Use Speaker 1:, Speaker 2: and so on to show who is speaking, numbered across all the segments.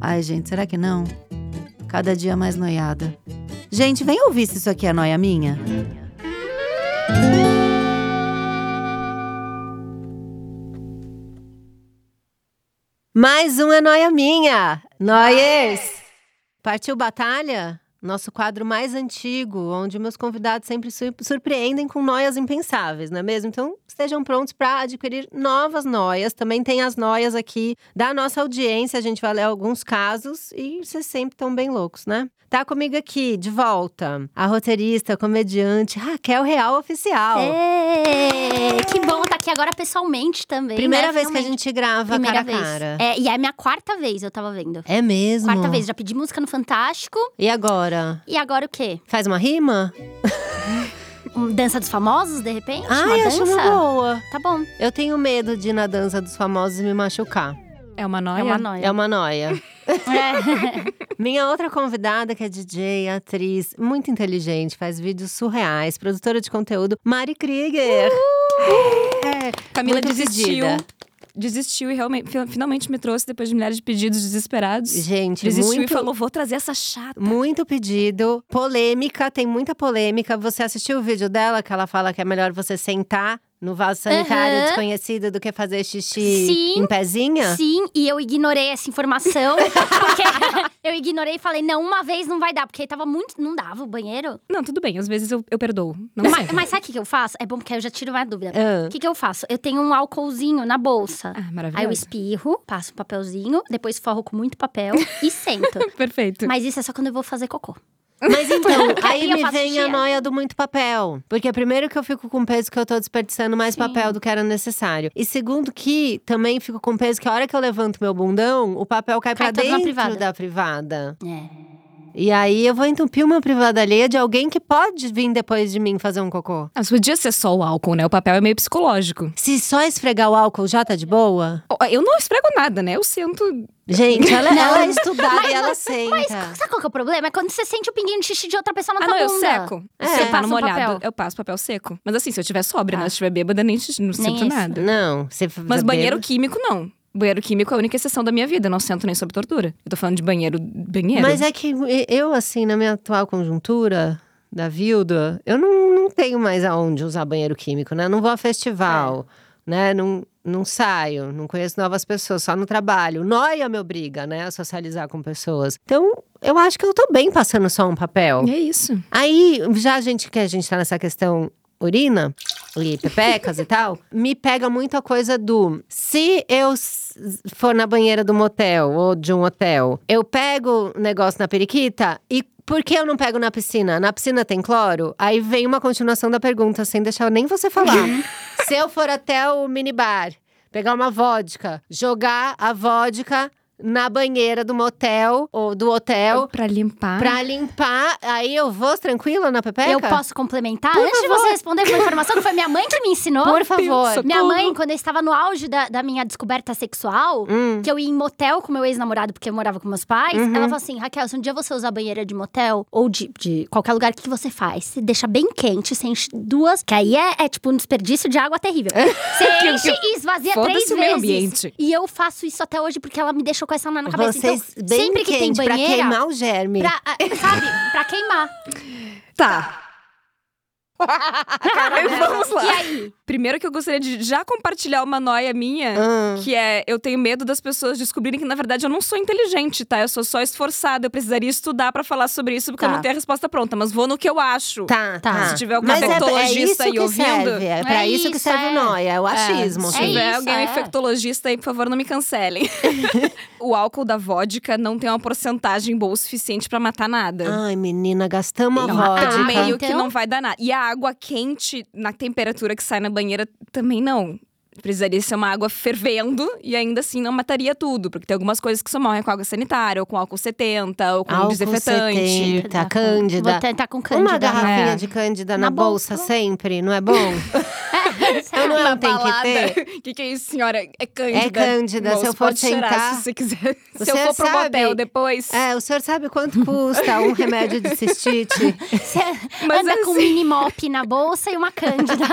Speaker 1: Ai, gente, será que não? Cada dia mais noiada. Gente, vem ouvir se isso aqui é noia minha.
Speaker 2: Mais um é noia minha. Noies! Partiu Batalha? Nosso quadro mais antigo, onde meus convidados sempre su- surpreendem com noias impensáveis, não é mesmo? Então, estejam prontos para adquirir novas noias. Também tem as noias aqui da nossa audiência. A gente vai ler alguns casos e vocês sempre estão bem loucos, né? Tá comigo aqui, de volta, a roteirista, comediante Raquel Real Oficial.
Speaker 3: É, Ê, É, que bom estar aqui agora pessoalmente também.
Speaker 2: Primeira
Speaker 3: né?
Speaker 2: vez que a
Speaker 3: Finalmente.
Speaker 2: gente grava
Speaker 3: Primeira
Speaker 2: cara a cara.
Speaker 3: vez. É, e é a minha quarta vez, eu tava vendo.
Speaker 2: É mesmo?
Speaker 3: Quarta vez, já pedi música no Fantástico.
Speaker 2: E agora?
Speaker 3: E agora o quê?
Speaker 2: Faz uma rima?
Speaker 3: Um, dança dos famosos, de repente? uma
Speaker 2: Ai, acho
Speaker 3: dança?
Speaker 2: uma boa.
Speaker 3: Tá bom.
Speaker 2: Eu tenho medo de ir na dança dos famosos e me machucar.
Speaker 4: É uma noia?
Speaker 3: É uma noia.
Speaker 2: É uma noia.
Speaker 3: É.
Speaker 2: Minha outra convidada, que é DJ, atriz, muito inteligente, faz vídeos surreais, produtora de conteúdo, Mari Krieger.
Speaker 4: Camila
Speaker 2: Muito
Speaker 4: desistiu.
Speaker 2: pedida.
Speaker 4: Desistiu e realmente, fi- finalmente me trouxe depois de milhares de pedidos desesperados.
Speaker 2: Gente,
Speaker 4: desistiu
Speaker 2: muito,
Speaker 4: e falou: vou trazer essa chata.
Speaker 2: muito pedido. Polêmica, tem muita polêmica. Você assistiu o vídeo dela, que ela fala que é melhor você sentar no vaso sanitário
Speaker 3: Aham.
Speaker 2: desconhecido do que fazer xixi
Speaker 3: Sim.
Speaker 2: em pezinha?
Speaker 3: Sim, e eu ignorei essa informação. porque eu ignorei e falei, não, uma vez não vai dar. Porque tava muito… Não dava o banheiro.
Speaker 4: Não, tudo bem, às vezes eu, eu perdoo. Não
Speaker 3: Mas,
Speaker 4: sei.
Speaker 3: mas sabe o que que eu faço? É bom porque aí eu já tiro uma dúvida.
Speaker 2: Ah.
Speaker 3: O que que eu faço? Eu tenho um álcoolzinho na bolsa.
Speaker 4: Ah,
Speaker 3: Aí eu
Speaker 4: maravilhoso.
Speaker 3: espirro, passo um papelzinho, depois forro com muito papel e sento.
Speaker 4: Perfeito.
Speaker 3: Mas isso é só quando eu vou fazer cocô.
Speaker 2: Mas então,
Speaker 3: Porque aí
Speaker 2: aí
Speaker 3: eu
Speaker 2: me
Speaker 3: faço
Speaker 2: vem a
Speaker 3: xixi.
Speaker 2: noia do muito papel. Porque primeiro que eu fico com peso que eu tô desperdiçando mais
Speaker 3: Sim.
Speaker 2: papel do que era necessário. E segundo que também fico com peso que a hora que eu levanto meu bundão, o papel cai,
Speaker 3: Cai
Speaker 2: pra
Speaker 3: todo na
Speaker 2: dentro
Speaker 3: privada.
Speaker 2: da privada.
Speaker 3: É.
Speaker 2: E aí eu vou entupir uma privada alheia de alguém que pode vir depois de mim fazer um cocô.
Speaker 4: Mas Ah, podia ser só o álcool, né? O papel é meio psicológico.
Speaker 2: Se só esfregar o álcool já tá de boa?
Speaker 4: Ó, Eu não esfrego nada, né? Eu sinto.
Speaker 2: Gente, ela,
Speaker 3: Não.
Speaker 2: ela é estudada e ela senta.
Speaker 3: Mas sabe qual que é o problema? É quando você sente o pinguinho de xixi de outra pessoa na
Speaker 4: ah,
Speaker 3: tua
Speaker 4: não, eu
Speaker 3: bunda.
Speaker 4: seco.
Speaker 2: É.
Speaker 4: Se
Speaker 2: Você
Speaker 4: eu
Speaker 3: passa
Speaker 4: passo
Speaker 3: um
Speaker 4: molhado,
Speaker 3: papel.
Speaker 4: eu passo papel seco. Mas assim, se eu tiver sobra, né?
Speaker 3: Ah.
Speaker 4: Se eu estiver bêbada, nem, xixi- não sinto
Speaker 3: isso.
Speaker 4: nada.
Speaker 2: Não, você
Speaker 4: Mas
Speaker 2: você
Speaker 4: banheiro
Speaker 2: bebe.
Speaker 4: químico, não. Banheiro químico é a única exceção da minha vida. Eu não sento nem sob tortura. Eu tô falando de banheiro, banheiro.
Speaker 2: Mas é que eu, assim, na minha atual conjuntura da viúva, eu não, não tenho mais aonde usar banheiro químico, né? Não vou a festival, né? Não, não saio, não conheço novas pessoas, só no trabalho. Noia me obriga, né? A socializar com pessoas. Então, eu acho que eu tô bem passando só um papel.
Speaker 4: E é isso.
Speaker 2: Aí, já a gente que a gente tá nessa questão urina e pepecas e tal, me pega muito a coisa do se eu s- for na banheira do motel ou de um hotel, eu pego o negócio na periquita e por que eu não pego na piscina? Na piscina tem cloro? Aí vem uma continuação da pergunta, sem deixar nem você falar. se eu for até o minibar, pegar uma vodka, jogar a vodka na banheira do motel ou do hotel,
Speaker 4: É Pra limpar.
Speaker 2: Pra limpar, aí eu vou tranquila na pepeca?
Speaker 3: Ah. Eu posso complementar?
Speaker 2: Por
Speaker 3: Antes de
Speaker 2: favor.
Speaker 3: você responder uma informação que foi minha mãe que me ensinou.
Speaker 2: Por favor.
Speaker 4: Pensa.
Speaker 3: Minha
Speaker 4: Socorro.
Speaker 3: mãe, quando eu estava no auge da, da minha descoberta sexual,
Speaker 2: Hum.
Speaker 3: que eu ia em motel com meu ex-namorado, porque eu morava com meus pais,
Speaker 2: Uhum.
Speaker 3: ela falou assim: Raquel, se um dia você usar banheira de motel ou de, de qualquer lugar, o que, que você faz? Você deixa bem quente, você enche duas, que aí é, é tipo um desperdício de água terrível. Você enche e esvazia três
Speaker 4: Foda-se o meio
Speaker 3: vezes.
Speaker 4: ambiente.
Speaker 3: E eu faço isso até hoje porque ela me deixou com essa na cabeça.
Speaker 2: Vocês
Speaker 3: então,
Speaker 2: bem
Speaker 3: sempre que tem
Speaker 2: quente, pra
Speaker 3: banheira.
Speaker 2: queimar o germe.
Speaker 3: pra, ah, sabe? Pra queimar.
Speaker 4: Tá. Vamos
Speaker 3: E
Speaker 4: lá.
Speaker 3: aí?
Speaker 4: Primeiro que eu gostaria de já compartilhar uma noia minha.
Speaker 2: Ah.
Speaker 4: Que é, eu tenho medo das pessoas descobrirem que, na verdade, eu não sou inteligente, tá? Eu sou só esforçada. Eu precisaria estudar pra falar sobre isso, porque eu
Speaker 3: Tá.
Speaker 4: não tenho a resposta pronta. Mas vou no que eu acho.
Speaker 2: Tá,
Speaker 3: Tá.
Speaker 2: tá.
Speaker 4: Se tiver algum
Speaker 2: Mas é, é isso
Speaker 4: infectologista aí
Speaker 2: que
Speaker 4: ouvindo-
Speaker 2: serve, é pra
Speaker 3: É
Speaker 2: isso, que
Speaker 3: isso,
Speaker 2: serve o
Speaker 3: é.
Speaker 2: nóia, é o achismo.
Speaker 4: Se
Speaker 3: É
Speaker 2: assim.
Speaker 4: tiver
Speaker 3: isso,
Speaker 4: alguém
Speaker 3: é.
Speaker 4: infectologista aí, por favor, não me cancelem. o álcool da vodka não tem uma porcentagem boa o suficiente pra matar nada.
Speaker 2: Ai, menina, gastamos a
Speaker 4: Então,
Speaker 3: Ah,
Speaker 4: é
Speaker 2: vodka.
Speaker 4: de meio que
Speaker 3: então-
Speaker 4: não vai dar nada. E a água quente na temperatura que sai na banheira também não. precisaria ser uma água fervendo e ainda assim não mataria tudo, porque tem algumas coisas que só morrem com água sanitária, ou com álcool 70, ou com
Speaker 2: Álcool
Speaker 4: desinfetante.
Speaker 2: 70. Eita, Cândida.
Speaker 3: Vou tentar com cândida. né?
Speaker 2: Uma garrafinha
Speaker 4: É.
Speaker 2: de cândida na,
Speaker 3: Na
Speaker 2: bolsa,
Speaker 3: bolsa.
Speaker 2: sempre, não é bom? Eu não, é um
Speaker 4: Na
Speaker 2: tem que ter.
Speaker 4: balada. que, que é isso, senhora? É cândida.
Speaker 2: É cândida,
Speaker 4: Moço,
Speaker 2: se eu for
Speaker 4: pode cheirar
Speaker 2: tentar-
Speaker 4: se você quiser. Se
Speaker 2: Você
Speaker 4: eu for pro
Speaker 2: sabe-
Speaker 4: motel depois.
Speaker 2: É, o senhor sabe quanto custa um remédio de cistite?
Speaker 3: Você
Speaker 4: Mas
Speaker 3: anda com um
Speaker 4: assim-
Speaker 3: mini mop na bolsa e uma cândida.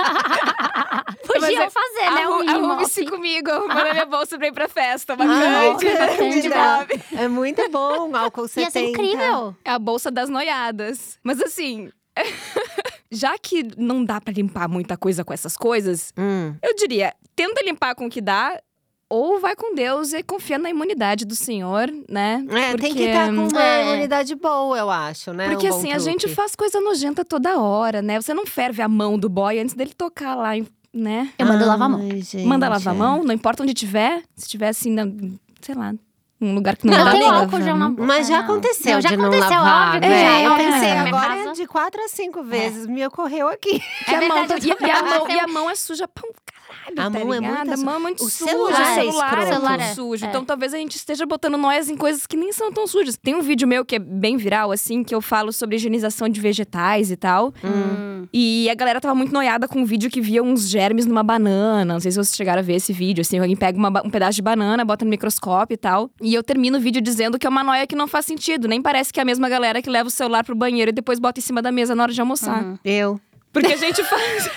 Speaker 3: Podiam
Speaker 4: é-
Speaker 3: fazer, né? Um
Speaker 4: Arru-
Speaker 3: mini mop.
Speaker 4: Arrume-se comigo, arrumando a minha bolsa pra ir pra festa. Uma Tá
Speaker 2: Ah,
Speaker 4: cândida.
Speaker 2: cândida.
Speaker 3: Cândida.
Speaker 2: É muito bom, álcool 70.
Speaker 3: Ia ser incrível.
Speaker 4: É a bolsa das noiadas. Mas assim. Já que não dá pra limpar muita coisa com essas coisas,
Speaker 2: Hum.
Speaker 4: eu diria: tenta limpar com o que dá, ou vai com Deus e confia na imunidade do Senhor, né?
Speaker 2: É, tem que
Speaker 4: Porque-
Speaker 2: estar com uma
Speaker 3: É.
Speaker 2: imunidade boa, eu acho, né?
Speaker 4: Porque
Speaker 2: Um bom
Speaker 4: assim, a
Speaker 2: truque.
Speaker 4: gente faz coisa nojenta toda hora, né? Você não ferve a mão do boy antes dele tocar lá, em- né?
Speaker 3: Eu
Speaker 2: Ah,
Speaker 3: mando lavar a mão.
Speaker 2: Ai, gente,
Speaker 4: Manda lavar a
Speaker 2: é.
Speaker 4: mão, não importa onde tiver. Se tiver assim, na- sei lá, um lugar que não,
Speaker 3: Não,
Speaker 4: dá
Speaker 3: tem
Speaker 4: pra
Speaker 3: álcool
Speaker 4: lavar
Speaker 3: gel na
Speaker 4: a mão.
Speaker 3: boca.
Speaker 2: Mas já
Speaker 3: não.
Speaker 2: aconteceu
Speaker 3: Não, já
Speaker 2: de não
Speaker 3: aconteceu,
Speaker 2: lavar.
Speaker 3: óbvio que
Speaker 2: É,
Speaker 3: já, É.
Speaker 2: eu
Speaker 3: óbvio que
Speaker 2: pensei,
Speaker 3: já,
Speaker 2: agora é
Speaker 3: arrasa.
Speaker 2: de quatro a cinco vezes me ocorreu aqui.
Speaker 4: Que
Speaker 3: É
Speaker 4: a mão,
Speaker 3: verdade,
Speaker 4: e, a- e a
Speaker 3: eu tô-
Speaker 4: mão, e a mão é suja pra um caralho,
Speaker 2: A
Speaker 4: tá
Speaker 2: mão é
Speaker 4: ligado?
Speaker 2: muito
Speaker 4: a mão é muito
Speaker 2: O
Speaker 4: suja,
Speaker 2: celular
Speaker 4: o
Speaker 3: é
Speaker 4: celular é,
Speaker 3: escroto.
Speaker 4: muito
Speaker 3: Celular é-
Speaker 4: sujo.
Speaker 3: é.
Speaker 4: Então talvez a gente esteja botando nós em coisas que nem são tão sujas. Tem um vídeo meu que é bem viral, assim, que eu falo sobre higienização de vegetais e tal.
Speaker 3: Hum.
Speaker 4: E a galera tava muito noiada com um vídeo que via uns germes numa banana. Não sei se vocês chegaram a ver esse vídeo, assim. Alguém pega uma ba- um pedaço de banana, bota no microscópio e tal. E eu termino o vídeo dizendo que é uma noia que não faz sentido. Nem parece que é a mesma galera que leva o celular pro banheiro e depois bota em cima da mesa na hora de almoçar.
Speaker 2: Eu.
Speaker 4: Porque a gente faz
Speaker 3: Uhum.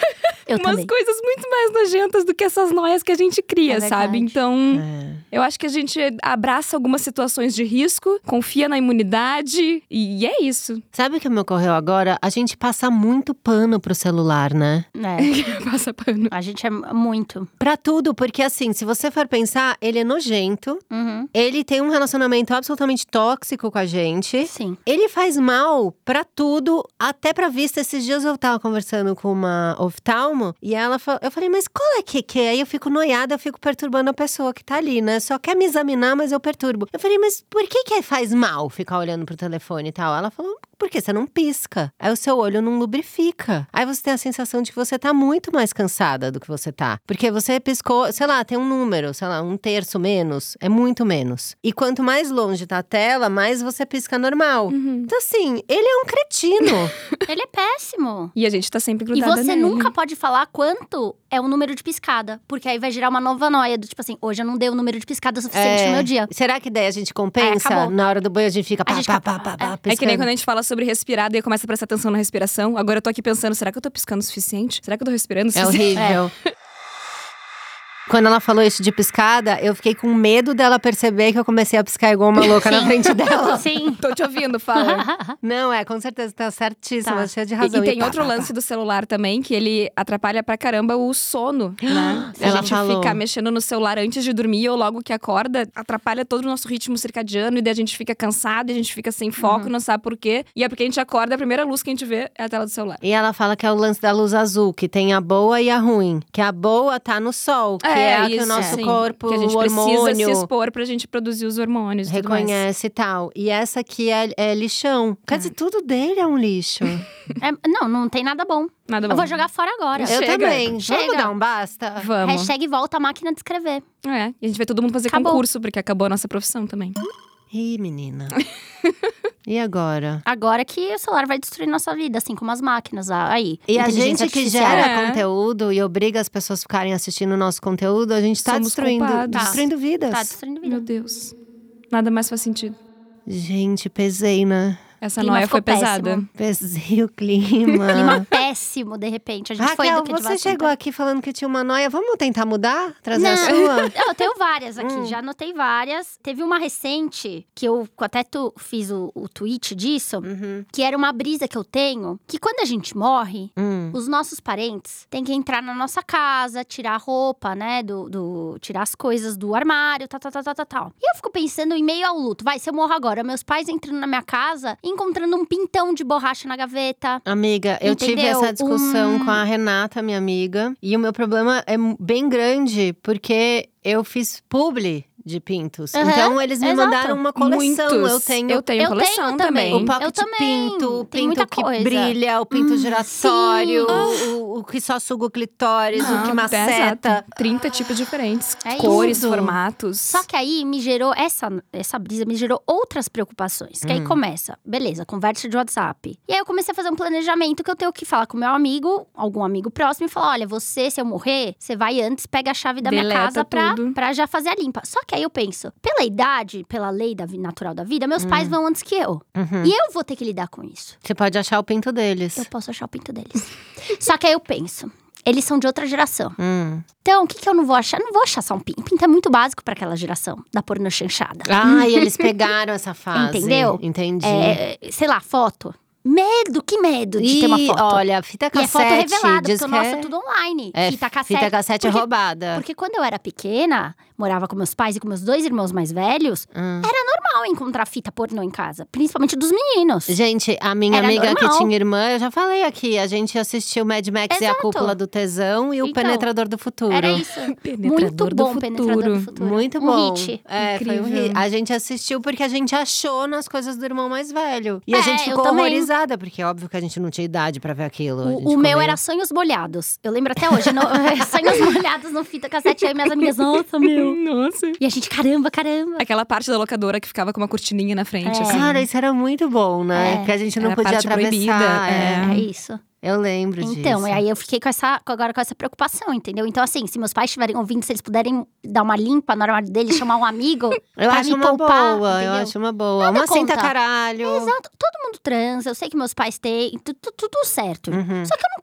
Speaker 3: Eu
Speaker 4: umas
Speaker 3: também.
Speaker 4: coisas muito mais nojentas do que essas noias que a gente cria,
Speaker 3: É
Speaker 4: sabe?
Speaker 3: verdade.
Speaker 4: Então,
Speaker 2: É.
Speaker 4: eu acho que a gente abraça algumas situações de risco, confia na imunidade e é isso.
Speaker 2: Sabe o que me ocorreu agora? A gente passa muito pano pro celular, né?
Speaker 3: É.
Speaker 4: Passa pano.
Speaker 3: A gente é muito.
Speaker 2: Pra tudo, porque assim, se você for pensar, ele é nojento,
Speaker 3: Uhum.
Speaker 2: ele tem um relacionamento absolutamente tóxico com a gente.
Speaker 3: Sim.
Speaker 2: Ele faz mal pra tudo, até pra vista. Esses dias eu tava conversando com uma oftalmo e ela falou, eu falei, mas qual é que que é? Aí eu fico noiada, eu fico perturbando a pessoa que tá ali, né? Só quer me examinar, mas eu perturbo. Eu falei, mas por que que faz mal ficar olhando pro telefone e tal? Ela falou, porque você não pisca. Aí o seu olho não lubrifica. Aí você tem a sensação de que você tá muito mais cansada do que você tá. Porque você piscou, sei lá, tem um número, sei lá, um terço menos, é muito menos. E quanto mais longe tá a tela, mais você pisca normal. Então, assim, ele é um cretino.
Speaker 3: Ele é péssimo.
Speaker 4: E a gente tá sempre
Speaker 3: E
Speaker 4: grudada
Speaker 3: você
Speaker 4: nele.
Speaker 3: nunca pode falar quanto é o número de piscada. Porque aí vai gerar uma nova noia do tipo assim, hoje eu não dei o número de piscada suficiente
Speaker 2: É.
Speaker 3: no meu dia.
Speaker 2: Será que daí a gente compensa?
Speaker 3: É, acabou.
Speaker 2: Na hora do banho a gente fica pá,
Speaker 3: A gente
Speaker 2: pá, pá,
Speaker 3: acaba-
Speaker 2: pá,
Speaker 3: é.
Speaker 2: pá,
Speaker 4: É que nem
Speaker 2: piscando.
Speaker 4: quando a gente fala sobre respirar, daí começa a prestar atenção na respiração. Agora eu tô aqui pensando, será que eu tô piscando o suficiente? Será que eu tô respirando o
Speaker 2: É
Speaker 4: suficiente?
Speaker 2: horrível. Quando ela falou isso de piscada, eu fiquei com medo dela perceber que eu comecei a piscar igual uma louca na frente dela.
Speaker 3: Sim.
Speaker 4: Tô te ouvindo, fala.
Speaker 2: Não, é, com certeza, tá certíssima,
Speaker 3: Tá.
Speaker 2: cheia de
Speaker 4: E-
Speaker 2: razão.
Speaker 4: e tem
Speaker 2: pá,
Speaker 4: outro
Speaker 2: pá, pá.
Speaker 4: lance do celular também, que ele atrapalha pra caramba o sono, né? Se
Speaker 2: Ela
Speaker 4: a gente
Speaker 2: falou.
Speaker 4: ficar mexendo no celular antes de dormir ou logo que acorda, atrapalha todo o nosso ritmo circadiano e daí a gente fica cansado, e a gente fica sem foco, não sabe por quê. E é porque a gente acorda, a primeira luz que a gente vê é a tela do celular.
Speaker 2: E ela fala que é o lance da luz azul, que tem a boa e a ruim. Que a boa tá no sol, que é, a que
Speaker 4: isso,
Speaker 2: o nosso
Speaker 4: sim.
Speaker 2: corpo,
Speaker 4: que a gente
Speaker 2: o hormônio,
Speaker 4: precisa se expor pra gente produzir os hormônios. e tudo mais.
Speaker 2: reconhece e tal. E essa aqui é, é lixão. Quer
Speaker 3: Ah.
Speaker 2: dizer, tudo dele é um lixo.
Speaker 3: É, não, não tem nada bom.
Speaker 4: Nada bom.
Speaker 3: Eu vou jogar fora agora.
Speaker 2: Eu
Speaker 4: Chega.
Speaker 2: também. Vamos
Speaker 3: Chega.
Speaker 2: dar um basta?
Speaker 4: Vamos.
Speaker 3: Hashtag volta a máquina de escrever.
Speaker 4: É, e a gente vai todo mundo fazer
Speaker 3: Acabou.
Speaker 4: concurso, porque acabou a nossa profissão também.
Speaker 2: Ih, menina. e agora?
Speaker 3: Agora que o celular vai destruir nossa vida, assim como as máquinas ah, aí.
Speaker 2: E a
Speaker 3: Inteligência
Speaker 2: gente que
Speaker 3: artificial.
Speaker 2: gera
Speaker 4: É.
Speaker 2: conteúdo e obriga as pessoas a ficarem assistindo o nosso conteúdo, a gente tá
Speaker 4: Somos
Speaker 2: destruindo,
Speaker 4: culpados.
Speaker 2: destruindo vidas.
Speaker 3: Tá destruindo vida.
Speaker 4: Meu Deus. Nada mais faz sentido.
Speaker 2: Gente, pesei, né?
Speaker 4: Essa
Speaker 3: Clima
Speaker 4: noia foi
Speaker 3: ficou
Speaker 4: pesada.
Speaker 3: péssimo.
Speaker 2: Pesei o clima.
Speaker 3: Clima péssimo, de repente. A gente foi
Speaker 2: Raquel,
Speaker 3: educativação.
Speaker 2: você chegou aqui falando que tinha uma noia. Vamos tentar mudar? Trazer a
Speaker 3: Não.
Speaker 2: sua?
Speaker 3: Eu tenho várias aqui,
Speaker 2: Hum.
Speaker 3: já anotei várias. Teve uma recente, que eu até tu, fiz o, o tweet disso,
Speaker 2: Uhum.
Speaker 3: que era uma brisa que eu tenho, que quando a gente morre,
Speaker 2: Hum.
Speaker 3: os nossos parentes têm que entrar na nossa casa, tirar a roupa, né, do, do- tirar as coisas do armário, tal, tal, tal, tal, tal, tal. E eu fico pensando em meio ao luto. Vai, se eu morro agora, meus pais entrando na minha casa, encontrando um pintão de borracha na gaveta.
Speaker 2: Amiga, eu tive
Speaker 3: Entendeu?
Speaker 2: essa discussão
Speaker 3: Um-
Speaker 2: com a Renata, minha amiga, e o meu problema é mu- bem grande, porque eu fiz publi de pintos.
Speaker 3: Aham,
Speaker 2: Então eles me
Speaker 3: exato.
Speaker 2: mandaram uma coleção.
Speaker 4: Muitos.
Speaker 2: Eu tenho
Speaker 4: Eu tenho
Speaker 3: Eu
Speaker 4: coleção
Speaker 3: tenho também.
Speaker 4: também.
Speaker 2: o papo
Speaker 3: Eu
Speaker 2: de
Speaker 3: também.
Speaker 2: pinto, o
Speaker 3: Tem
Speaker 2: pinto
Speaker 3: muita
Speaker 2: que
Speaker 3: coisa. Hum,
Speaker 2: brilha, o pinto giratório,
Speaker 3: sim.
Speaker 2: o, o que só suga o clitóris, o que
Speaker 4: Não, até
Speaker 2: maceta.
Speaker 4: exato. 30 tipos diferentes.
Speaker 3: É
Speaker 4: cores,
Speaker 3: isso.
Speaker 4: formatos.
Speaker 3: Só que aí me gerou essa, essa brisa, me gerou outras preocupações. Que
Speaker 4: Hum.
Speaker 3: aí começa, beleza, conversa de WhatsApp. E aí eu comecei a fazer um planejamento que eu tenho que falar com meu amigo, algum amigo próximo, e falar: olha, você, se eu morrer, você vai antes, pega a chave da minha
Speaker 4: Deleta
Speaker 3: casa pra,
Speaker 4: tudo.
Speaker 3: pra já fazer a limpa. Só que aí eu penso, pela idade, pela lei da vi- natural da vida, meus
Speaker 4: Hum.
Speaker 3: pais vão antes que eu.
Speaker 2: Uhum.
Speaker 3: E eu vou ter que lidar com isso.
Speaker 2: Você pode achar o pinto deles.
Speaker 3: Eu posso achar o pinto deles. Só que aí eu penso, eles são de outra geração.
Speaker 2: Hum.
Speaker 3: Então, o que, que eu não vou achar? Eu Não vou achar só um pinto. Pinto é muito básico pra aquela geração da porno chanchada.
Speaker 2: Ah, e eles pegaram essa fase.
Speaker 3: Entendeu?
Speaker 2: Ah, Entendi.
Speaker 3: É, sei lá, foto. Medo, que medo de ter uma
Speaker 2: Ih,
Speaker 3: foto.
Speaker 2: olha, fita
Speaker 3: e é
Speaker 2: cassete.
Speaker 3: foto revelada,
Speaker 2: diz
Speaker 3: porque,
Speaker 2: que
Speaker 3: nossa,
Speaker 2: é-
Speaker 3: tudo online.
Speaker 2: é,
Speaker 3: fita cassete.
Speaker 2: Fita cassete é
Speaker 3: porque,
Speaker 2: roubada.
Speaker 3: porque quando eu era pequena, morava com meus pais e com meus dois irmãos mais velhos,
Speaker 2: Hum.
Speaker 3: mal encontrar fita pornô em casa. Principalmente dos meninos.
Speaker 2: Gente, a minha
Speaker 3: Era
Speaker 2: amiga que
Speaker 3: normal.
Speaker 2: tinha irmã, eu já falei aqui, a gente assistiu Mad Max e a
Speaker 3: Exato.
Speaker 2: Cúpula do Tesão e o
Speaker 3: Então,
Speaker 2: Penetrador do Futuro.
Speaker 3: Era isso. Muito
Speaker 4: Penetrador do
Speaker 3: bom, penetrador do futuro.
Speaker 2: Muito
Speaker 3: um
Speaker 2: bom.
Speaker 3: Hit.
Speaker 2: É, foi um
Speaker 4: Incrível.
Speaker 2: hit. A gente assistiu porque a gente achou nas coisas do irmão mais velho. E a
Speaker 3: É,
Speaker 2: gente
Speaker 3: eu
Speaker 2: ficou
Speaker 3: também.
Speaker 2: horrorizada, porque é óbvio que a gente não tinha idade pra ver aquilo. A
Speaker 3: O-
Speaker 2: gente
Speaker 3: O,
Speaker 2: ficou
Speaker 3: meu
Speaker 2: meio-
Speaker 3: era sonhos molhados. Eu lembro até hoje. no- sonhos molhados no fita cassete. Aí minhas amigas, nossa, meu.
Speaker 4: Nossa.
Speaker 3: E a gente, caramba, caramba.
Speaker 4: Aquela parte da locadora que ficava com uma cortininha na frente,
Speaker 3: É.
Speaker 4: assim.
Speaker 2: Cara, "Ah, isso era muito bom, né?
Speaker 3: É.
Speaker 2: Porque a gente não
Speaker 4: Era
Speaker 2: podia
Speaker 4: parte
Speaker 2: atravessar.
Speaker 4: proibida,
Speaker 2: é.
Speaker 3: É isso.
Speaker 2: Eu lembro disso.
Speaker 3: Então, e aí eu fiquei com essa, com- agora com essa preocupação, entendeu? Então, assim, se meus pais estiverem ouvindo, se eles puderem dar uma limpa no armário deles, chamar um amigo.
Speaker 2: Eu
Speaker 3: pra
Speaker 2: acho
Speaker 3: me
Speaker 2: uma
Speaker 3: poupar,
Speaker 2: boa, eu
Speaker 3: entendeu?
Speaker 2: acho uma boa.
Speaker 3: Nada
Speaker 2: uma senta
Speaker 3: contra.
Speaker 2: caralho.
Speaker 3: Exato, todo mundo trans, eu sei que meus pais têm, tu- tu- tudo certo.
Speaker 2: Uhum.
Speaker 3: Só que eu não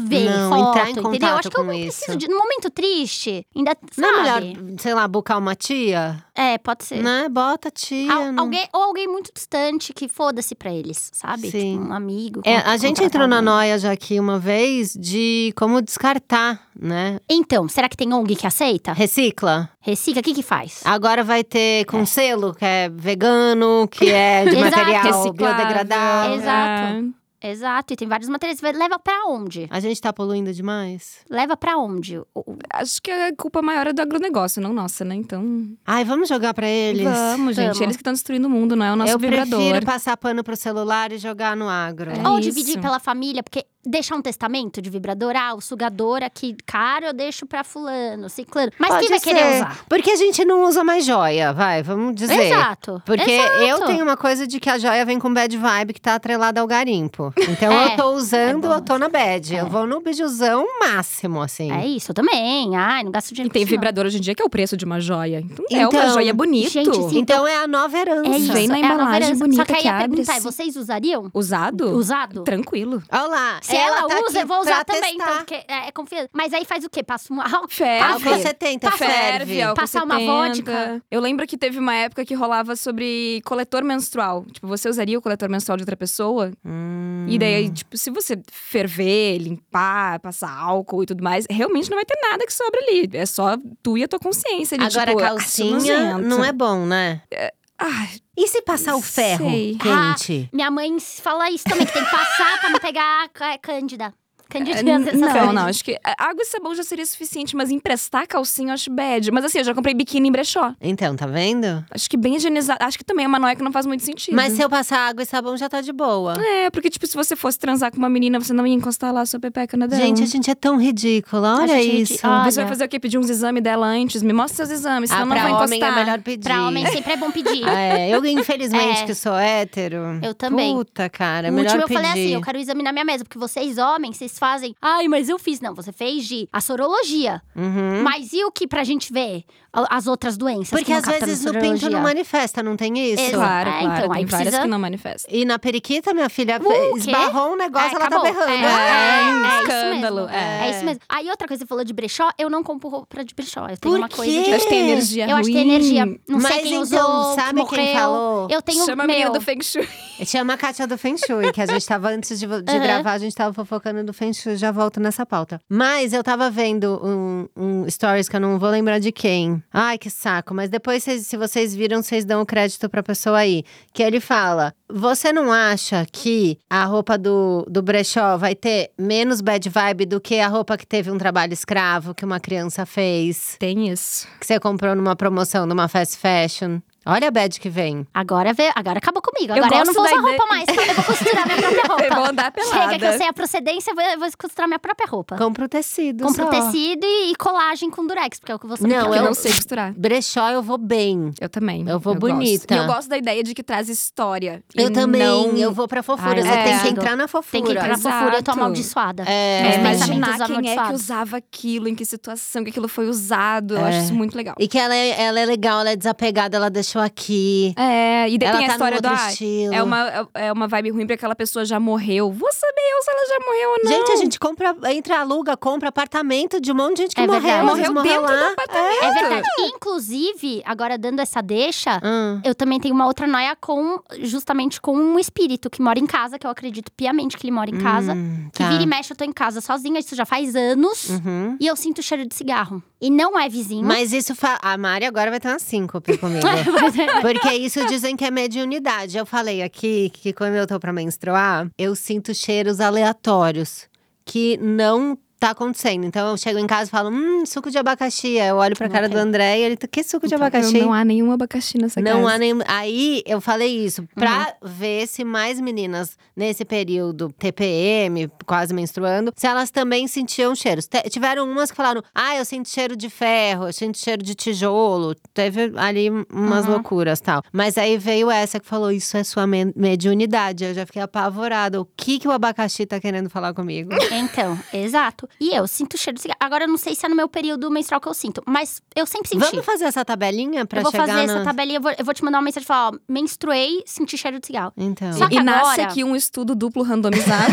Speaker 3: quero ver
Speaker 2: Não,
Speaker 3: foto,
Speaker 2: entrar em
Speaker 3: entendeu?
Speaker 2: contato
Speaker 3: Eu acho que eu
Speaker 2: com
Speaker 3: não
Speaker 2: isso.
Speaker 3: preciso de. Num momento triste, ainda. Sabe?
Speaker 2: Não é melhor, sei lá, bucar uma tia?
Speaker 3: É, pode ser.
Speaker 2: Né? Bota a tia.
Speaker 3: Al-
Speaker 2: não-
Speaker 3: alguém, ou alguém muito distante que foda-se pra eles, sabe?
Speaker 2: Sim.
Speaker 3: Tipo, um amigo.
Speaker 2: É,
Speaker 3: con-
Speaker 2: a gente
Speaker 3: contratar
Speaker 2: entrou na
Speaker 3: alguém.
Speaker 2: noia já aqui uma vez de como descartar, né?
Speaker 3: Então, será que tem ONG que aceita?
Speaker 2: Recicla.
Speaker 3: Recicla, o que que faz?
Speaker 2: Agora vai ter com selo, que é vegano, que é de
Speaker 3: Exato.
Speaker 2: material
Speaker 4: Reciclável.
Speaker 2: biodegradável.
Speaker 3: Exato. Exato, e tem vários materiais. Vai- Leva pra onde?
Speaker 2: A gente tá poluindo demais?
Speaker 3: Leva pra onde? O- o-
Speaker 4: É. Acho que a culpa maior é do agronegócio, não nossa, né? Então.
Speaker 2: Ai, vamos jogar pra eles?
Speaker 4: Vamos, gente.
Speaker 3: Vamos.
Speaker 4: Eles que estão destruindo o mundo, não é o nosso
Speaker 2: Eu
Speaker 4: vibrador.
Speaker 2: prefiro passar pano pro celular e jogar no agro.
Speaker 4: É
Speaker 3: Ou
Speaker 4: isso.
Speaker 3: dividir pela família, porque deixar um testamento de vibrador, ah, o sugador aqui caro eu deixo pra fulano, ciclano. Mas
Speaker 2: Pode
Speaker 3: quem vai
Speaker 2: ser.
Speaker 3: querer usar?
Speaker 2: Porque a gente não usa mais joia, vai, vamos dizer.
Speaker 3: Exato.
Speaker 2: Porque
Speaker 3: Exato.
Speaker 2: eu tenho uma coisa de que a joia vem com bad vibe que tá atrelada ao garimpo. Então
Speaker 3: É,
Speaker 2: eu tô usando,
Speaker 3: é bom
Speaker 2: eu tô na bad.
Speaker 3: É.
Speaker 2: Eu vou no bijuzão máximo, assim.
Speaker 3: É isso, eu também. Ai, não gasto
Speaker 4: E
Speaker 3: dinheiro
Speaker 4: tem
Speaker 3: com isso, não.
Speaker 4: vibrador hoje em dia que é o preço de uma joia. Então, é
Speaker 2: Então,
Speaker 4: uma joia bonita.
Speaker 3: gente, sim.
Speaker 2: Então é a nova herança.
Speaker 3: É isso,
Speaker 4: Vem na
Speaker 3: é a nova
Speaker 4: embalagem
Speaker 3: herança.
Speaker 4: bonita
Speaker 3: Só que aí
Speaker 4: que
Speaker 3: a
Speaker 4: abre,
Speaker 3: pergunta é,
Speaker 4: assim.
Speaker 3: vocês usariam?
Speaker 4: Usado?
Speaker 3: Usado?
Speaker 4: Tranquilo.
Speaker 2: Olha lá.
Speaker 3: Se ela,
Speaker 2: tá
Speaker 3: usa,
Speaker 2: aqui
Speaker 3: eu vou usar
Speaker 2: pra
Speaker 3: também, então,
Speaker 2: testar.
Speaker 3: porque é, é confiança. Mas aí faz o quê? Passa um álcool?
Speaker 2: Ah,
Speaker 4: Ferve.
Speaker 2: com 70,
Speaker 3: Passa-
Speaker 2: ferve.
Speaker 4: álcool
Speaker 3: tá Passar uma
Speaker 4: 70.
Speaker 3: vodka.
Speaker 4: Eu lembro que teve uma época que rolava sobre coletor menstrual. Tipo, você usaria o coletor menstrual de outra pessoa?
Speaker 2: Hum.
Speaker 4: E daí, tipo, se você ferver, limpar, passar álcool e tudo mais, realmente não vai ter nada que sobra ali. É só tu e a tua consciência. De,
Speaker 2: Agora,
Speaker 4: tipo,
Speaker 2: a
Speaker 4: "Ah, isso
Speaker 3: assim,
Speaker 2: calcinha
Speaker 4: nojento."
Speaker 2: não é bom, né?
Speaker 4: Ai,
Speaker 2: E se passar o ferro
Speaker 4: Sei.
Speaker 2: quente?
Speaker 3: Minha mãe fala isso também, que tem que passar pra não pegar a cândida.
Speaker 2: É,
Speaker 3: Cândida,
Speaker 4: Não, não, acho que a- água e sabão já seria suficiente, mas emprestar calcinha eu acho bad. Mas assim, eu já comprei biquíni em brechó.
Speaker 2: Então, tá vendo?
Speaker 4: Acho que bem higienizado. Acho que também é uma noia que não faz muito sentido.
Speaker 2: Mas se eu passar água e sabão, já tá de boa.
Speaker 4: É, porque tipo, se você fosse transar com uma menina, você não ia encostar lá a sua pepeca na dela.
Speaker 2: Gente, a gente é tão ridícula. Olha
Speaker 3: gente é
Speaker 2: isso.
Speaker 3: ridícula.
Speaker 4: Você vai fazer o quê? Pedir uns exames dela antes? Me mostra seus exames,
Speaker 2: Ah,
Speaker 4: senão eu não
Speaker 2: pra
Speaker 4: vai
Speaker 2: homem é
Speaker 4: encostar.
Speaker 2: melhor pedir.
Speaker 3: Pra homem sempre é bom pedir.
Speaker 2: É, eu, infelizmente,
Speaker 3: É.
Speaker 2: que sou hétero.
Speaker 3: Eu também.
Speaker 2: Puta, cara, é
Speaker 3: o
Speaker 2: melhor
Speaker 3: último eu
Speaker 2: pedir.
Speaker 3: falei assim, eu quero examinar minha mesa, porque vocês homens, vocês fazem. Ai, mas eu fiz. Não, você fez de a sorologia.
Speaker 2: Uhum.
Speaker 3: Mas e o que pra gente ver? A- As outras doenças. que
Speaker 2: Porque
Speaker 3: não
Speaker 2: às
Speaker 3: captam
Speaker 2: vezes
Speaker 3: na
Speaker 2: no pinto
Speaker 3: sorologia.
Speaker 2: não manifesta, não tem isso?
Speaker 3: Exato.
Speaker 4: Claro,
Speaker 3: É,
Speaker 4: claro.
Speaker 3: então,
Speaker 4: tem
Speaker 3: aí
Speaker 4: várias
Speaker 3: precisa-
Speaker 4: que não manifestam.
Speaker 2: E na periquita, minha filha,
Speaker 3: Uh, o quê?
Speaker 2: esbarrou um negócio,
Speaker 3: É,
Speaker 2: ela tá
Speaker 3: acabou.
Speaker 2: berrando.
Speaker 3: É, é, é isso
Speaker 4: escândalo,
Speaker 3: mesmo.
Speaker 2: é.
Speaker 3: É. isso mesmo. Aí outra coisa, você falou de brechó, eu não compro roupa de brechó. Eu tenho
Speaker 2: Por
Speaker 3: uma
Speaker 2: quê?
Speaker 3: coisa de.
Speaker 4: Eu acho que tem energia
Speaker 3: Eu
Speaker 4: ruim.
Speaker 3: acho que tem energia. Não
Speaker 2: Mas
Speaker 3: sei quem
Speaker 2: então,
Speaker 3: usou,
Speaker 2: sabe
Speaker 3: que morreu.
Speaker 2: quem falou?
Speaker 3: Eu tenho
Speaker 4: Chama a
Speaker 3: meu.
Speaker 4: menina do Feng Shui.
Speaker 2: Chama a Kátia do Feng Shui, que a gente tava antes de, vo- de
Speaker 3: Aham.
Speaker 2: gravar, a gente tava fofocando do Feng Shui, já volto nessa pauta. Mas eu tava vendo um, um um stories que eu não vou lembrar de quem. Ai, que saco. Mas depois, vocês- se vocês viram, vocês dão o crédito pra pessoa aí. Que ele fala: Você não acha que a roupa do, do brechó vai ter menos bad vibe do que a roupa que teve um trabalho escravo que uma criança fez?
Speaker 4: Tem isso.
Speaker 2: Que você comprou numa promoção numa fast fashion? Olha a bad que vem.
Speaker 3: Agora, vê, agora acabou comigo.
Speaker 4: Eu
Speaker 3: Agora eu, não
Speaker 4: gosto
Speaker 3: vou
Speaker 4: da
Speaker 3: usar
Speaker 4: ideia-
Speaker 3: roupa mais. Eu vou costurar minha própria roupa.
Speaker 4: Eu vou É andar pelada.
Speaker 3: Chega que eu sei a procedência, eu vou, eu vou costurar minha própria roupa.
Speaker 2: Compra o tecido.
Speaker 3: Compro
Speaker 2: só.
Speaker 3: tecido e, e colagem com durex, porque é o que você
Speaker 2: Não,
Speaker 4: Porque
Speaker 3: quer.
Speaker 4: eu
Speaker 2: eu-
Speaker 4: não sei costurar.
Speaker 2: Brechó, eu vou bem.
Speaker 4: Eu também.
Speaker 2: Eu vou
Speaker 4: gosto.
Speaker 2: bonita.
Speaker 4: E eu gosto da ideia de que traz história. E
Speaker 2: Eu também,
Speaker 4: não-
Speaker 2: eu vou pra fofura.
Speaker 3: Ai,
Speaker 2: Você
Speaker 3: não
Speaker 2: tem que
Speaker 3: consigo.
Speaker 2: entrar na fofura.
Speaker 3: Tem que entrar na fofura, eu tô
Speaker 4: Exato.
Speaker 3: amaldiçoada.
Speaker 4: É,
Speaker 2: É,
Speaker 3: Os pensamentos
Speaker 4: imaginar quem é que
Speaker 3: amaldiçoados.
Speaker 4: usava aquilo, em que situação, que aquilo foi usado. Eu
Speaker 2: É.
Speaker 4: acho isso muito legal.
Speaker 2: E que ela é, ela é legal, ela é desapegada, ela deixou aqui.
Speaker 4: É, e daí
Speaker 2: ela
Speaker 4: tem a
Speaker 2: tá
Speaker 4: história
Speaker 2: num
Speaker 4: do.
Speaker 2: outro
Speaker 4: ah,
Speaker 2: estilo.
Speaker 4: é uma, é uma vibe ruim pra aquela pessoa já morreu. Vou saber eu se ela já morreu né? ou não.
Speaker 2: Gente, a gente compra, entra, aluga, compra apartamento de um monte de gente que
Speaker 3: É
Speaker 2: morreu.
Speaker 3: verdade.
Speaker 2: às vezes
Speaker 4: morreu dentro
Speaker 2: lá.
Speaker 4: do apartamento.
Speaker 3: É verdade. Inclusive, agora dando essa deixa,
Speaker 2: Hum.
Speaker 3: eu também tenho uma outra noia com justamente com um espírito que mora em casa, que eu acredito piamente que ele mora em casa.
Speaker 2: Hum,
Speaker 3: Que
Speaker 2: tá.
Speaker 3: vira e mexe, eu tô em casa sozinha, isso já faz anos.
Speaker 2: Uhum.
Speaker 3: E eu sinto o cheiro de cigarro. E não é vizinho.
Speaker 2: Mas isso. Fa... A Mari agora vai ter uma síncope comigo.
Speaker 3: é-
Speaker 2: Porque isso dizem que é mediunidade. Eu falei aqui que quando eu tô pra menstruar, eu sinto cheiros aleatórios que não tá acontecendo. Então eu chego em casa e falo, hum, suco de abacaxi. Aí Eu olho pra
Speaker 3: Não
Speaker 2: cara do
Speaker 3: tem.
Speaker 2: André e ele, que suco de
Speaker 4: Então,
Speaker 2: abacaxi?
Speaker 4: Não, não há nenhum abacaxi nessa
Speaker 2: Não
Speaker 4: casa.
Speaker 2: há nem. Aí eu falei isso pra
Speaker 3: Uhum.
Speaker 2: ver se mais meninas nesse período TPM, quase menstruando, se elas também sentiam cheiros. Te- tiveram umas que falaram: ah, eu sinto cheiro de ferro, eu sinto cheiro de tijolo. Teve ali um, umas
Speaker 3: Uhum.
Speaker 2: loucuras tal. Mas aí veio essa que falou: isso é sua me- mediunidade. Eu já fiquei apavorada. O que, que o abacaxi tá querendo falar comigo?
Speaker 3: Então, exato. E eu sinto o cheiro de cigarro. Agora eu não sei se é no meu período menstrual que eu sinto, mas eu sempre senti.
Speaker 2: Vamos fazer essa tabelinha pra
Speaker 3: eu vou
Speaker 2: chegar
Speaker 3: fazer essa
Speaker 2: na-
Speaker 3: tabelinha, eu vou, eu vou te mandar uma mensagem e falar: ó, menstruei, senti cheiro de cigarro.
Speaker 2: Então.
Speaker 3: Só que
Speaker 4: E nasce
Speaker 3: agora-
Speaker 4: aqui um estudo duplo randomizado.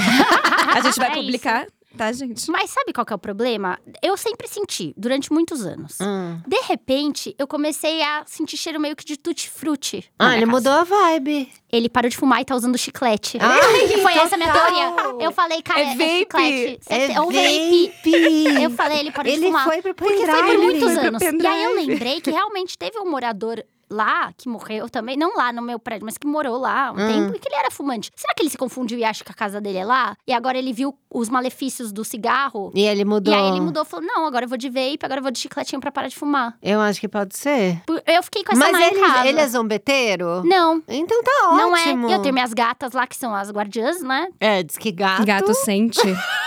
Speaker 4: a gente vai
Speaker 3: É isso.
Speaker 4: publicar, tá, gente?
Speaker 3: Mas sabe qual que é o problema? Eu sempre senti, durante muitos anos.
Speaker 2: Hum.
Speaker 3: De repente, eu comecei a sentir cheiro meio que de tutti-frutti. na
Speaker 2: Ah,
Speaker 3: minha
Speaker 2: ele
Speaker 3: casa.
Speaker 2: mudou Ah. a vibe.
Speaker 3: Ele parou de fumar e tá usando chiclete.
Speaker 2: Ai,
Speaker 3: Foi essa a minha
Speaker 2: total.
Speaker 3: teoria. Eu falei, cara,
Speaker 4: É
Speaker 3: é, é
Speaker 4: vape.
Speaker 3: chiclete. Cê-
Speaker 2: É
Speaker 3: ou vape.
Speaker 2: vape.
Speaker 3: Eu falei, ele parou de
Speaker 2: Ele
Speaker 3: fumar.
Speaker 2: foi pro
Speaker 3: Porque foi por
Speaker 2: pendrive.
Speaker 3: muitos
Speaker 4: Foi pro
Speaker 3: anos. E aí eu
Speaker 4: pendrive.
Speaker 3: lembrei que realmente teve um morador lá, que morreu também, não lá no meu prédio, mas que morou lá há um
Speaker 2: Hum.
Speaker 3: tempo, e que ele era fumante. Será que ele se confundiu e acha que a casa dele é lá? E agora ele viu os malefícios do cigarro?
Speaker 2: E ele mudou.
Speaker 3: E aí ele mudou, falou, não, agora eu vou de vape, agora eu vou de chicletinho pra parar de fumar.
Speaker 2: Eu acho que pode ser.
Speaker 3: Por- Eu fiquei com essa
Speaker 2: Mas
Speaker 3: noia em casa.
Speaker 2: ele, ele é zombeteiro?
Speaker 3: Não,
Speaker 2: Então tá
Speaker 3: não é.
Speaker 2: ótimo.
Speaker 3: Eu tenho minhas gatas lá, que são as guardiãs, né?
Speaker 2: É, diz que gato.
Speaker 4: Gato sente.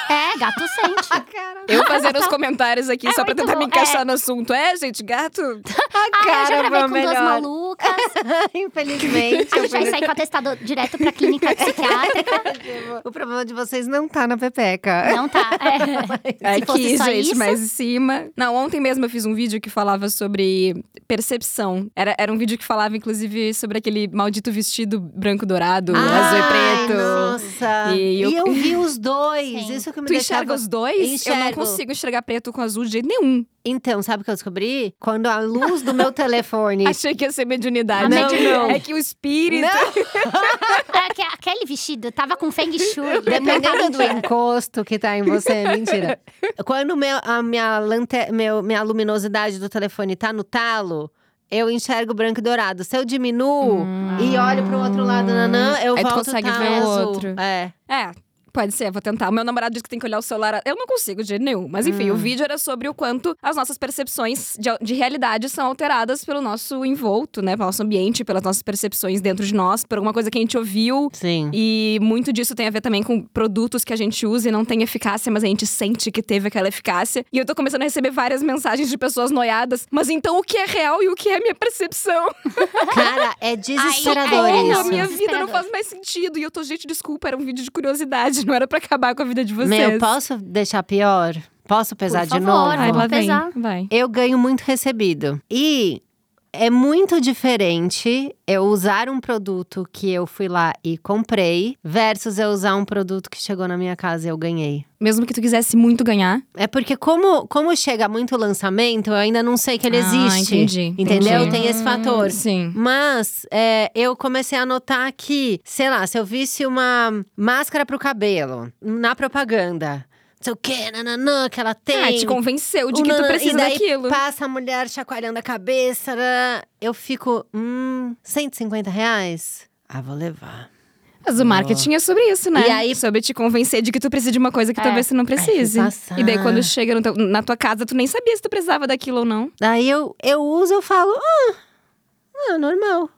Speaker 3: É, gato sente.
Speaker 2: Cara.
Speaker 4: Eu fazendo os comentários aqui
Speaker 3: É
Speaker 4: só pra
Speaker 3: muito
Speaker 4: tentar me
Speaker 3: bom,
Speaker 4: encaixar no assunto. É, gente, gato.
Speaker 2: A
Speaker 3: Ah, eu já
Speaker 2: cara foi
Speaker 3: gravei com
Speaker 2: a
Speaker 3: duas
Speaker 2: melhor. Tipo
Speaker 3: malucas. Ah,
Speaker 2: Infelizmente.
Speaker 3: A gente vai sair com atestado direto pra clínica psiquiátrica.
Speaker 2: o problema de vocês não tá na pepeca.
Speaker 3: Não tá. É.
Speaker 4: É
Speaker 3: Se fosse
Speaker 4: aqui,
Speaker 3: só
Speaker 4: gente,
Speaker 3: isso.
Speaker 4: mais em cima. Não, ontem mesmo eu fiz um vídeo que falava sobre percepção. Era, era um vídeo que falava, inclusive, sobre aquele maldito vestido branco dourado, azul e
Speaker 2: Ai,
Speaker 4: preto.
Speaker 2: Nossa.
Speaker 4: E
Speaker 2: E eu,
Speaker 4: eu-
Speaker 2: vi os dois.
Speaker 3: Sim.
Speaker 2: Isso que me
Speaker 4: Tu
Speaker 2: deixava…
Speaker 4: enxerga os dois? Eu não
Speaker 2: Enxergo.
Speaker 4: consigo enxergar preto com azul de jeito nenhum.
Speaker 2: Então, sabe o que eu descobri? Quando a luz do meu telefone…
Speaker 4: Achei que ia ser mediunidade.
Speaker 3: A
Speaker 4: Não,
Speaker 3: mediunidade.
Speaker 4: não. É que o espírito.
Speaker 3: Ah, que- Aquele vestido tava com feng shui.
Speaker 2: Dependendo do encosto que tá em você, é mentira. Quando meu, a minha, lante, meu, minha luminosidade do telefone tá no talo, eu enxergo branco e dourado. Se eu diminuo
Speaker 3: Ah,
Speaker 2: e
Speaker 3: Hum.
Speaker 2: olho pro outro lado, nanã, eu
Speaker 4: Aí tu
Speaker 2: volto
Speaker 4: consegue
Speaker 2: tá
Speaker 4: ver o
Speaker 2: azul.
Speaker 4: outro.
Speaker 2: É.
Speaker 4: É. Pode ser, vou tentar. O meu namorado disse que tem que olhar o celular. Eu não consigo de jeito nenhum. Mas enfim, o vídeo era sobre o quanto as nossas percepções de, de realidade são alteradas pelo nosso envolto, né? Pelo nosso ambiente, pelas nossas percepções dentro de nós, por alguma coisa que a gente ouviu.
Speaker 2: Sim.
Speaker 4: E muito disso tem a ver também com produtos que a gente usa e não tem eficácia, mas a gente sente que teve aquela eficácia. E eu tô começando a receber várias mensagens de pessoas noiadas. Mas então o que é real e o que é minha percepção?
Speaker 2: Cara, é desesperador
Speaker 3: Ai, ai,
Speaker 4: Como
Speaker 2: isso.
Speaker 4: a minha vida é, não
Speaker 3: Desesperador.
Speaker 4: faz mais sentido. E eu tô, gente, desculpa, era um vídeo de curiosidade, não era pra acabar com a vida de vocês.
Speaker 2: Meu, posso deixar pior? Posso pesar de
Speaker 3: favor,
Speaker 2: novo?
Speaker 3: Ai, lá vem, pesar.
Speaker 4: vai.
Speaker 2: Eu ganho muito recebido. E é muito diferente eu usar um produto que eu fui lá e comprei versus eu usar um produto que chegou na minha casa e eu ganhei.
Speaker 4: Mesmo que tu quisesse muito ganhar.
Speaker 2: É porque como, como chega muito lançamento, eu ainda não sei que ele
Speaker 4: Ah,
Speaker 2: existe.
Speaker 4: entendi,
Speaker 2: Entendeu?
Speaker 4: entendi. Hum.
Speaker 2: Tem esse fator.
Speaker 4: Sim.
Speaker 2: Mas é, eu comecei a notar que, sei lá, se eu visse uma máscara pro cabelo na propaganda. sei o quê, nananã, que ela tem.
Speaker 4: Ah, te convenceu de que tu
Speaker 2: nananã,
Speaker 4: precisa
Speaker 2: e daí
Speaker 4: daquilo.
Speaker 2: passa a mulher chacoalhando a cabeça. né? Eu fico, hum, 150 reais? Ah, vou levar.
Speaker 4: Mas o marketing é sobre isso, né?
Speaker 2: E aí-
Speaker 4: Sobre te convencer de que tu precisa de uma coisa que
Speaker 3: É.
Speaker 4: talvez tu não precise.
Speaker 2: Ai, que passada.
Speaker 4: e daí quando chega no teu- na tua casa, tu nem sabia se tu precisava daquilo ou não.
Speaker 2: Daí eu, eu uso, eu falo, ah, ah, normal.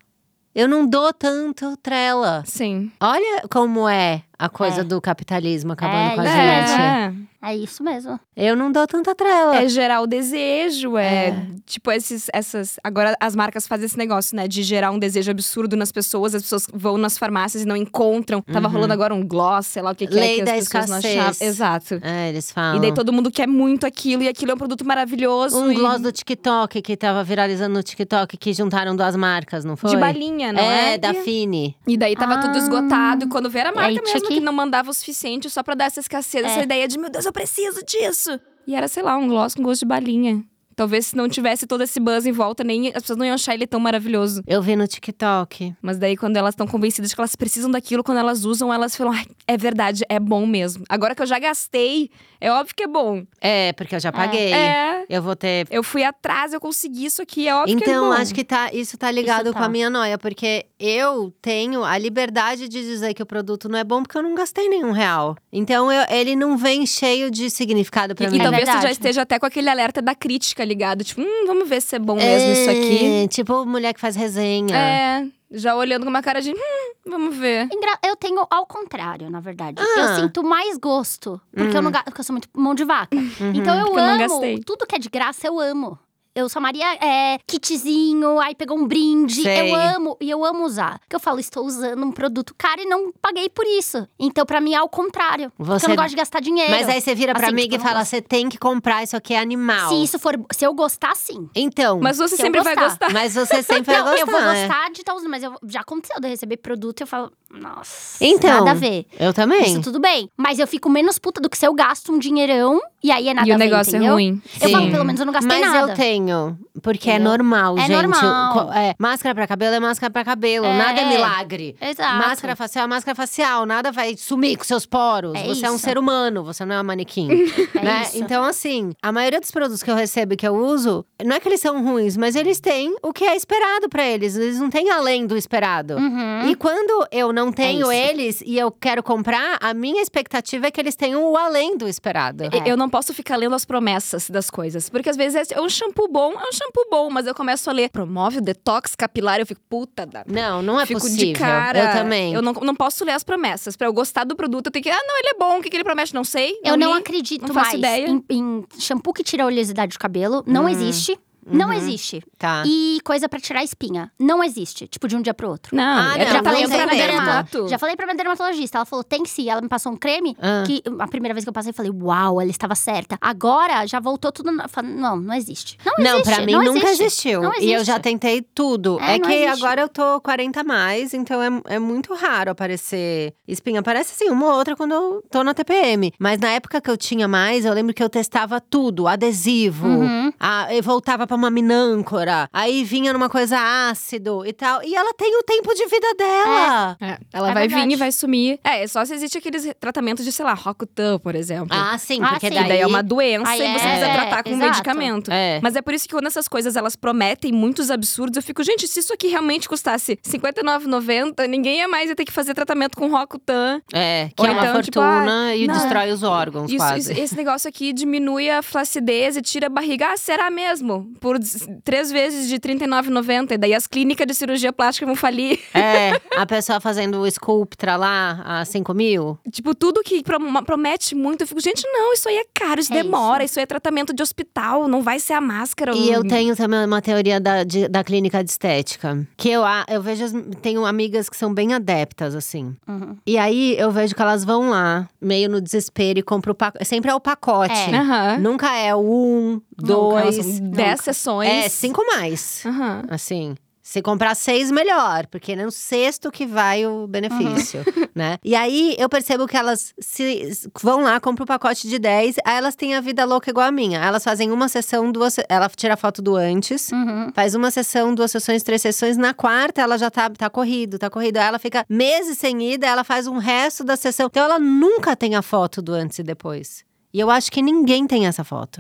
Speaker 2: Eu não dou tanto trela.
Speaker 4: Sim.
Speaker 2: Olha como é a coisa
Speaker 3: É.
Speaker 2: do capitalismo acabando
Speaker 3: É,
Speaker 2: com a
Speaker 3: isso
Speaker 2: gente.
Speaker 4: É,
Speaker 3: É isso mesmo.
Speaker 2: Eu não dou tanta trela.
Speaker 4: é gerar o desejo, é, tipo esses, essas. Agora as marcas fazem esse negócio, né, de gerar um desejo absurdo nas pessoas. As pessoas vão nas farmácias e não encontram. Tava rolando agora um gloss, sei lá o que, que
Speaker 2: Uhum. Lei
Speaker 4: é que
Speaker 2: da
Speaker 4: as pessoas não
Speaker 2: escassez.
Speaker 4: achavam. Exato.
Speaker 2: É, eles falam.
Speaker 4: E daí todo mundo quer muito aquilo e aquilo é um produto maravilhoso.
Speaker 2: Um
Speaker 4: e
Speaker 2: gloss do TikTok que tava viralizando no TikTok, que juntaram duas marcas, não foi?
Speaker 4: de balinha, não é?
Speaker 2: É, da Fini.
Speaker 4: E daí tava tudo
Speaker 3: Ah.
Speaker 4: esgotado. E quando vê, era a marca
Speaker 3: aí,
Speaker 4: mesmo
Speaker 3: tchaki.
Speaker 4: que não mandava o suficiente só pra dar essa escassez,
Speaker 3: É.
Speaker 4: essa ideia de, meu Deus, eu preciso disso. E era, sei lá, um gloss com gosto de balinha. Talvez se não tivesse todo esse buzz em volta, nem as pessoas não iam achar ele tão maravilhoso.
Speaker 2: Eu vi no TikTok.
Speaker 4: Mas daí, quando elas estão convencidas de que elas precisam daquilo, quando elas usam, elas falam, "Ai, é verdade, é bom mesmo. Agora que eu já gastei, é óbvio que é bom.
Speaker 2: É, porque eu já paguei.
Speaker 4: É.
Speaker 2: Eu vou ter.
Speaker 4: Eu fui atrás, eu consegui isso aqui, é óbvio que é bom.
Speaker 2: Então, acho que tá, isso tá ligado
Speaker 3: Isso
Speaker 2: com a
Speaker 3: tá.
Speaker 2: minha noia, porque eu tenho a liberdade de dizer que o produto não é bom porque eu não gastei nenhum real. Então, eu- ele não vem cheio de significado pra
Speaker 4: E,
Speaker 2: mim. é
Speaker 4: e talvez tu já
Speaker 3: verdade.
Speaker 4: esteja até com aquele alerta da crítica ligado. Tipo, hum, vamos ver se é bom mesmo isso aqui.
Speaker 2: É, Tipo, mulher que faz resenha.
Speaker 4: É, já olhando com uma cara de, hum, vamos ver.
Speaker 3: Engra- Eu tenho ao contrário, na verdade.
Speaker 2: Ah. Hum.
Speaker 3: Eu sinto mais gosto. Porque eu não ga- porque eu sou muito mão de vaca.
Speaker 2: Uhum.
Speaker 3: Então eu
Speaker 4: Porque eu não
Speaker 3: amo.
Speaker 4: gastei.
Speaker 3: Tudo que é de graça, eu amo. Eu só Maria é, kitzinho, aí pegou um brinde.
Speaker 2: Sei.
Speaker 3: Eu amo, e eu amo usar. Porque eu falo, estou usando um produto caro e não paguei por isso. Então, pra mim, é ao contrário. Porque
Speaker 2: Você- é
Speaker 3: eu não gosto de gastar dinheiro.
Speaker 2: Mas aí você vira pra
Speaker 3: Assim,
Speaker 2: mim
Speaker 3: tipo,
Speaker 2: e
Speaker 3: eu
Speaker 2: fala:
Speaker 3: não
Speaker 2: você tem que comprar, isso aqui é animal.
Speaker 3: Se isso for. Se eu gostar, sim.
Speaker 2: Então.
Speaker 4: Mas
Speaker 3: Hum. Se
Speaker 4: você
Speaker 3: eu
Speaker 4: sempre vai
Speaker 3: gostar.
Speaker 4: gostar.
Speaker 2: mas você sempre vai
Speaker 3: não,
Speaker 2: gostar.
Speaker 3: eu vou
Speaker 2: é.
Speaker 3: gostar de estar usando, mas eu, já aconteceu de eu receber produto e eu falo, nossa,
Speaker 2: Então,
Speaker 3: nada a ver.
Speaker 2: Eu também.
Speaker 3: Isso tudo bem. Mas eu fico menos puta do que se eu gasto um dinheirão e aí é nada
Speaker 4: e
Speaker 3: a
Speaker 4: o
Speaker 3: ver,
Speaker 4: negócio é
Speaker 3: entendeu?
Speaker 4: ruim.
Speaker 3: Eu falo,
Speaker 2: Sim.
Speaker 3: pelo menos eu não gastei
Speaker 2: Mas
Speaker 3: nada.
Speaker 2: eu tenho, porque é
Speaker 3: Entendeu?
Speaker 2: normal,
Speaker 3: É
Speaker 2: gente.
Speaker 3: normal.
Speaker 2: Co- é, máscara pra cabelo é máscara pra cabelo,
Speaker 3: É,
Speaker 2: nada é
Speaker 3: é.
Speaker 2: milagre.
Speaker 3: Exato.
Speaker 2: Máscara facial é máscara facial, nada vai sumir com seus poros.
Speaker 3: É
Speaker 2: você é um
Speaker 3: isso. É
Speaker 2: ser humano, você não é um manequim. né?
Speaker 3: isso.
Speaker 2: Então, assim, a maioria dos produtos que eu recebo e que eu uso, não é que eles são ruins, mas eles têm o que é esperado pra eles. Eles não têm além do esperado.
Speaker 3: Uhum.
Speaker 2: E quando eu não tenho
Speaker 3: isso.
Speaker 2: eles e eu quero comprar, a minha expectativa é que eles tenham o além do esperado.
Speaker 3: É.
Speaker 4: E- Eu não posso ficar lendo as promessas das coisas. Porque às vezes é um shampoo bom, é um shampoo bom, mas eu começo a ler. Promove o detox capilar, eu fico, puta da.
Speaker 2: Não, não é
Speaker 4: Fico
Speaker 2: possível.
Speaker 4: de cara.
Speaker 2: Eu também.
Speaker 4: Eu não, não posso ler as promessas. Pra eu gostar do produto, eu tenho que. Ah, não, ele é bom. O que, que ele promete? Não sei.
Speaker 3: Eu não
Speaker 4: li.
Speaker 3: acredito
Speaker 4: não
Speaker 3: mais
Speaker 4: faço ideia.
Speaker 3: Em, em shampoo que tira a oleosidade do cabelo. Não
Speaker 2: Hum.
Speaker 3: existe. Não
Speaker 2: Uhum.
Speaker 3: existe.
Speaker 2: Tá.
Speaker 3: E coisa pra tirar espinha. Não existe. Tipo, de um dia pro outro.
Speaker 4: Não,
Speaker 2: Ah,
Speaker 4: é
Speaker 2: não,
Speaker 4: tratamento
Speaker 2: não
Speaker 4: pra
Speaker 2: tem
Speaker 3: dermato.
Speaker 4: dermato.
Speaker 3: Já falei pra minha dermatologista. Ela falou, tem sim. Ela me passou um creme
Speaker 2: Ah.
Speaker 3: que a primeira vez que eu passei, eu falei, uau, ela estava certa. Agora já voltou tudo. Na... fala, Não, não existe. Não,
Speaker 2: Não,
Speaker 3: existe.
Speaker 2: pra mim nunca
Speaker 3: existe.
Speaker 2: existiu.
Speaker 3: Não
Speaker 2: E eu já
Speaker 3: existe.
Speaker 2: tentei tudo. É,
Speaker 3: É, não
Speaker 2: que
Speaker 3: existe.
Speaker 2: agora eu tô 40 a mais, então é, é muito raro aparecer espinha. Aparece assim, uma ou outra quando eu tô na TPM. Mas na época que eu tinha mais, eu lembro que eu testava tudo: adesivo,
Speaker 3: Uhum.
Speaker 2: a- eu voltava pra uma minâncora, aí vinha numa coisa ácido e tal. E ela tem o tempo de vida dela.
Speaker 4: É, ela
Speaker 3: É
Speaker 4: vai vir e
Speaker 3: verdade.
Speaker 4: vai sumir. É, é só se existe aqueles tratamentos de, sei lá, Rocutan, por exemplo.
Speaker 2: Ah, sim,
Speaker 3: Ah,
Speaker 2: porque
Speaker 3: sim.
Speaker 4: E
Speaker 2: daí.
Speaker 4: daí é uma doença
Speaker 3: Aí
Speaker 4: e você
Speaker 3: é,
Speaker 4: precisa tratar com
Speaker 3: exato.
Speaker 4: medicamento.
Speaker 2: É.
Speaker 4: Mas é por isso que quando essas coisas elas prometem muitos absurdos, eu fico, gente, se isso aqui realmente custasse R$ 59,90, ninguém ia mais ia ter que fazer tratamento com Rocutan.
Speaker 2: É, que
Speaker 4: Ou
Speaker 2: é uma
Speaker 4: então,
Speaker 2: fortuna
Speaker 4: tipo, ah,
Speaker 2: e
Speaker 4: não,
Speaker 2: destrói os órgãos,
Speaker 4: Isso-
Speaker 2: quase.
Speaker 4: isso- esse negócio aqui diminui a flacidez e tira a barriga. Ah, será mesmo? Por s- três vezes de R$ 39,90. E daí as clínicas de cirurgia plástica vão falir.
Speaker 2: É, a pessoa fazendo o Sculptra lá a 5 mil.
Speaker 4: Tipo, tudo que prom- promete muito, eu fico, gente, não, isso aí é caro, isso
Speaker 3: É
Speaker 4: demora, isso. aí é tratamento de hospital, não vai ser a máscara.
Speaker 2: E eu
Speaker 4: não-
Speaker 2: tenho também uma teoria da, de- da clínica de estética. Que eu, a- eu vejo, as- tenho amigas que são bem adeptas, assim.
Speaker 3: Uhum.
Speaker 2: E aí eu vejo que elas vão lá, meio no desespero, e compram o pacote. Sempre é o pacote.
Speaker 3: É.
Speaker 4: Aham.
Speaker 2: Nunca é o um,
Speaker 4: Dois,
Speaker 2: dois.
Speaker 4: dez sessões.
Speaker 2: É, cinco mais.
Speaker 4: Aham.
Speaker 2: Assim. Se comprar seis, melhor, porque é no sexto que vai o benefício, né? E aí eu percebo que elas se s- vão lá, compram o pacote de 10, aí elas têm a vida louca igual a minha. Elas fazem uma sessão, duas. se- Ela tira foto do antes,
Speaker 3: Uhum.
Speaker 2: faz uma sessão, duas sessões, três sessões. Na quarta, ela já tá, tá corrido, tá corrido. Aí ela fica meses sem ida, ela faz um resto da sessão. Então ela nunca tem a foto do antes e depois. E eu acho que ninguém tem essa foto.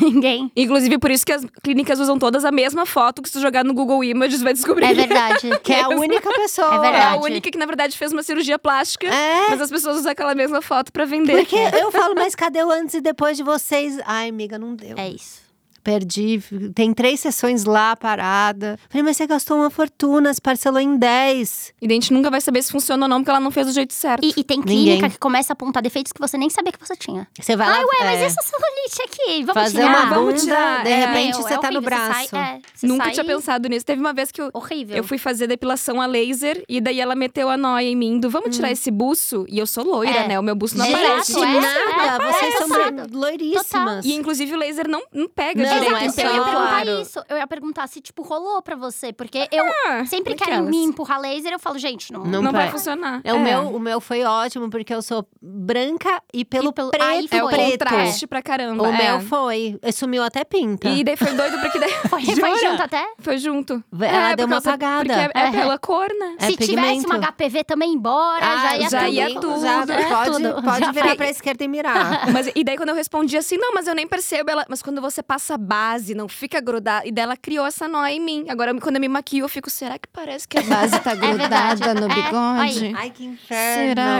Speaker 3: Ninguém.
Speaker 4: Inclusive, por isso que as clínicas usam todas a mesma foto, que se tu jogar no Google Images, vai descobrir.
Speaker 3: É verdade.
Speaker 2: que é a única pessoa.
Speaker 3: É
Speaker 4: É
Speaker 3: verdade.
Speaker 4: a única que, na verdade, fez uma cirurgia plástica,
Speaker 2: É.
Speaker 4: mas as pessoas usam aquela mesma foto pra vender.
Speaker 2: Porque eu falo, mas cadê o antes e depois de vocês? Ai, amiga, não deu.
Speaker 3: É isso.
Speaker 2: Perdi. Tem três sessões lá parada. Falei, mas você gastou uma fortuna, se parcelou em 10.
Speaker 4: E a gente nunca vai saber se funciona ou não, porque ela não fez do jeito certo.
Speaker 3: E, e tem
Speaker 2: Ninguém.
Speaker 3: clínica que começa a apontar defeitos que você nem sabia que você tinha.
Speaker 2: Você vai lá.
Speaker 3: Ai, ué, mas
Speaker 2: é,
Speaker 3: essa celulite aqui, vamos
Speaker 2: fazer
Speaker 3: tirar.
Speaker 2: uma
Speaker 4: Vamos
Speaker 2: bunda,
Speaker 4: tirar,
Speaker 2: de
Speaker 4: é,
Speaker 2: repente
Speaker 3: Meu,
Speaker 2: você
Speaker 3: é
Speaker 2: tá no
Speaker 3: horrível, você
Speaker 2: braço.
Speaker 3: sai- é, você
Speaker 4: Nunca
Speaker 3: sai
Speaker 4: tinha pensado nisso. Teve uma vez que eu,
Speaker 3: Horrível.
Speaker 4: eu fui fazer depilação a laser e daí ela meteu a noia em mim do vamos tirar esse buço. E eu sou loira,
Speaker 3: É.
Speaker 4: né? O meu buço não
Speaker 3: Exato,
Speaker 4: aparece.
Speaker 2: Hum. Gente,
Speaker 3: é,
Speaker 2: nada.
Speaker 3: é,
Speaker 2: vocês
Speaker 3: é,
Speaker 2: são
Speaker 3: exato.
Speaker 2: loiríssimas.
Speaker 4: E inclusive o laser não, não pega
Speaker 2: Não,
Speaker 4: direito. então
Speaker 3: Exato,
Speaker 2: é
Speaker 3: eu
Speaker 2: só-
Speaker 3: ia perguntar
Speaker 2: claro.
Speaker 3: isso. Eu ia perguntar se, tipo, rolou pra você. Porque eu
Speaker 4: Ah,
Speaker 3: sempre quero
Speaker 4: aquelas.
Speaker 3: em mim empurrar laser, eu falo, gente, não.
Speaker 2: Não
Speaker 4: Não vai
Speaker 2: pega.
Speaker 4: funcionar.
Speaker 2: É, O, meu, o meu foi ótimo, porque eu sou branca e pelo,
Speaker 3: E pelo-
Speaker 2: preto.
Speaker 3: aí
Speaker 4: É o
Speaker 3: foi.
Speaker 2: preto.
Speaker 4: contraste pra caramba.
Speaker 2: O
Speaker 4: é.
Speaker 2: meu foi. Sumiu até pinta.
Speaker 4: E daí foi doido porque daí
Speaker 3: Foi,
Speaker 4: Jura?
Speaker 3: foi junto até?
Speaker 4: foi junto.
Speaker 2: Ela
Speaker 4: É,
Speaker 2: deu
Speaker 4: por
Speaker 2: uma
Speaker 4: causa-
Speaker 2: apagada.
Speaker 4: Porque é, é
Speaker 3: É.
Speaker 4: pela cor, né?
Speaker 2: É
Speaker 3: se tivesse
Speaker 2: pigmento.
Speaker 3: uma HPV também embora,
Speaker 2: Ah,
Speaker 3: já ia
Speaker 4: já
Speaker 3: tudo.
Speaker 4: ia tudo.
Speaker 2: Já,
Speaker 3: É,
Speaker 2: pode
Speaker 3: tudo.
Speaker 2: pode
Speaker 3: Já
Speaker 2: virar
Speaker 3: foi.
Speaker 2: pra esquerda e mirar.
Speaker 4: Mas, e daí quando eu respondi assim, não, mas eu nem percebo ela. Mas quando você passa a base, não fica grudada. E daí ela criou essa nóia em mim. Agora, quando eu me maquio, eu fico, será que parece que a base tá
Speaker 3: verdade.
Speaker 4: grudada no
Speaker 3: É,
Speaker 4: bigode?
Speaker 2: Ai, que inferno.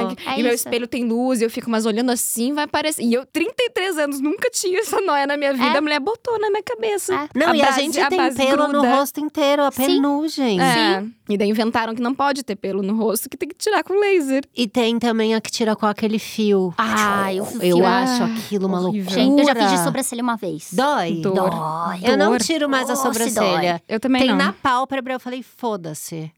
Speaker 4: Será? que-
Speaker 3: É
Speaker 4: e meu
Speaker 3: isso.
Speaker 4: espelho tem luz, e eu fico mais olhando assim, vai aparecer. E eu, 33 anos, nunca tinha essa nóia na minha vida.
Speaker 3: É.
Speaker 4: A mulher botou na minha cabeça.
Speaker 3: É.
Speaker 2: Não,
Speaker 4: A
Speaker 2: e
Speaker 4: base-
Speaker 2: a gente
Speaker 4: a
Speaker 2: tem
Speaker 4: base
Speaker 2: pelo no
Speaker 4: gruda.
Speaker 2: rosto inteiro, a
Speaker 3: Sim.
Speaker 2: penugem.
Speaker 4: É. E daí inventaram que não pode ter pelo no rosto, que tem que tirar com laser.
Speaker 2: E tem também a que tira com aquele fio.
Speaker 3: Ah,
Speaker 4: Tipo,
Speaker 3: eu
Speaker 2: Eu
Speaker 3: fio.
Speaker 2: acho aquilo uma
Speaker 4: horrível.
Speaker 2: loucura.
Speaker 3: Gente, eu já fiz de sobrancelha uma vez.
Speaker 2: Dói.
Speaker 4: Dor.
Speaker 3: Dói.
Speaker 2: Eu não
Speaker 4: Dor.
Speaker 2: tiro mais a
Speaker 3: Oh, se dói.
Speaker 2: sobrancelha.
Speaker 4: Eu também
Speaker 2: Tem
Speaker 4: não.
Speaker 2: na pálpebra, eu falei, foda-se.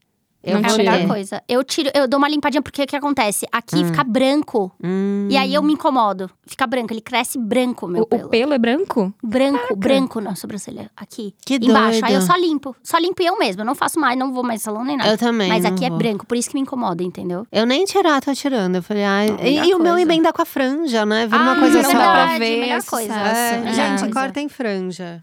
Speaker 2: Eu
Speaker 4: Não
Speaker 3: É
Speaker 2: vou
Speaker 3: a
Speaker 4: tira. Hum.
Speaker 2: tirar.
Speaker 3: melhor coisa. Eu tiro, eu dou uma limpadinha porque o que acontece? Aqui fica branco.
Speaker 2: Hum,
Speaker 3: E aí eu me incomodo. Fica branco, ele cresce branco, meu
Speaker 4: O,
Speaker 3: pelo.
Speaker 4: o pelo é branco?
Speaker 3: Branco, branco na sobrancelha. Aqui.
Speaker 2: Que
Speaker 3: embaixo. Aí eu
Speaker 2: doido.
Speaker 3: só limpo. Só limpo eu mesma. Eu não faço mais, não vou mais salão nem nada.
Speaker 2: Eu também
Speaker 3: Mas
Speaker 2: não
Speaker 3: aqui é
Speaker 2: vou.
Speaker 3: branco, por isso que me incomoda, entendeu?
Speaker 2: Eu nem tirar, tô tirando. Eu falei, ai.
Speaker 4: Não,
Speaker 2: e,
Speaker 4: melhor
Speaker 2: e o meu
Speaker 4: coisa.
Speaker 2: emenda com a franja, né? Vira uma
Speaker 3: Ah,
Speaker 2: coisa
Speaker 3: é
Speaker 2: só.
Speaker 3: verdade. melhor
Speaker 4: sucesso.
Speaker 3: coisa.
Speaker 2: É,
Speaker 3: Nossa,
Speaker 2: gente,
Speaker 3: coisa.
Speaker 2: cortem franja.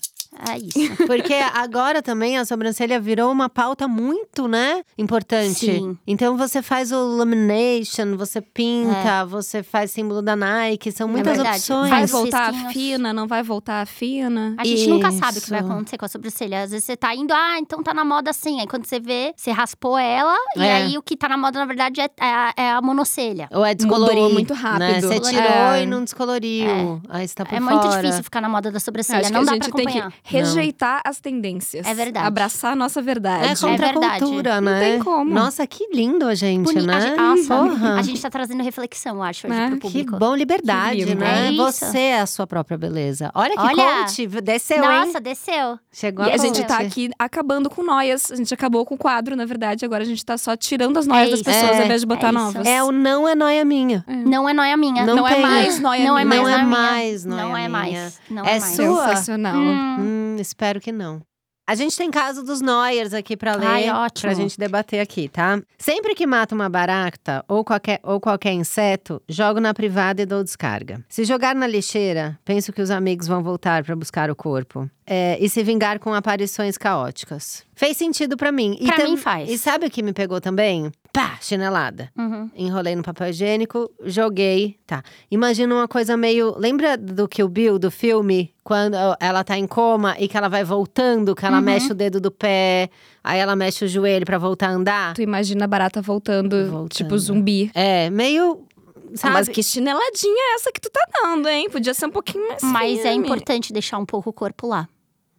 Speaker 3: É isso.
Speaker 2: Porque agora também a sobrancelha virou uma pauta muito, né? Importante.
Speaker 3: Sim.
Speaker 2: Então você faz o lamination, você pinta, você faz símbolo da Nike, são muitas
Speaker 3: verdade.
Speaker 2: opções.
Speaker 4: Vai
Speaker 3: Faz os
Speaker 4: voltar
Speaker 3: risquinhos.
Speaker 4: fina, não vai voltar fina.
Speaker 3: A gente nunca sabe o que vai
Speaker 2: Isso.
Speaker 3: acontecer com a sobrancelha. Às vezes você tá indo, ah, então tá na moda assim. Aí quando você vê, você raspou ela. E
Speaker 2: É.
Speaker 3: aí o que tá na moda, na verdade, é, é a- é a monocelha.
Speaker 2: Ou é
Speaker 4: Mudou
Speaker 2: descolorir.
Speaker 4: muito
Speaker 2: Né?
Speaker 4: rápido.
Speaker 2: Você tirou
Speaker 4: É.
Speaker 2: e não descoloriu. Aí você tá por
Speaker 3: É
Speaker 2: fora.
Speaker 3: muito difícil ficar na moda da sobrancelha.
Speaker 4: Acho
Speaker 3: não
Speaker 4: que
Speaker 3: dá
Speaker 4: a gente
Speaker 3: pra
Speaker 4: tem que
Speaker 3: acompanhar.
Speaker 4: rejeitar as tendências.
Speaker 3: É verdade.
Speaker 4: Abraçar a nossa verdade.
Speaker 2: É contra a
Speaker 3: verdade.
Speaker 2: cultura,
Speaker 4: Não
Speaker 2: né?
Speaker 4: tem como.
Speaker 2: Nossa, que lindo a gente,
Speaker 3: Boni-
Speaker 2: né?
Speaker 3: a, gente, nossa,
Speaker 2: Porra.
Speaker 3: a gente tá trazendo reflexão, eu acho, hoje
Speaker 4: Né?
Speaker 3: pro
Speaker 2: Que
Speaker 3: público.
Speaker 2: bom, liberdade,
Speaker 4: Que livre.
Speaker 2: né?
Speaker 3: É isso.
Speaker 2: Você é a sua própria beleza. Olha que
Speaker 3: Olha.
Speaker 2: coach, desceu, hein?
Speaker 3: Nossa, desceu.
Speaker 2: Chegou
Speaker 4: E a
Speaker 2: coach.
Speaker 4: gente
Speaker 3: é.
Speaker 4: tá aqui acabando com noias. A gente acabou com o quadro, na verdade. Agora a gente tá só tirando as
Speaker 3: É
Speaker 4: noias das
Speaker 3: isso.
Speaker 4: pessoas
Speaker 2: É,
Speaker 4: ao invés de botar
Speaker 3: é isso.
Speaker 4: novas.
Speaker 2: É o não é noia minha.
Speaker 3: Não é noia minha.
Speaker 2: Não
Speaker 4: Não é
Speaker 2: tem.
Speaker 4: mais noia
Speaker 3: Não é
Speaker 4: minha.
Speaker 3: mais,
Speaker 2: não é
Speaker 3: noia minha.
Speaker 2: mais noia
Speaker 3: Não é
Speaker 2: minha.
Speaker 3: mais. Não
Speaker 2: É
Speaker 3: é mais.
Speaker 2: sua?
Speaker 4: Sensacional.
Speaker 3: Hum.
Speaker 2: Hum, espero que não. A gente tem caso dos noiers aqui pra ler.
Speaker 3: Ai, ótimo.
Speaker 2: Pra gente debater aqui, tá? Sempre que mato uma barata ou qualquer, ou qualquer inseto, jogo na privada e dou descarga. Se jogar na lixeira, penso que os amigos vão voltar pra buscar o corpo. É, e se vingar com aparições caóticas. Fez sentido pra mim. E
Speaker 3: Pra
Speaker 2: tam-
Speaker 3: mim faz.
Speaker 2: E sabe o que me pegou também? Pá, chinelada.
Speaker 3: Uhum.
Speaker 2: Enrolei no papel higiênico, joguei, tá. Imagina uma coisa meio. Lembra do Kill Bill, do filme? Quando ela tá em coma e que ela vai voltando, que ela mexe o dedo do pé, aí ela mexe o joelho pra voltar a andar?
Speaker 4: Tu imagina a barata voltando,
Speaker 2: Voltando.
Speaker 4: tipo zumbi.
Speaker 2: É, meio.
Speaker 4: Ah,
Speaker 2: Sabe?
Speaker 4: Mas que chineladinha é essa que tu tá dando, hein? Podia ser um pouquinho mais
Speaker 3: Mas é
Speaker 4: firme.
Speaker 3: importante deixar um pouco o corpo lá.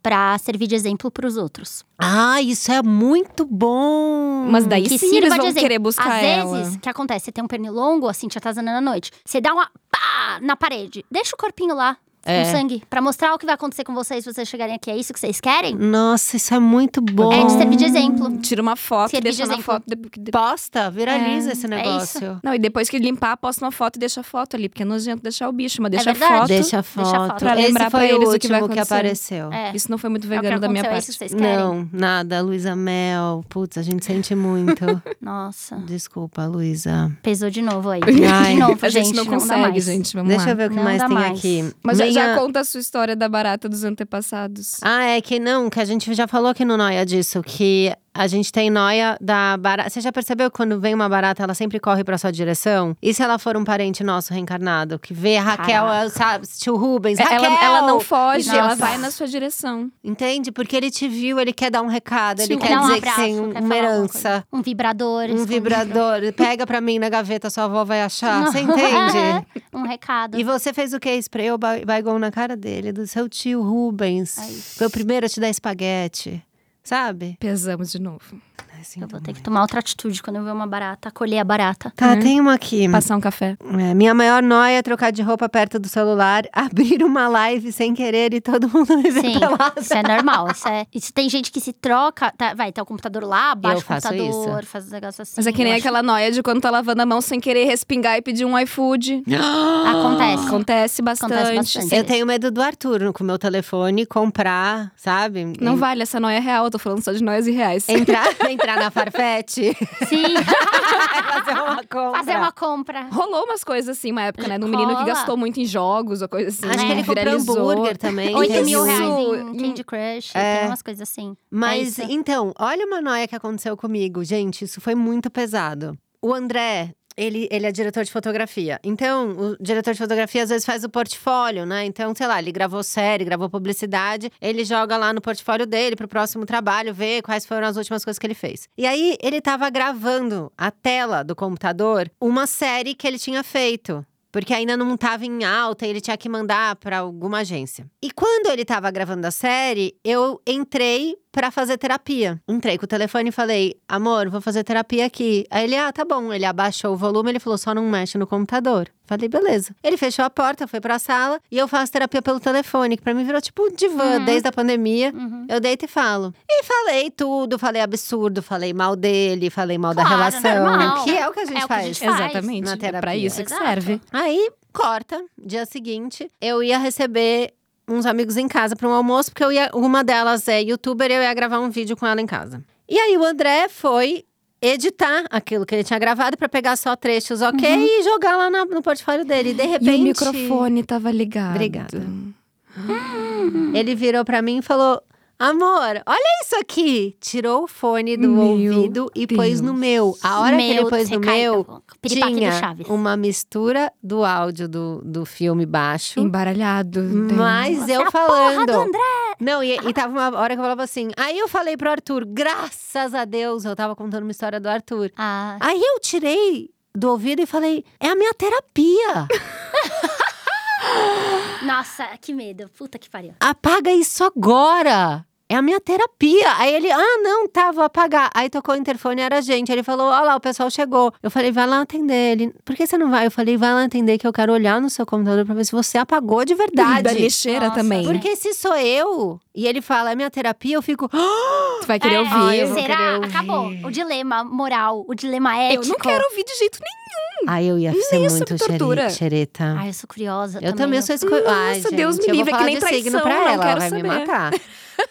Speaker 3: Pra servir de exemplo pros outros.
Speaker 2: Ah, isso é muito bom!
Speaker 4: Mas daí
Speaker 3: que
Speaker 4: sim
Speaker 3: sirva
Speaker 4: eles
Speaker 3: de
Speaker 4: vão
Speaker 3: exemplo.
Speaker 4: querer buscar
Speaker 3: Às
Speaker 4: ela.
Speaker 3: vezes, o que acontece? Você tem um pernilongo, assim, já tá zanando à noite. Você dá uma pá na parede. Deixa o corpinho lá,
Speaker 2: É.
Speaker 3: com sangue. Pra mostrar o que vai acontecer com vocês se vocês chegarem aqui. É isso que vocês querem?
Speaker 2: Nossa, isso é muito bom!
Speaker 3: É de servir de exemplo.
Speaker 4: Tira uma foto
Speaker 3: Servir
Speaker 4: e
Speaker 3: de
Speaker 4: deixa na
Speaker 3: exemplo.
Speaker 4: foto. de- de-
Speaker 2: Posta, viraliza esse
Speaker 3: isso.
Speaker 2: negócio.
Speaker 4: Não, e depois que limpar, posta uma foto e deixa a foto ali. Porque é nojento deixar o bicho, mas deixa a
Speaker 3: verdade.
Speaker 4: foto.
Speaker 2: Deixa a foto.
Speaker 3: Deixa a foto.
Speaker 4: Pra
Speaker 2: Esse
Speaker 4: lembrar pra
Speaker 2: foi
Speaker 4: eles
Speaker 2: o
Speaker 4: o que vai
Speaker 2: último que
Speaker 4: acontecer.
Speaker 2: apareceu.
Speaker 3: É.
Speaker 4: Isso não foi muito
Speaker 3: É o que
Speaker 4: vegano da minha
Speaker 3: aconteceu, é isso
Speaker 4: parte.
Speaker 3: que vocês querem?
Speaker 2: Não, nada. Luísa Mel. Putz, a gente sente muito.
Speaker 3: Nossa,
Speaker 2: Desculpa, Luísa.
Speaker 3: pesou de novo aí.
Speaker 2: Ai,
Speaker 3: de novo,
Speaker 4: a gente, não
Speaker 3: dá
Speaker 4: consegue,
Speaker 3: mais.
Speaker 4: gente. Vamos
Speaker 2: Deixa
Speaker 4: lá.
Speaker 2: eu ver o que
Speaker 3: Não
Speaker 2: mais
Speaker 3: dá
Speaker 2: tem
Speaker 3: mais.
Speaker 2: aqui.
Speaker 4: Mas já, já
Speaker 2: Minha-
Speaker 4: conta a sua história da barata dos antepassados.
Speaker 2: Ah, é que não, que a gente já falou aqui no Noia disso, que A gente tem noia da barata. Você já percebeu que quando vem uma barata, ela sempre corre pra sua direção? E se ela for um parente nosso reencarnado, que vê a Raquel,
Speaker 3: Caraca.
Speaker 2: ela sabe, tio Rubens, Raquel!
Speaker 4: É, Ela, ela não foge,
Speaker 3: Nossa.
Speaker 4: ela vai na sua direção.
Speaker 2: Entende? Porque ele te viu, ele quer dar um recado, ele
Speaker 4: Sim.
Speaker 2: quer
Speaker 3: Dá um
Speaker 2: dizer
Speaker 3: abraço,
Speaker 2: que tem um-
Speaker 3: quer
Speaker 2: uma
Speaker 3: falar alguma
Speaker 2: herança.
Speaker 3: Um vibrador.
Speaker 2: Um
Speaker 3: escondido.
Speaker 2: vibrador. Pega pra mim na gaveta, sua avó vai achar. Você entende?
Speaker 3: um recado.
Speaker 2: E você fez o quê? Sprayou ba- Baygon na cara dele, do seu tio Rubens.
Speaker 3: Ai.
Speaker 2: Foi o primeiro a te dar espaguete. Sabe? Tá
Speaker 4: Pesamos de novo.
Speaker 2: Ai, sinto
Speaker 3: Eu vou ter
Speaker 2: muito.
Speaker 3: que tomar outra atitude quando eu ver uma barata, colher a barata.
Speaker 2: Tá, tem uma aqui.
Speaker 4: Passar um café.
Speaker 2: É, minha maior noia é trocar de roupa perto do celular, abrir uma live sem querer e todo mundo me ver
Speaker 3: Sim,
Speaker 2: pelada.
Speaker 3: isso é normal. Isso é... Isso tem gente que se troca, tá- vai, tá o computador lá, baixa o
Speaker 2: faço
Speaker 3: computador, faz um negócio assim.
Speaker 4: Mas é que nem
Speaker 3: eu acho-
Speaker 4: aquela noia de quando tá lavando a mão sem querer respingar e pedir um iFood.
Speaker 3: Acontece.
Speaker 4: Acontece bastante.
Speaker 3: bastante.
Speaker 2: Eu tenho medo do Arthur com o meu telefone comprar, sabe?
Speaker 4: Não
Speaker 2: En-
Speaker 4: vale, essa noia é real, eu tô falando só de noias
Speaker 2: É,
Speaker 4: irreais.
Speaker 2: Entrar, entrar na Farfetch,
Speaker 3: Sim,
Speaker 2: fazer uma compra.
Speaker 3: fazer uma compra.
Speaker 4: Rolou umas coisas assim, uma época, né? De um menino que
Speaker 3: Rola.
Speaker 4: gastou muito em jogos ou coisa assim.
Speaker 2: Acho que
Speaker 3: né?
Speaker 2: ele comprou
Speaker 4: viralizou.
Speaker 2: hambúrguer também.
Speaker 3: 8
Speaker 2: entendeu?
Speaker 3: mil
Speaker 4: Isso.
Speaker 3: reais em
Speaker 4: Hum.
Speaker 3: Candy Crush,
Speaker 2: É.
Speaker 3: tem umas coisas assim.
Speaker 2: Mas
Speaker 3: É isso.
Speaker 2: então, olha uma noia que aconteceu comigo. Gente, isso foi muito pesado. O André. Ele, ele é diretor de fotografia. Então, o diretor de fotografia às vezes faz o portfólio, né? Então, sei lá, ele gravou série, gravou publicidade, ele joga lá no portfólio dele pro próximo trabalho, vê quais foram as últimas coisas que ele fez. E aí, ele tava gravando a tela do computador uma série que ele tinha feito porque ainda não estava em alta e ele tinha que mandar para alguma agência. E quando ele estava gravando a série, eu entrei para fazer terapia. Entrei com o telefone e falei: "Amor, vou fazer terapia aqui". Aí ele: "Ah, tá bom". Ele abaixou o volume, ele falou: "Só não mexe no computador". Falei: "Beleza". Ele fechou a porta, foi para a sala e eu faço terapia pelo telefone, que para mim virou tipo um divã
Speaker 3: Uhum.
Speaker 2: desde a pandemia.
Speaker 3: Uhum.
Speaker 2: Eu deito e falo. E falei tudo, falei absurdo, falei mal dele, falei mal da
Speaker 3: Claro,
Speaker 2: relação.
Speaker 3: normal.
Speaker 2: Que é o que a gente
Speaker 3: É o que a
Speaker 2: faz.
Speaker 3: gente faz.
Speaker 4: Exatamente.
Speaker 2: Na
Speaker 4: é pra
Speaker 2: terapia.
Speaker 4: isso que
Speaker 3: Exato.
Speaker 4: serve.
Speaker 2: Aí, corta, dia seguinte, eu ia receber uns amigos em casa para um almoço, porque eu ia, uma delas é youtuber, eu ia gravar um vídeo com ela em casa. E aí o André foi editar aquilo que ele tinha gravado para pegar só trechos, ok? E jogar lá na- no portfólio dele. E de repente.
Speaker 4: E o microfone tava ligado.
Speaker 2: Obrigada. Ele virou pra mim e falou: Amor, olha isso aqui! Tirou o fone do
Speaker 4: Meu
Speaker 2: ouvido e pôs no meu. A hora que ele pôs
Speaker 3: você
Speaker 2: no
Speaker 3: cai,
Speaker 2: meu,
Speaker 3: pô, piripaque do
Speaker 2: tinha um
Speaker 3: Chaves.
Speaker 2: uma mistura do áudio do, do filme baixo.
Speaker 4: Embaralhado.
Speaker 2: Mas
Speaker 3: Você é
Speaker 2: eu
Speaker 3: a
Speaker 2: falando.
Speaker 3: porra do André!
Speaker 2: Não, e, e tava uma hora que eu falava assim. Aí eu falei pro Arthur, graças a Deus, eu tava contando uma história do Arthur.
Speaker 3: Ah,
Speaker 2: Aí eu tirei do ouvido e falei, é a minha terapia.
Speaker 3: nossa, que medo. Puta que pariu.
Speaker 2: apaga isso agora. É a minha terapia. Aí ele, ah, não, tá, vou apagar. Aí tocou o interfone, era a gente. Ele falou, ó lá, o pessoal chegou. Eu falei, vai lá atender. Ele, por que você não vai? Eu falei, vai lá atender que eu quero olhar no seu computador pra ver se você apagou de
Speaker 4: Verdade. Da
Speaker 2: verdade.
Speaker 4: lixeira
Speaker 3: Nossa.
Speaker 4: também. né,
Speaker 2: Porque se sou eu e ele fala, é minha terapia, eu fico. "Ah!"
Speaker 4: Tu vai querer
Speaker 3: É,
Speaker 4: ouvir.
Speaker 2: eu vou querer
Speaker 3: será?
Speaker 2: ouvir.
Speaker 3: Acabou. O dilema moral, o dilema
Speaker 4: Eu
Speaker 2: É
Speaker 3: ético.
Speaker 2: tipo
Speaker 4: não quero ouvir de jeito nenhum.
Speaker 2: Aí eu ia ser
Speaker 4: Nem
Speaker 2: muito
Speaker 4: sob tortura.
Speaker 2: xere- xereta.
Speaker 3: Ai, eu sou curiosa.
Speaker 2: Eu também sou escorpião. Ai,
Speaker 4: Nossa, Deus me
Speaker 2: gente, eu vou
Speaker 4: livre, é que
Speaker 2: falar
Speaker 4: nem
Speaker 2: de
Speaker 4: traição,
Speaker 2: signo pra
Speaker 4: não
Speaker 2: ela,
Speaker 4: quero
Speaker 2: vai me
Speaker 4: saber.
Speaker 2: matar.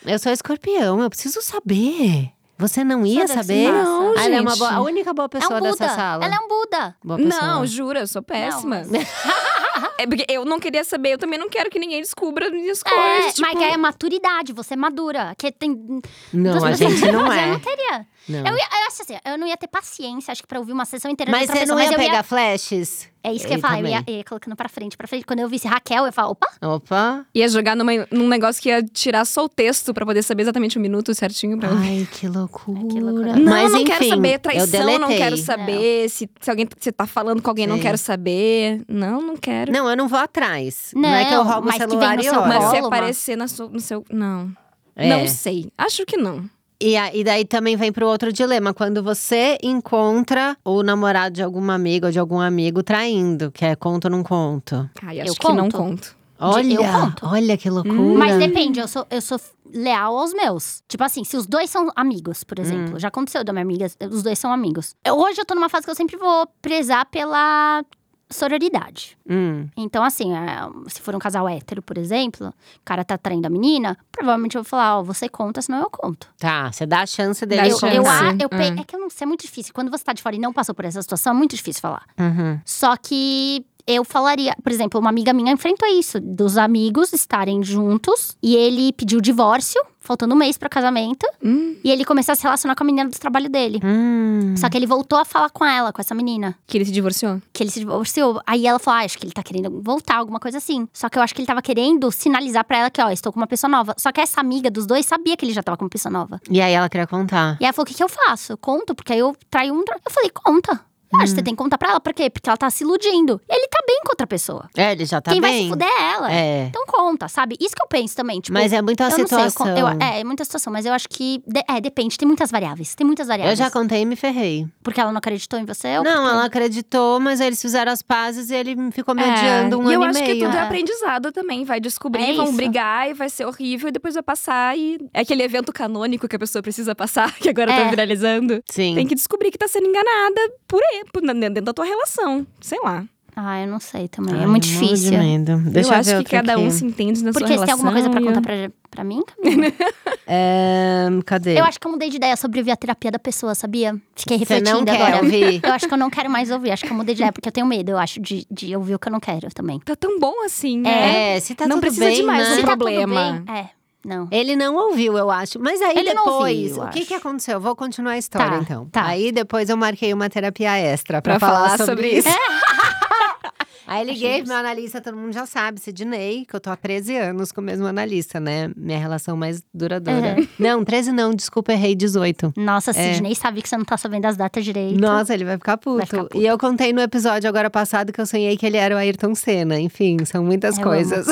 Speaker 2: Eu sou escorpião, eu preciso saber. Você não ia
Speaker 3: deve ser
Speaker 2: saber?
Speaker 3: massa. Não,
Speaker 2: Ah, Ela é uma
Speaker 4: gente.
Speaker 2: boa- a única boa
Speaker 3: É um
Speaker 2: pessoa
Speaker 3: Buda.
Speaker 2: dessa sala.
Speaker 3: Ela é um Buda.
Speaker 2: Boa pessoa.
Speaker 4: Não, jura, eu sou péssima.
Speaker 3: Não,
Speaker 4: é porque eu não queria saber, eu também não quero que ninguém descubra minhas
Speaker 3: É,
Speaker 4: coisas. tipo,
Speaker 3: mas que é maturidade, você é madura. Que tem. então,
Speaker 2: não, a
Speaker 3: duas
Speaker 2: gente
Speaker 3: pessoas-
Speaker 2: não
Speaker 3: Eu
Speaker 2: é.
Speaker 3: não teria.
Speaker 2: Não.
Speaker 3: Eu, ia, eu acho assim, eu não ia ter paciência, acho que pra ouvir uma sessão inteira
Speaker 2: Mas
Speaker 3: de
Speaker 2: você
Speaker 3: outra
Speaker 2: não
Speaker 3: pessoa,
Speaker 2: ia
Speaker 3: mas eu
Speaker 2: pegar flashes?
Speaker 3: É isso que
Speaker 2: Eu
Speaker 3: eu ia falar, eu ia,
Speaker 2: também.
Speaker 3: eu ia colocando pra frente, pra frente. Quando eu visse Raquel, eu ia falar, opa,
Speaker 2: Opa.
Speaker 4: Ia jogar numa, num negócio que ia tirar só o texto pra poder saber exatamente o minuto certinho pra eu
Speaker 2: Ai, que loucura.
Speaker 3: que loucura.
Speaker 4: Não,
Speaker 2: Mas
Speaker 4: não
Speaker 2: enfim,
Speaker 4: quero saber.
Speaker 2: eu
Speaker 4: Traição,
Speaker 2: deletei.
Speaker 4: não quero saber. Se, se alguém se tá falando com alguém, não
Speaker 2: É. Sim.
Speaker 4: quero saber. Não, não quero.
Speaker 2: Não, eu não vou atrás. Não, é que eu
Speaker 3: Não,
Speaker 2: roubo o
Speaker 3: mas que vem no
Speaker 2: celular e
Speaker 3: seu
Speaker 2: olho.
Speaker 4: Mas se
Speaker 3: Rola uma-
Speaker 4: aparecer na sua- no seu. Não.
Speaker 2: É.
Speaker 4: Não sei. Acho que não.
Speaker 2: E, a- e daí também vem pro outro dilema, quando você encontra o namorado de alguma amiga ou de algum amigo traindo, que é conto ou não conto.
Speaker 4: Ai, acho
Speaker 3: Eu
Speaker 4: que não
Speaker 3: conto.
Speaker 4: conto.
Speaker 2: Olha,
Speaker 3: eu conto.
Speaker 2: olha que loucura.
Speaker 3: Mas depende, eu sou, eu sou leal aos meus. Tipo assim, se os dois são amigos, por
Speaker 4: Hum.
Speaker 3: exemplo. Já aconteceu da minha amiga, os dois são amigos. Eu- hoje eu tô numa fase que eu sempre vou prezar pela sororidade.
Speaker 2: Hum,
Speaker 3: Então, assim, é, se for um casal hétero, por exemplo, o cara tá traindo a menina, provavelmente eu vou falar, ó, você conta, senão eu conto.
Speaker 2: tá, você dá a chance dele.
Speaker 4: Dá a
Speaker 3: eu,
Speaker 4: chance.
Speaker 3: eu, a- eu pe-
Speaker 4: É.
Speaker 3: É que eu não sei, é muito difícil. Quando você tá de fora e não passou por essa situação, é muito difícil falar.
Speaker 2: Uhum.
Speaker 3: Só que eu falaria, por exemplo, uma amiga minha enfrentou isso, dos amigos estarem juntos e ele pediu divórcio, faltando um mês para casamento,
Speaker 4: Hum,
Speaker 3: e ele começou a se relacionar com a menina do trabalho dele.
Speaker 2: Hum.
Speaker 3: Só que ele voltou a falar com ela, com essa menina.
Speaker 4: que ele se divorciou.
Speaker 3: Que ele se divorciou. Aí ela falou: ah, acho que ele tá querendo voltar, alguma coisa assim. Só que eu acho que ele tava querendo sinalizar pra ela que, ó, estou com uma pessoa nova. Só que essa amiga dos dois sabia que ele já tava com uma pessoa nova.
Speaker 2: E aí ela queria contar.
Speaker 3: E aí ela falou: o que, que eu faço? Eu conto, porque aí eu traio um. tra-" Eu falei: conta. Eu acho que você tem que contar pra ela, por quê? Porque ela tá se iludindo. Ele tá bem com outra pessoa.
Speaker 2: É, ele já tá
Speaker 3: Quem vai se
Speaker 2: bem.
Speaker 3: fuder é ela.
Speaker 2: É.
Speaker 3: Então conta, sabe? Isso que eu penso também. Tipo,
Speaker 2: mas é muito a
Speaker 3: eu não sei, eu
Speaker 2: situação.
Speaker 3: con- eu- é, é muita situação, mas eu acho que. de- é, depende, tem muitas variáveis. Tem muitas variáveis.
Speaker 2: Eu já contei e me ferrei.
Speaker 3: Porque ela não acreditou em você? ou
Speaker 2: não,
Speaker 3: porque-
Speaker 2: ela acreditou, mas eles fizeram as pazes e ele ficou me odiando um
Speaker 4: e eu
Speaker 2: ano
Speaker 4: acho
Speaker 2: e
Speaker 4: que
Speaker 2: meio.
Speaker 4: tudo é
Speaker 3: É.
Speaker 4: aprendizado também. Vai descobrir,
Speaker 3: É
Speaker 4: vão
Speaker 3: isso.
Speaker 4: brigar e vai ser horrível e depois vai passar. E é aquele evento canônico que a pessoa precisa passar, que agora tá
Speaker 3: É.
Speaker 4: viralizando.
Speaker 2: Sim.
Speaker 4: Tem que descobrir que tá sendo enganada por aí, por- dentro da tua relação. Sei lá.
Speaker 3: Ah, eu não sei também.
Speaker 2: Ai, eu
Speaker 3: é
Speaker 2: morro
Speaker 3: muito
Speaker 2: de
Speaker 3: difícil.
Speaker 2: medo. Deixa
Speaker 4: eu
Speaker 2: eu
Speaker 4: acho
Speaker 2: ver
Speaker 4: que
Speaker 2: outra
Speaker 4: cada
Speaker 2: aqui.
Speaker 4: um se entende na
Speaker 3: Porque
Speaker 4: sua
Speaker 3: você tem
Speaker 4: relação.
Speaker 3: alguma coisa pra
Speaker 4: e-
Speaker 3: contar pra, pra mim, Camila?
Speaker 2: Ahn, cadê?
Speaker 3: Eu acho que eu mudei de ideia sobre ouvir a terapia da pessoa, sabia? Fiquei
Speaker 2: Você
Speaker 3: refletindo
Speaker 2: não quer
Speaker 3: agora.
Speaker 2: ouvir.
Speaker 3: Eu acho que eu não quero mais ouvir. Acho que eu mudei de ideia, porque eu tenho medo, eu acho, de, de ouvir o que eu não quero também.
Speaker 4: Tá tão bom assim, né?
Speaker 2: É, se tá
Speaker 4: Não
Speaker 2: tudo
Speaker 4: precisa
Speaker 2: bem,
Speaker 4: de mais
Speaker 2: né?
Speaker 4: um
Speaker 3: Se tá tudo
Speaker 4: problema.
Speaker 3: bem, é, não.
Speaker 2: Ele não ouviu, eu acho. Mas aí
Speaker 3: Ele não
Speaker 2: depois,
Speaker 3: ouviu, eu
Speaker 2: o que,
Speaker 3: acho.
Speaker 2: que aconteceu? Eu Vou continuar a história,
Speaker 3: Tá,
Speaker 2: então.
Speaker 3: tá.
Speaker 2: Aí depois eu marquei uma terapia extra pra,
Speaker 4: Pra
Speaker 2: falar,
Speaker 4: falar
Speaker 2: sobre,
Speaker 4: sobre
Speaker 2: isso. Aí liguei pro meu analista, todo mundo já sabe, Sidney, que eu tô há 13 anos com o mesmo analista, né? Minha relação mais duradoura.
Speaker 3: Uhum.
Speaker 2: Não, 13 não, desculpa, errei 18.
Speaker 3: Nossa, Sidney sabe que você não tá sabendo as datas direito.
Speaker 2: É. Nossa, ele vai ficar, puto.
Speaker 3: Vai ficar puto.
Speaker 2: E eu contei no episódio agora passado que eu sonhei que ele era o Ayrton Senna. Enfim, são muitas
Speaker 3: Eu
Speaker 2: coisas.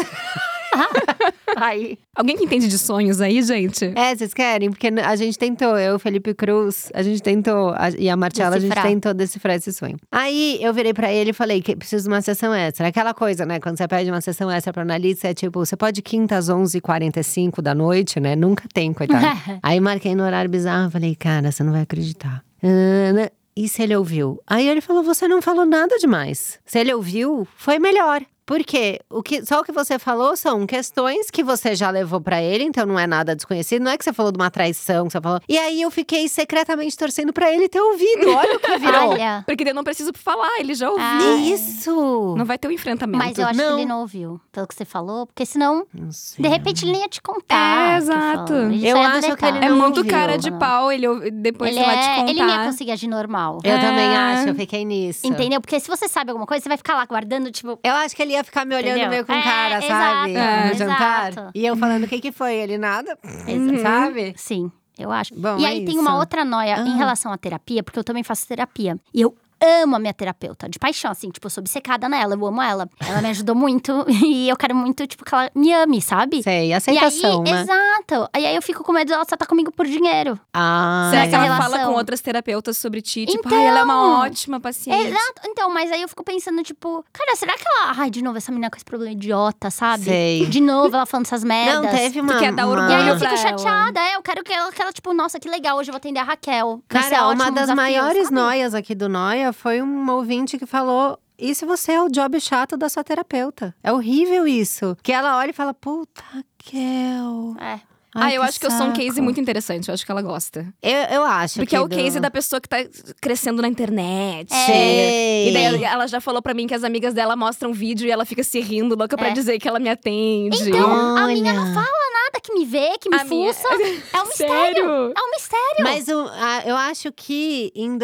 Speaker 2: Aí.
Speaker 4: Alguém que entende de sonhos aí, gente?
Speaker 2: É, vocês querem? Porque n- a gente tentou, eu, Felipe Cruz, a gente tentou, a- e a Marcela, a gente
Speaker 3: Decifrar.
Speaker 2: tentou decifrar esse sonho. Aí eu virei pra ele e falei que preciso de uma sessão extra. Aquela coisa, né? Quando você pede uma sessão extra pra analista, é tipo, você pode quinta às 11h45 da noite, né? Nunca tem, coitado. Aí marquei no horário bizarro, falei, cara, você não vai acreditar. Ah, né? E se ele ouviu? Aí ele falou, você não falou nada demais. Se ele ouviu, foi melhor. Porque o que, só o que você falou são questões que você já levou pra ele, então não é nada desconhecido. Não é que você falou de uma traição, que você falou. E aí eu fiquei secretamente torcendo pra ele ter ouvido. Olha o que virou.
Speaker 3: Olha,
Speaker 4: Porque eu não preciso falar, ele já ouviu.
Speaker 3: Ah. Ai.
Speaker 2: Isso!
Speaker 4: Não vai ter um enfrentamento.
Speaker 3: mas eu acho
Speaker 2: Não.
Speaker 3: que ele não ouviu, pelo que você falou. Porque senão,
Speaker 2: Não sei.
Speaker 3: de repente, ele nem ia te contar. o
Speaker 4: É,
Speaker 3: que
Speaker 4: exato.
Speaker 3: falou. Ele
Speaker 2: Eu
Speaker 3: só ia do
Speaker 2: acho que ele
Speaker 3: detalhe.
Speaker 4: É
Speaker 2: não
Speaker 4: muito
Speaker 2: ouviu.
Speaker 4: cara de
Speaker 3: Não.
Speaker 4: pau, ele ouve- depois
Speaker 3: tá. Ele,
Speaker 4: ele vai te
Speaker 3: é-
Speaker 4: contar.
Speaker 3: ele não ia conseguir agir normal.
Speaker 2: Eu também
Speaker 4: É.
Speaker 2: acho, eu fiquei nisso.
Speaker 3: ah, Entendeu? Porque se você sabe alguma coisa, você vai ficar lá guardando, tipo.
Speaker 2: Eu acho que ele ia ficar me olhando
Speaker 3: Entendeu?
Speaker 2: meio com
Speaker 3: É,
Speaker 2: cara,
Speaker 3: exato, Ah,
Speaker 2: sabe?
Speaker 4: é,
Speaker 2: no jantar.
Speaker 3: exato.
Speaker 2: E eu falando, o que que foi? Ele nada,
Speaker 3: Exato.
Speaker 2: sabe?
Speaker 3: Sim, eu acho.
Speaker 2: Bom,
Speaker 3: e
Speaker 2: é
Speaker 3: aí tem
Speaker 2: isso.
Speaker 3: uma outra noia
Speaker 2: Ah.
Speaker 3: em relação à terapia, porque eu também faço terapia. E eu amo a minha terapeuta, de paixão, assim, tipo, eu sou obcecada nela, eu amo ela. Ela me ajudou muito e eu quero muito, tipo, que ela me ame, sabe?
Speaker 2: Sei, aceitação,
Speaker 3: e aí,
Speaker 2: né?
Speaker 3: exato. E aí eu fico com medo dela só tá comigo por dinheiro.
Speaker 2: Ah,
Speaker 4: Será
Speaker 3: Ah,
Speaker 4: que ela
Speaker 3: essa
Speaker 4: fala
Speaker 3: relação.
Speaker 4: com outras terapeutas sobre ti? Tipo,
Speaker 3: Então.
Speaker 4: "Ai, ela é uma ótima paciente.
Speaker 3: Exato. Então, mas aí eu fico pensando, tipo, cara, será que ela. Ai, de novo, essa menina com esse problema idiota, sabe?
Speaker 2: Sei.
Speaker 3: De novo, ela falando essas merdas.
Speaker 2: Não, teve uma…
Speaker 4: quer dar
Speaker 2: uma...
Speaker 4: orgulho
Speaker 3: E aí eu
Speaker 4: pra
Speaker 3: fico
Speaker 4: ela.
Speaker 3: chateada, é. Eu quero que ela, que ela, tipo, nossa, que legal, hoje eu vou atender a Raquel. Vai ser
Speaker 2: Cara, é uma
Speaker 3: é ótimo um
Speaker 2: das
Speaker 3: desafio,
Speaker 2: maiores
Speaker 3: sabe?
Speaker 2: noias aqui do Noia foi um ouvinte que falou… E se você é o job chato da sua terapeuta? É horrível isso. Que ela olha e fala, puta, Kel…
Speaker 3: É.
Speaker 4: Ah, eu acho que eu sou um
Speaker 2: saco."
Speaker 4: case muito interessante. Eu acho que ela gosta.
Speaker 2: Eu, eu acho
Speaker 4: Porque é o
Speaker 2: que
Speaker 4: case
Speaker 2: do-
Speaker 4: da pessoa que tá crescendo na internet.
Speaker 3: É,
Speaker 2: Sei.
Speaker 4: E daí ela já falou pra mim que as amigas dela mostram vídeo e ela fica se rindo, louca pra
Speaker 3: É.
Speaker 4: dizer que ela me atende.
Speaker 3: Então, a minha não
Speaker 2: Olha.
Speaker 3: fala nada que me vê, que me
Speaker 4: A minha-
Speaker 3: fuça. É um mistério.
Speaker 4: Sério?
Speaker 3: É um mistério.
Speaker 2: Mas o- a- eu acho que em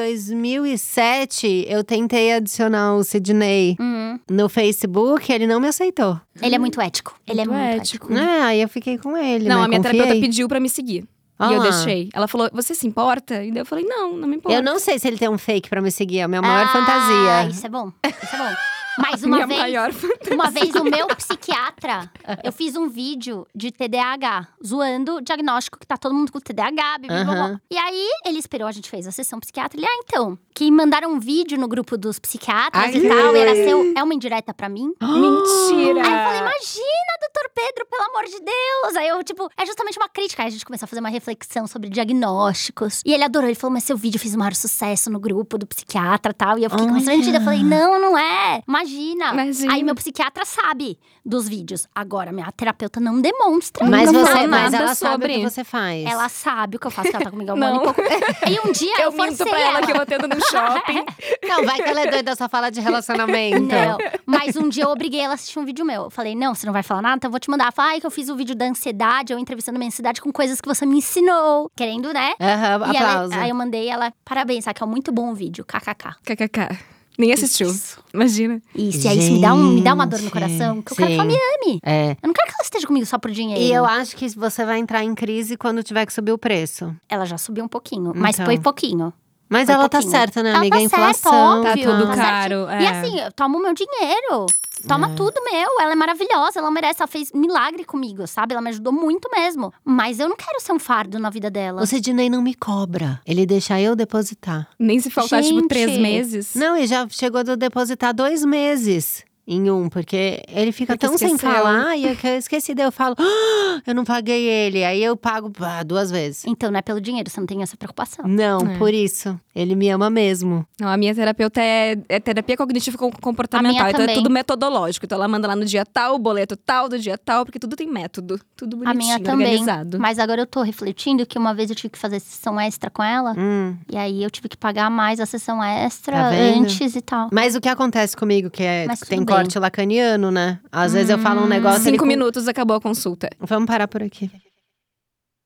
Speaker 2: 2007 eu tentei adicionar o Sidney
Speaker 3: Uhum.
Speaker 2: no Facebook, ele não me aceitou.
Speaker 3: Ele é muito ético. Ele é muito ético.
Speaker 2: Ah, aí eu fiquei com ele.
Speaker 4: Hum. Não,
Speaker 2: né?
Speaker 4: a minha
Speaker 2: Confiei.
Speaker 4: terapeuta pediu pra me seguir.
Speaker 2: Ah
Speaker 4: e eu
Speaker 2: lá.
Speaker 4: deixei. Ela falou, você se importa? E daí eu falei, não, não me importa.
Speaker 2: Eu não sei se ele tem um fake pra me seguir, é a minha maior
Speaker 3: Ah,
Speaker 2: fantasia.
Speaker 3: Isso é bom. Isso é bom. Mais uma
Speaker 4: minha
Speaker 3: vez,
Speaker 4: maior
Speaker 3: uma vez o meu psiquiatra, eu fiz um vídeo de TDAH, zoando o diagnóstico que tá todo mundo com TDAH, bibi, blá, blá.
Speaker 2: Aham.
Speaker 3: E aí, ele esperou, a gente fez a sessão psiquiatra. Ele, ah, então, que mandaram um vídeo no grupo dos psiquiatras
Speaker 2: Ai,
Speaker 3: e
Speaker 2: que
Speaker 3: tal, e era
Speaker 2: legal.
Speaker 3: seu, é uma indireta pra mim?
Speaker 4: Mentira!
Speaker 3: Aí eu
Speaker 2: Ah.
Speaker 3: falei, imagina, doutor Pedro, pelo amor de Deus! Aí eu, tipo, é justamente uma crítica. Aí a gente começou a fazer uma reflexão sobre diagnósticos. E ele adorou, ele falou, mas seu vídeo fez o maior sucesso no grupo do psiquiatra e tal. E eu fiquei
Speaker 2: Olha.
Speaker 3: constrangida. Eu falei, não, não é. Imagina, imagina.
Speaker 4: Imagina.
Speaker 3: Aí meu psiquiatra sabe dos vídeos. Agora, minha terapeuta não demonstra.
Speaker 2: Mas,
Speaker 3: não
Speaker 2: você,
Speaker 3: sabe.
Speaker 2: mas
Speaker 4: nada
Speaker 2: ela sabe o que
Speaker 4: sobre.
Speaker 2: você faz.
Speaker 3: Ela sabe o que eu faço, que ela tá comigo há um
Speaker 4: Não.
Speaker 3: ano e pouco. Aí um dia eu,
Speaker 4: Eu
Speaker 3: forcei
Speaker 4: minto pra ela que eu atendo no shopping.
Speaker 2: Não, vai que ela é doida, só fala de relacionamento.
Speaker 3: Não, mas um dia eu obriguei ela a assistir um vídeo meu. Eu falei, não, você não vai falar nada, então eu vou te mandar. Ela falou, ai, que eu fiz o vídeo da ansiedade, eu entrevistando minha ansiedade com coisas que você me ensinou. Querendo, né?
Speaker 2: Aham,
Speaker 3: E ela-
Speaker 2: aplauso.
Speaker 3: aí eu mandei ela, parabéns, Raquel, um muito bom o vídeo, kkk.
Speaker 4: KKK. Nem assistiu.
Speaker 3: Isso.
Speaker 4: Imagina.
Speaker 3: Isso, e aí isso me dá, um, me dá uma dor no
Speaker 2: Gente,
Speaker 3: coração, que eu quero
Speaker 2: sim.
Speaker 3: que ela me ame.
Speaker 2: É.
Speaker 3: Eu não quero que ela esteja comigo só por dinheiro.
Speaker 2: E eu acho que você vai entrar em crise quando tiver que subir o preço.
Speaker 3: Ela já subiu um pouquinho, mas
Speaker 2: Então.
Speaker 3: foi pouquinho.
Speaker 2: Mas
Speaker 3: Foi
Speaker 2: ela
Speaker 3: pouquinho.
Speaker 2: tá certa, né,
Speaker 3: Ela
Speaker 2: amiga?
Speaker 3: tá
Speaker 2: a
Speaker 3: certa,
Speaker 2: inflação.
Speaker 3: óbvio,
Speaker 4: Tá tudo
Speaker 3: Tá
Speaker 4: caro.
Speaker 3: E
Speaker 4: é.
Speaker 3: assim, eu tomo o meu dinheiro. Toma tudo meu, ela é maravilhosa, ela merece, ela fez milagre comigo, sabe? Ela me ajudou muito mesmo. Mas eu não quero ser um fardo na vida dela.
Speaker 2: O Sidney não me cobra. Ele deixa eu depositar.
Speaker 4: Nem se faltar, tipo, três
Speaker 3: Gente.
Speaker 4: meses.
Speaker 2: Não, e já chegou a depositar dois meses em um, porque ele fica
Speaker 4: Porque
Speaker 2: tão sem
Speaker 4: esqueceu.
Speaker 2: falar e eu, que eu esqueci. Daí eu falo, "Ah, eu não paguei ele. Aí eu pago pá, duas vezes.
Speaker 3: Então não é pelo dinheiro, você não tem essa preocupação.
Speaker 2: Não,
Speaker 4: É.
Speaker 2: por isso. Ele me ama mesmo.
Speaker 4: Não, a minha terapeuta é, é terapia cognitivo
Speaker 3: A
Speaker 4: comportamental.
Speaker 3: minha
Speaker 4: Então é
Speaker 3: também.
Speaker 4: tudo metodológico. Então ela manda lá no dia tal, o boleto tal, do dia tal, porque tudo tem método. Tudo
Speaker 3: A
Speaker 4: bonitinho,
Speaker 3: minha também.
Speaker 4: organizado.
Speaker 3: Mas agora eu tô refletindo que uma vez eu tive que fazer sessão extra com ela.
Speaker 2: Hum.
Speaker 3: E aí eu tive que pagar mais a sessão extra
Speaker 2: Tá vendo?
Speaker 3: antes e tal.
Speaker 2: Mas o que acontece comigo, que é
Speaker 3: Mas
Speaker 2: que
Speaker 3: tudo
Speaker 2: tem
Speaker 3: bem. Hum,
Speaker 2: corte lacaniano, né? Às vezes eu falo um negócio. ele
Speaker 4: Cinco
Speaker 2: com-
Speaker 4: minutos acabou a consulta.
Speaker 2: Vamos parar por aqui.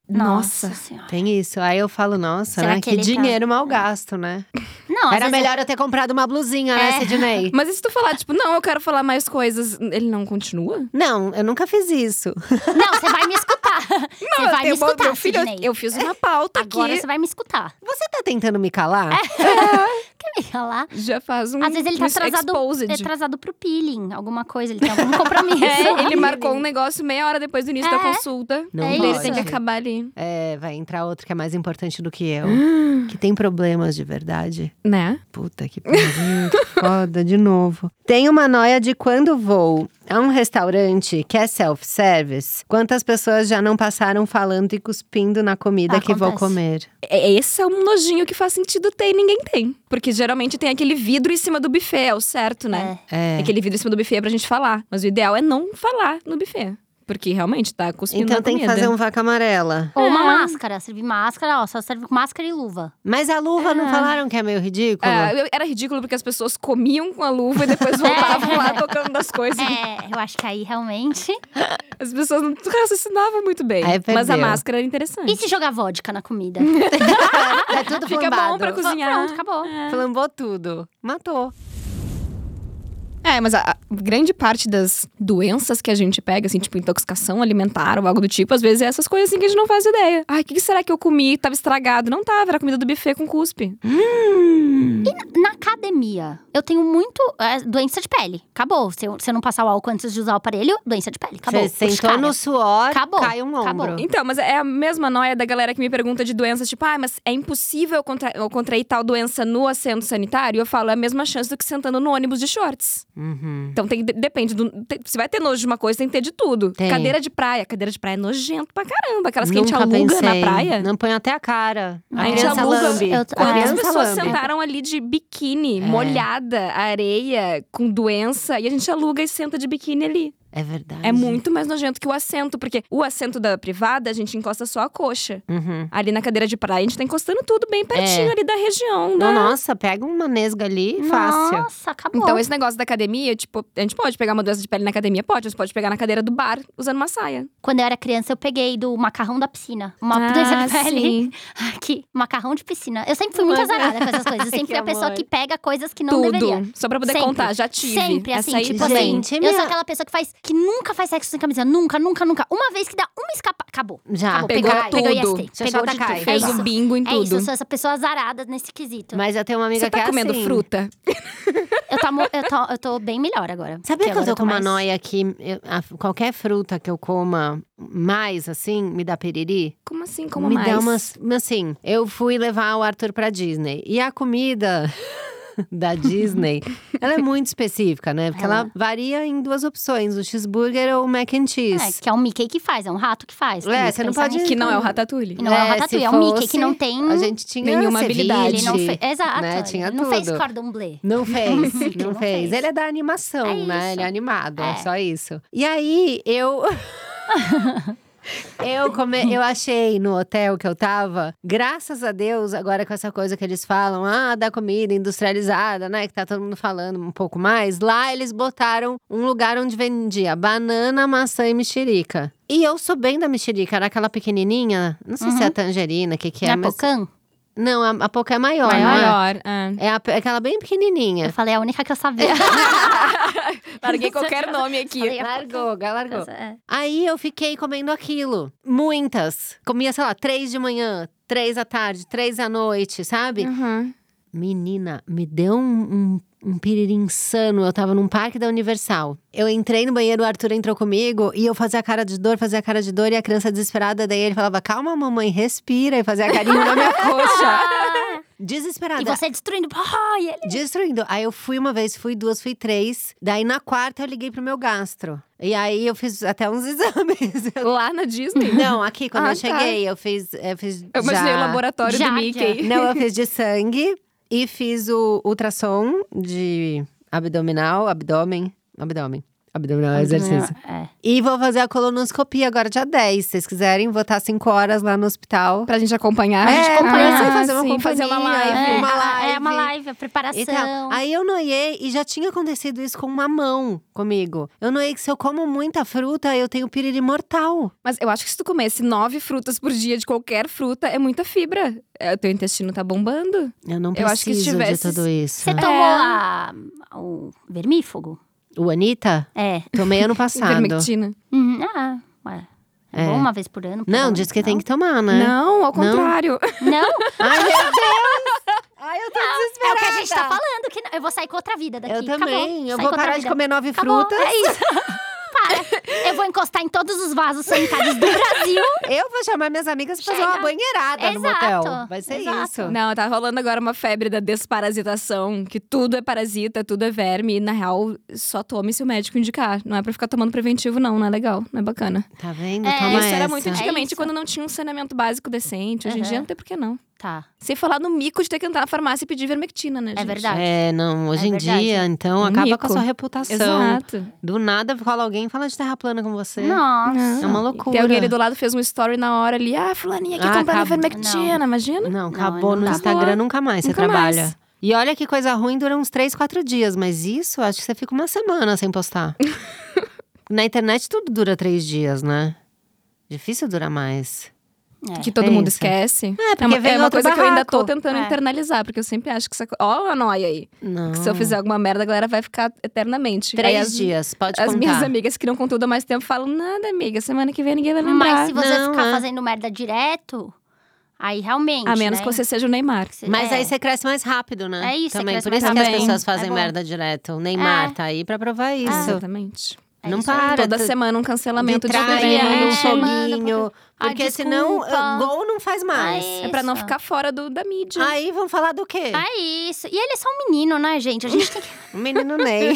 Speaker 4: Nossa.
Speaker 3: senhora.
Speaker 2: Tem isso. Aí eu falo, nossa,
Speaker 3: Será
Speaker 2: né?
Speaker 3: que
Speaker 2: Que,
Speaker 3: ele tá-
Speaker 2: dinheiro mal gasto, né?
Speaker 3: Não, às
Speaker 2: Era
Speaker 3: vezes
Speaker 2: melhor eu ter comprado uma blusinha, né,
Speaker 3: É.
Speaker 2: Sidney?
Speaker 4: Mas e se tu falar, tipo, não, eu quero falar mais coisas, ele não continua?
Speaker 2: Não, eu nunca fiz isso.
Speaker 3: eu- Não, você vai me escutar. você vai me
Speaker 4: eu,
Speaker 3: escutar,
Speaker 4: Ah, meu filho, eu,
Speaker 3: Sidney.
Speaker 4: eu fiz uma pauta
Speaker 3: Agora
Speaker 4: aqui.
Speaker 3: você vai me escutar.
Speaker 2: Você tá tentando me calar?
Speaker 3: É, Quer me falar?
Speaker 4: Já faz um.
Speaker 3: Às vezes ele tá
Speaker 4: um
Speaker 3: atrasado-
Speaker 4: exposed.
Speaker 3: É atrasado pro peeling, alguma coisa, ele tem algum compromisso.
Speaker 4: É, ele marcou um negócio meia hora depois do início
Speaker 3: É.
Speaker 4: da consulta.
Speaker 2: Não
Speaker 3: É
Speaker 4: Daí
Speaker 2: pode.
Speaker 4: ele tem que acabar ali.
Speaker 2: É, vai entrar outro que é mais importante do que eu. que tem problemas de verdade.
Speaker 4: Né?
Speaker 2: Puta que pariu, que foda, de novo. Tem uma noia de quando vou a um restaurante que é self-service, quantas pessoas já não passaram falando e cuspindo na comida que vou
Speaker 3: Acontece.
Speaker 2: comer.
Speaker 4: É- Esse é um nojinho que faz sentido ter e ninguém tem. Porque geralmente tem aquele vidro em cima do buffet, é o certo, né?
Speaker 2: É.
Speaker 4: Aquele vidro em cima do buffet é pra gente falar. Mas o ideal é não falar no buffet. Porque realmente tá cuspindo
Speaker 2: Então
Speaker 4: na
Speaker 2: tem que
Speaker 4: comida.
Speaker 2: fazer um vaca amarela.
Speaker 3: Ou uma
Speaker 4: É.
Speaker 3: máscara, servir máscara, ó, só serve com máscara e luva.
Speaker 2: Mas a luva não falaram que é meio ridículo?
Speaker 4: Ah, eu- era ridículo porque as pessoas comiam com a luva e depois voltavam lá tocando as coisas.
Speaker 3: É, eu acho que aí realmente.
Speaker 4: As pessoas não raciocinavam muito bem.
Speaker 2: Aí
Speaker 4: mas a
Speaker 2: perdeu.
Speaker 4: máscara era interessante.
Speaker 3: E se jogar vodka na comida?
Speaker 2: é tudo
Speaker 4: Fica
Speaker 2: flambado.
Speaker 4: bom pra cozinhar.
Speaker 3: Pronto, acabou.
Speaker 2: Flambou tudo. Matou.
Speaker 4: É, mas a, a grande parte das doenças que a gente pega, assim, tipo intoxicação alimentar ou algo do tipo, às vezes é essas coisas assim que a gente não faz ideia. Ai, o que, que será que eu comi? Tava estragado. Não tava, era comida do buffet com cuspe.
Speaker 2: Uhum.
Speaker 3: Na academia, eu tenho muito é, doença de pele. Acabou. Se eu, se eu não passar o álcool antes de usar o aparelho, doença de pele. Acabou.
Speaker 2: Você sentou
Speaker 3: Urticária.
Speaker 2: no suor,
Speaker 3: Acabou,
Speaker 2: cai um
Speaker 3: acabou.
Speaker 2: ombro.
Speaker 4: Então, mas é a mesma noia da galera que me pergunta de doenças, tipo, ah, mas é impossível eu, contra eu contrair tal doença no assento sanitário? Eu falo, é a mesma chance do que sentando no ônibus de shorts.
Speaker 2: Uhum.
Speaker 4: Então tem, de- depende do. Tem, se vai ter nojo de uma coisa, tem que ter de tudo.
Speaker 2: Tem.
Speaker 4: Cadeira de praia. Cadeira de praia é nojento pra caramba. Aquelas que
Speaker 2: Nunca
Speaker 4: a gente aluga
Speaker 2: pensei.
Speaker 4: na praia.
Speaker 2: Não põe até a cara.
Speaker 4: A
Speaker 2: A
Speaker 4: gente
Speaker 2: criança
Speaker 4: aluga-
Speaker 2: lambe.
Speaker 3: eu-
Speaker 2: A
Speaker 4: Quantas
Speaker 2: criança
Speaker 4: pessoas
Speaker 2: lambe.
Speaker 4: sentaram ali de biquíni, molhada, areia, com doença, e a gente aluga e senta de biquíni ali.
Speaker 2: É verdade.
Speaker 4: É muito mais nojento que o assento, porque o assento da privada a gente encosta só a coxa.
Speaker 2: Uhum.
Speaker 4: Ali na cadeira de praia, a gente tá encostando tudo bem pertinho
Speaker 2: É.
Speaker 4: ali da região. né?
Speaker 2: Não,
Speaker 4: Da...
Speaker 2: nossa, pega uma nesga ali, fácil.
Speaker 3: Nossa, acabou.
Speaker 4: Então, esse negócio da academia, tipo, a gente pode pegar uma doença de pele na academia? Pode, mas pode pegar na cadeira do bar usando uma saia.
Speaker 3: Quando eu era criança, eu peguei do macarrão da piscina. Uma doença de pele.
Speaker 4: Ah, sim. é.
Speaker 3: Aqui, macarrão de piscina. Eu sempre fui muito
Speaker 2: Mas-
Speaker 3: azarada com essas coisas.
Speaker 2: Ai,
Speaker 3: Eu sempre
Speaker 2: que
Speaker 3: fui a pessoa
Speaker 2: amor.
Speaker 3: que pega coisas que não
Speaker 4: Tudo.
Speaker 3: deveria.
Speaker 4: Só pra poder
Speaker 3: Sempre.
Speaker 4: contar, já tive.
Speaker 3: Sempre, assim,
Speaker 4: Essa aí
Speaker 3: tipo
Speaker 4: também.
Speaker 3: assim.
Speaker 2: Gente,
Speaker 3: Eu sou
Speaker 2: minha-
Speaker 3: aquela pessoa que faz. que nunca faz sexo sem camisa. Nunca, nunca, nunca. Uma vez que dá uma escapada. Acabou.
Speaker 2: Já.
Speaker 3: Acabou.
Speaker 4: Ah, Pegou
Speaker 3: pegou, pegou
Speaker 4: tudo.
Speaker 3: IST.
Speaker 2: Você
Speaker 3: Pegou
Speaker 2: só
Speaker 3: de
Speaker 2: tá
Speaker 3: tudo.
Speaker 2: caindo.
Speaker 3: É
Speaker 4: Fez
Speaker 3: isso.
Speaker 4: um bingo em
Speaker 3: É isso, eu
Speaker 4: tudo.
Speaker 3: sou essa pessoa azarada nesse quesito.
Speaker 2: Mas eu tenho uma amiga
Speaker 4: Você tá
Speaker 2: que é
Speaker 4: comendo
Speaker 2: assim.
Speaker 4: fruta?
Speaker 3: Eu, tô, amo- eu, tô, eu tô bem melhor agora.
Speaker 2: Sabia que tá eu tô
Speaker 3: agora
Speaker 2: com uma
Speaker 3: mais-
Speaker 2: noia que eu- a- qualquer fruta que eu coma mais, assim, me dá piriri?
Speaker 4: Como assim? Como
Speaker 2: me
Speaker 4: mais?
Speaker 2: dá umas. Assim, eu fui levar o Arthur pra Disney. E a comida da Disney, ela é muito específica, né? Porque ela,
Speaker 4: É.
Speaker 3: Ela.
Speaker 2: varia em duas opções: o cheeseburger ou o mac and cheese.
Speaker 3: É, que é o Mickey que faz, é um rato que faz.
Speaker 2: É,
Speaker 3: tem esse
Speaker 2: você não
Speaker 3: pensamento.
Speaker 2: pode-
Speaker 4: Que não é o Ratatouille.
Speaker 3: E não é,
Speaker 2: É,
Speaker 3: o
Speaker 2: se
Speaker 3: Ratatouille, é o Mickey
Speaker 2: fosse,
Speaker 3: que não tem.
Speaker 2: A gente tinha
Speaker 4: nenhuma
Speaker 2: ceviche,
Speaker 4: habilidade.
Speaker 3: Ele não fez. Exato.
Speaker 2: né? Tinha
Speaker 3: ele não fez
Speaker 2: tudo.
Speaker 3: cordon bleu.
Speaker 2: Não fez,
Speaker 3: Ele
Speaker 2: não
Speaker 3: não
Speaker 2: fez.
Speaker 3: fez.
Speaker 2: Ele é da animação,
Speaker 3: É
Speaker 2: né?
Speaker 3: isso.
Speaker 2: Ele é animado, é
Speaker 3: É.
Speaker 2: só isso. E aí, eu. Eu, come... eu achei no hotel que eu tava, graças a Deus, agora com essa coisa que eles falam, ah, da comida industrializada, né? Que tá todo mundo falando um pouco mais. Lá eles botaram um lugar onde vendia banana, maçã e mexerica. E eu sou bem da mexerica, era aquela pequenininha, não sei
Speaker 3: Uhum.
Speaker 2: se é a tangerina, o que, que é.
Speaker 3: Na
Speaker 2: mas-
Speaker 3: Pocan,
Speaker 2: Não, a, a pouca é maior,
Speaker 4: É
Speaker 2: não é?
Speaker 4: maior. é.
Speaker 2: É a- aquela bem pequenininha.
Speaker 3: eu falei, é a única que eu sabia.
Speaker 4: Larguei qualquer nome aqui.
Speaker 3: Falei, a
Speaker 2: Largou, ga- largou.
Speaker 3: Essa é.
Speaker 2: Aí eu fiquei comendo aquilo. Muitas. Comia, sei lá, três de manhã, três à tarde, três à noite, sabe?
Speaker 4: Uhum.
Speaker 2: Menina, me deu um, um, um piriri insano. Eu tava num parque da Universal. Eu entrei no banheiro, o Arthur entrou comigo e eu fazia cara de dor, fazia cara de dor e a criança desesperada. Daí ele falava, calma, mamãe, respira. E fazia carinho na minha coxa.
Speaker 3: Ah,
Speaker 2: Desesperada.
Speaker 3: e você destruindo. Ah, e ele...
Speaker 2: Destruindo. Aí eu fui uma vez, fui duas, fui três. Daí na quarta eu liguei pro meu gastro. E aí eu fiz até uns exames. Eu-
Speaker 4: Lá na Disney?
Speaker 2: Não, aqui quando
Speaker 4: Ah,
Speaker 2: eu cheguei, eu fiz. Eu, fiz
Speaker 4: Eu imaginei
Speaker 2: já-
Speaker 4: o laboratório
Speaker 3: Já,
Speaker 4: do Mickey.
Speaker 2: Não, eu fiz de sangue e fiz o ultrassom de abdominal, abdômen. Abdômen. Abdominal é exercício.
Speaker 3: É.
Speaker 2: E vou fazer a colonoscopia agora, dia 10. Se vocês quiserem, vou estar 5 horas lá no hospital.
Speaker 4: Pra gente acompanhar.
Speaker 2: A gente acompanha,
Speaker 4: Ah,
Speaker 2: assim, fazer uma
Speaker 4: sim, fazer uma
Speaker 2: companhia.
Speaker 4: live.
Speaker 3: É,
Speaker 2: uma
Speaker 3: a- é
Speaker 2: live. Então,
Speaker 3: uma live, a
Speaker 2: E
Speaker 3: preparação.
Speaker 2: tal. Aí eu noiei e já tinha acontecido isso com mamão comigo. Eu noiei que se eu como muita fruta, eu tenho piriri mortal.
Speaker 4: Mas eu acho que se tu comesse nove frutas por dia de qualquer fruta, é muita fibra. É, o teu intestino tá bombando.
Speaker 2: Eu não
Speaker 4: Eu
Speaker 2: preciso
Speaker 4: acho que se
Speaker 2: de
Speaker 4: tivesse-
Speaker 2: tudo isso.
Speaker 3: Você tomou a, o vermífugo?
Speaker 2: O Anitta?
Speaker 3: É.
Speaker 2: Tomei ano passado.
Speaker 4: Ivermectina.
Speaker 3: Uhum, Ah, ué. É
Speaker 2: É.
Speaker 3: bom uma vez por ano? pelo
Speaker 2: Não,
Speaker 3: menos,
Speaker 2: diz que tem
Speaker 3: não?
Speaker 2: que tomar, né?
Speaker 4: Não, ao contrário.
Speaker 3: Não,
Speaker 2: Ai, meu Deus! Ai, eu tô
Speaker 3: é
Speaker 2: desesperada.
Speaker 3: o que a gente tá falando. Que não- eu vou sair com outra vida daqui.
Speaker 2: Eu
Speaker 3: acabou.
Speaker 2: também. Eu
Speaker 3: Saí
Speaker 2: vou
Speaker 3: com outra
Speaker 2: parar de
Speaker 3: vida.
Speaker 2: comer nove
Speaker 3: Acabou,
Speaker 2: frutas.
Speaker 3: É isso. Para. Eu vou encostar em todos os vasos sanitários do Brasil.
Speaker 2: Eu vou chamar minhas amigas pra fazer
Speaker 3: É. Chega.
Speaker 2: uma banheirada no
Speaker 3: Exato,
Speaker 2: motel. Vai ser
Speaker 3: exato.
Speaker 2: isso.
Speaker 4: Não, tá rolando agora uma febre da desparasitação, que tudo é parasita, tudo é verme. E, na real, só tome se o médico indicar. Não é pra ficar tomando preventivo, não. Não é legal, não é bacana.
Speaker 2: Tá vendo?
Speaker 3: É,
Speaker 2: Toma
Speaker 4: isso
Speaker 2: essa.
Speaker 4: era muito
Speaker 3: É
Speaker 4: antigamente,
Speaker 3: isso.
Speaker 4: quando não tinha um saneamento básico decente. Hoje em
Speaker 3: Aham.
Speaker 4: dia não tem por que não.
Speaker 3: Tá,
Speaker 4: Sem falar no mico de ter que entrar na farmácia e pedir vermectina, né,
Speaker 3: é
Speaker 4: gente?
Speaker 3: verdade.
Speaker 2: É, não, hoje
Speaker 3: É
Speaker 2: em
Speaker 3: verdade.
Speaker 2: dia, então,
Speaker 4: Um
Speaker 2: acaba com
Speaker 4: mico.
Speaker 2: a sua reputação.
Speaker 4: Exato.
Speaker 2: Do nada cola alguém e fala de terra plana com você.
Speaker 3: Nossa.
Speaker 2: É uma
Speaker 4: Não, e
Speaker 2: loucura.
Speaker 4: Tem alguém ali do lado fez um story na hora ali. Ah, fulaninha aqui
Speaker 2: Ah,
Speaker 4: comprando
Speaker 2: acabou.
Speaker 4: vermectina, imagina?
Speaker 2: Não,
Speaker 3: Não,
Speaker 2: acabou
Speaker 3: não
Speaker 2: no
Speaker 3: dá.
Speaker 2: Instagram, nunca mais você
Speaker 4: Nunca
Speaker 2: trabalha.
Speaker 4: mais.
Speaker 2: E olha que coisa ruim, dura uns três, quatro dias. Mas isso, acho que você fica uma semana sem postar. Na internet tudo dura três dias, né? Difícil durar mais.
Speaker 3: É.
Speaker 4: Que todo
Speaker 2: Pensa.
Speaker 4: mundo esquece.
Speaker 2: É, porque
Speaker 4: é uma,
Speaker 2: vem
Speaker 4: é uma
Speaker 2: outro
Speaker 4: coisa que eu ainda tô
Speaker 2: barraco.
Speaker 4: tentando
Speaker 3: É.
Speaker 4: internalizar, porque eu sempre acho que essa coisa. Ó, a noia aí.
Speaker 2: Não.
Speaker 4: Que se eu fizer alguma merda, a galera vai ficar eternamente. Aí
Speaker 2: Ah. Três
Speaker 4: as,
Speaker 2: dias, pode
Speaker 4: As
Speaker 2: contar.
Speaker 4: minhas amigas que criam conteúdo há mais tempo falam: nada, amiga, semana que vem ninguém vai lembrar.
Speaker 3: Mas se você
Speaker 2: Não,
Speaker 3: ficar
Speaker 2: é.
Speaker 3: fazendo merda direto, aí realmente.
Speaker 4: a menos
Speaker 3: né?
Speaker 4: que você seja o Neymar.
Speaker 3: Você-
Speaker 2: Mas
Speaker 3: é.
Speaker 2: aí você cresce mais rápido, né?
Speaker 3: É isso, você
Speaker 2: Também.
Speaker 3: cresce
Speaker 2: Por
Speaker 3: mais
Speaker 2: isso que
Speaker 4: rápido.
Speaker 2: as pessoas fazem
Speaker 3: É bom.
Speaker 2: merda direto. O Neymar tá aí pra provar isso.
Speaker 4: Exatamente.
Speaker 3: É
Speaker 2: Não
Speaker 3: isso aí.
Speaker 2: para.
Speaker 4: Toda
Speaker 2: tu-
Speaker 4: semana um cancelamento de né?
Speaker 2: Detrás,
Speaker 3: treino,
Speaker 2: um
Speaker 4: evento.
Speaker 3: é, manda
Speaker 2: foguinho.
Speaker 3: Ai,
Speaker 2: Porque senão, uh,
Speaker 3: desculpa.
Speaker 2: gol não faz mais.
Speaker 3: Ai,
Speaker 4: É pra não
Speaker 3: Isso.
Speaker 4: ficar fora do, da mídia.
Speaker 2: Aí vão falar do quê?
Speaker 3: É isso. E ele é só um menino, né, gente? A gente tem que...
Speaker 2: O menino Ney.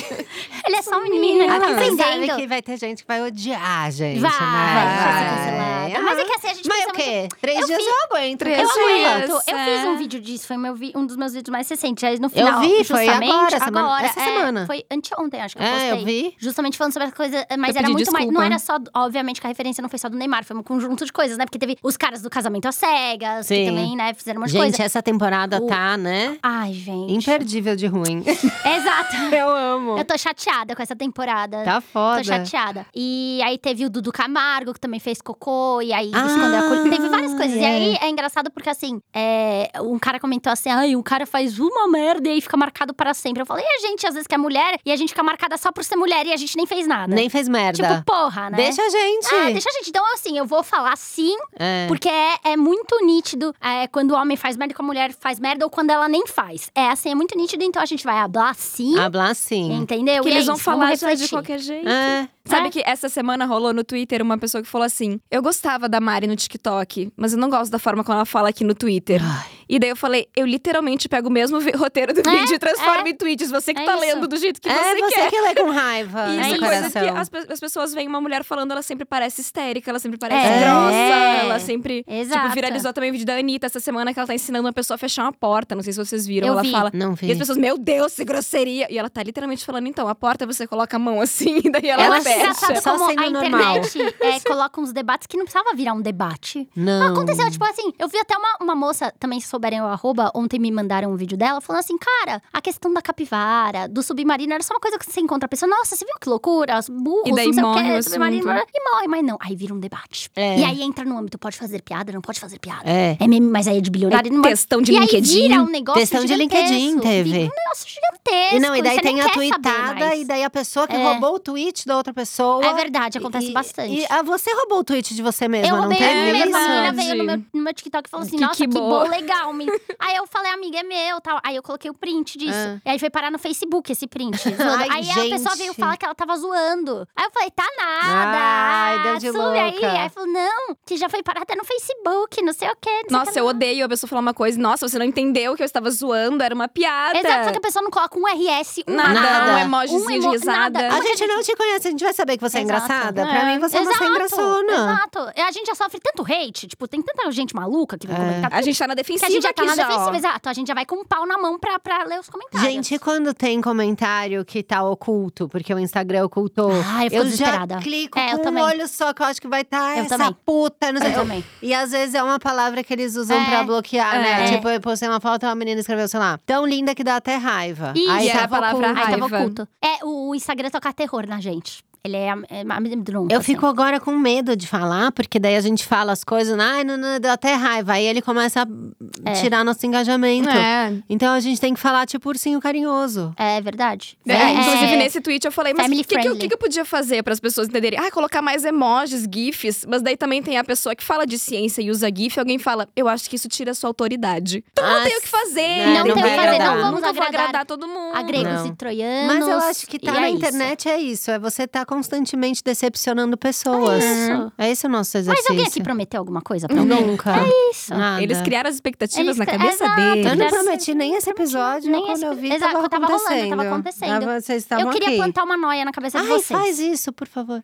Speaker 3: Ele é só um menino, ele
Speaker 2: Ah,
Speaker 3: tá
Speaker 2: não, mas sabe
Speaker 3: aprendendo.
Speaker 2: que vai ter gente que vai odiar a gente.
Speaker 3: Vai,
Speaker 2: né?
Speaker 3: vai ser cancelada.
Speaker 2: Ah,
Speaker 3: Mas é que assim, a gente
Speaker 2: Mas
Speaker 3: pensa
Speaker 2: o quê?
Speaker 3: muito-
Speaker 2: Três
Speaker 3: Eu
Speaker 2: dias é
Speaker 3: fiz-
Speaker 2: eu aguento.
Speaker 4: Três
Speaker 3: Eu
Speaker 2: dias.
Speaker 3: aguento.
Speaker 4: dias,
Speaker 3: Eu
Speaker 4: é.
Speaker 3: fiz um vídeo disso, foi meu vi- um dos meus vídeos mais recentes. Aí no
Speaker 2: Eu
Speaker 3: final,
Speaker 2: vi, foi
Speaker 3: justamente,
Speaker 2: agora, semana-
Speaker 3: agora,
Speaker 2: essa
Speaker 3: é,
Speaker 2: semana.
Speaker 3: Foi anteontem, acho que eu
Speaker 2: É,
Speaker 3: postei.
Speaker 2: eu vi.
Speaker 3: Justamente falando sobre essa coisa, mas
Speaker 4: Eu
Speaker 3: era
Speaker 4: pedi
Speaker 3: muito mais. Não
Speaker 4: desculpa.
Speaker 3: era só, obviamente, que a referência não foi só do Neymar, foi um conjunto de coisas, né? Porque teve os caras do casamento às cegas,
Speaker 2: Sim.
Speaker 3: que também, né, fizeram um monte de
Speaker 2: Gente,
Speaker 3: coisa.
Speaker 2: essa temporada
Speaker 3: O-
Speaker 2: tá, né?
Speaker 3: Ai, gente.
Speaker 2: Imperdível de ruim.
Speaker 3: Exato.
Speaker 2: eu amo.
Speaker 3: Eu tô chateada com essa temporada.
Speaker 2: Tá foda.
Speaker 3: Tô chateada. E aí teve o Dudu Camargo, que também fez cocô, e aí
Speaker 2: Ah,
Speaker 3: escondeu a culpa. Teve várias coisas. E
Speaker 2: é.
Speaker 3: aí é engraçado porque assim, é, um cara comentou assim: ai, um cara faz uma merda e aí fica marcado para sempre. Eu falei, e a gente, às vezes, que é mulher, e a gente fica marcada só por ser mulher e a gente nem fez nada.
Speaker 2: Nem fez merda.
Speaker 3: Tipo, porra, né?
Speaker 2: Deixa a gente.
Speaker 3: Ah, deixa a gente. Então, assim, eu vou falar sim,
Speaker 2: É.
Speaker 3: porque é, é muito nítido é, quando o homem faz merda, quando a mulher faz merda, ou quando ela nem faz. É assim, é muito nítido, então a gente vai hablar sim,
Speaker 2: Hablar sim.
Speaker 3: entendeu?
Speaker 4: Porque
Speaker 3: E é
Speaker 4: eles vão
Speaker 3: isso, vamos
Speaker 4: falar já de
Speaker 3: refletir.
Speaker 4: qualquer jeito.
Speaker 2: É.
Speaker 4: Sabe
Speaker 3: É.
Speaker 4: que essa semana rolou no Twitter uma pessoa que falou assim: Eu gostava da Mari no TikTok, mas eu não gosto da forma como ela fala aqui no Twitter. E daí eu falei, eu literalmente pego o mesmo vi- roteiro do
Speaker 3: É,
Speaker 4: vídeo e transformo
Speaker 3: é.
Speaker 4: em tweets. Você que
Speaker 3: É
Speaker 4: tá
Speaker 3: isso.
Speaker 4: lendo do jeito que
Speaker 2: é
Speaker 4: você,
Speaker 2: você
Speaker 4: quer.
Speaker 2: que lê com raiva
Speaker 4: E
Speaker 3: É
Speaker 4: isso é
Speaker 2: no
Speaker 3: isso.
Speaker 4: coisa
Speaker 2: coração.
Speaker 4: que as, pe- as pessoas veem uma mulher falando, ela sempre parece histérica, ela sempre parece
Speaker 3: É.
Speaker 4: grossa, ela sempre.
Speaker 3: Exato.
Speaker 4: Tipo, viralizou também o vídeo da Anitta essa semana que ela tá ensinando uma pessoa a fechar uma porta. Não sei se vocês viram.
Speaker 3: Eu
Speaker 4: ela
Speaker 3: vi.
Speaker 4: fala.
Speaker 2: Não
Speaker 4: E as
Speaker 2: vi.
Speaker 4: pessoas, meu Deus, que grosseria! E ela tá literalmente falando, então, a porta você coloca a mão assim, e daí ela,
Speaker 3: Eu
Speaker 2: Ela
Speaker 3: acho
Speaker 2: fecha.
Speaker 3: engraçado
Speaker 2: Só
Speaker 3: como a
Speaker 2: sendo normal.
Speaker 3: internet é, coloca uns debates que não precisava virar um debate.
Speaker 2: Não.
Speaker 3: Aconteceu, tipo assim, eu vi até uma, uma moça, também se souberem o arroba, ontem me mandaram um vídeo dela, falando assim, cara, a questão da capivara, do submarino, era só uma coisa que você encontra a pessoa, nossa, você viu que loucura, os burros,
Speaker 4: E daí
Speaker 3: não sei
Speaker 4: morre
Speaker 3: o
Speaker 4: o
Speaker 3: quê, submarino,
Speaker 4: assunto. né?"
Speaker 3: e morre, mas não, aí vira um debate.
Speaker 2: É.
Speaker 3: E aí entra no âmbito, pode fazer piada, não pode fazer piada.
Speaker 2: É.
Speaker 3: É, meme, mas aí é de bilionário. não pode-
Speaker 4: Questão de
Speaker 3: e aí
Speaker 4: LinkedIn.
Speaker 3: vira um negócio
Speaker 2: Questão de
Speaker 3: gigantesco,
Speaker 2: LinkedIn teve.
Speaker 3: vira um negócio gigantesco.
Speaker 2: E não, e daí
Speaker 3: você nem
Speaker 2: tem a
Speaker 3: quer saber
Speaker 2: tweetada,
Speaker 3: mais.
Speaker 2: e daí a pessoa que
Speaker 3: É.
Speaker 2: roubou o tweet da outra pessoa.
Speaker 3: É verdade, acontece
Speaker 2: E-
Speaker 3: bastante.
Speaker 2: E ah, você roubou o tweet de você mesma,
Speaker 3: Eu
Speaker 2: não
Speaker 3: roubei
Speaker 2: teve
Speaker 3: a minha,
Speaker 2: isso?
Speaker 3: a menina
Speaker 4: Verdade.
Speaker 3: veio no meu, no meu TikTok e falou assim,
Speaker 4: Que-
Speaker 3: nossa,
Speaker 4: que
Speaker 3: que,
Speaker 4: boa."
Speaker 3: boa, legal. menina. aí eu falei, amiga, é meu, tal. Aí eu coloquei o print disso.
Speaker 2: Ah.
Speaker 3: E aí foi parar no Facebook esse print. zoando.
Speaker 2: Ai,
Speaker 3: aí a pessoa
Speaker 2: gente.
Speaker 3: veio falar que ela tava zoando. Aí eu falei, tá nada.
Speaker 2: Ai, deu de
Speaker 3: assume aí.
Speaker 2: louca.
Speaker 3: Aí falou, não, que já foi parar até no Facebook, não sei o quê. Não sei o
Speaker 4: Nossa, eu odeio a pessoa falar uma coisa, nossa, você não entendeu que eu estava zoando, era uma piada.
Speaker 3: quê. Exato, só que a pessoa não coloca um RS, um
Speaker 4: Nada,
Speaker 2: Nada.
Speaker 4: um emojizinho
Speaker 3: Um emo-
Speaker 4: de risada.
Speaker 3: nada.
Speaker 2: A gente não te conhece, a gente vai saber que você é
Speaker 3: Exato.
Speaker 2: engraçada. Pra
Speaker 4: É.
Speaker 2: mim, você é uma sem graçona.
Speaker 3: Exato. E A gente já sofre tanto hate, tipo, tem tanta gente maluca que vem
Speaker 2: É.
Speaker 3: comentar.
Speaker 4: A gente tá na
Speaker 3: que
Speaker 4: defensiva
Speaker 3: a gente já tá
Speaker 4: aqui
Speaker 3: na
Speaker 4: já, ó.
Speaker 3: defensiva, exato. A gente já vai com um pau na mão pra, pra ler os comentários.
Speaker 2: Gente, quando tem comentário que tá oculto, porque o Instagram ocultou,
Speaker 3: Ah, eu fico
Speaker 2: já
Speaker 3: desesperada.
Speaker 2: clico
Speaker 3: É, eu
Speaker 2: com um
Speaker 3: também.
Speaker 2: olho só, que eu acho que vai estar
Speaker 3: Eu
Speaker 2: essa
Speaker 3: também.
Speaker 2: puta, não sei.
Speaker 3: Eu também.
Speaker 2: E às vezes é uma palavra que eles usam
Speaker 3: É,
Speaker 2: pra bloquear, né?
Speaker 3: é.
Speaker 2: Tipo, eu postei uma foto, uma menina escreveu, sei lá, tão linda que dá até raiva.
Speaker 3: Ih,
Speaker 2: Aí
Speaker 3: e era
Speaker 2: tava
Speaker 4: é a palavra
Speaker 2: oculto.
Speaker 3: Ai, tava
Speaker 4: Raiva.
Speaker 3: oculto. É, o Instagram toca terror na gente. Ele é, am- é amedronto.
Speaker 2: Eu
Speaker 3: assim.
Speaker 2: fico agora com medo de falar, porque daí a gente fala as coisas, ai, não, não, deu até raiva. Aí ele começa a
Speaker 3: É.
Speaker 2: tirar nosso engajamento.
Speaker 4: É.
Speaker 2: Então a gente tem que falar tipo ursinho carinhoso.
Speaker 3: É verdade.
Speaker 4: É, inclusive, nesse tweet eu falei, mas o
Speaker 3: Family
Speaker 4: que, que eu-
Speaker 3: friendly.
Speaker 4: que que eu podia fazer para as pessoas entenderem? Ah, colocar mais emojis, GIFs. Mas daí também tem a pessoa que fala de ciência e usa GIF, alguém fala, eu acho que isso tira a sua autoridade. Então não
Speaker 2: Ah,
Speaker 4: tem o que fazer.
Speaker 2: não tem o que
Speaker 4: vai
Speaker 2: fazer, não
Speaker 4: agradar.
Speaker 3: vamos
Speaker 4: Nunca vou
Speaker 3: agradar
Speaker 4: agradar todo mundo.
Speaker 3: A é, gregos
Speaker 2: Não.
Speaker 3: e troianos.
Speaker 2: Mas eu acho que tá
Speaker 3: É, e
Speaker 2: na
Speaker 3: é isso.
Speaker 2: internet é isso. É você tá constantemente decepcionando pessoas.
Speaker 3: É isso.
Speaker 2: É esse o nosso exercício.
Speaker 3: Mas alguém aqui prometeu alguma coisa pra alguém?
Speaker 2: Nunca.
Speaker 3: Isso.
Speaker 2: Nada.
Speaker 4: Eles criaram as expectativas
Speaker 3: Eles
Speaker 4: na
Speaker 3: cri-
Speaker 4: cabeça
Speaker 3: Exato.
Speaker 2: Eu
Speaker 4: deles.
Speaker 2: não
Speaker 3: Deve ser-
Speaker 2: prometi nem esse episódio,
Speaker 3: nem
Speaker 2: quando
Speaker 3: esse-
Speaker 2: eu vi,
Speaker 3: Exato,
Speaker 2: tava,
Speaker 3: tava rolando,
Speaker 2: acontecendo.
Speaker 3: tava acontecendo.
Speaker 2: Tava- vocês
Speaker 3: Eu
Speaker 2: estavam
Speaker 3: queria
Speaker 2: aqui.
Speaker 3: plantar uma noia na cabeça de
Speaker 2: Ai,
Speaker 3: vocês.
Speaker 2: faz isso, por favor.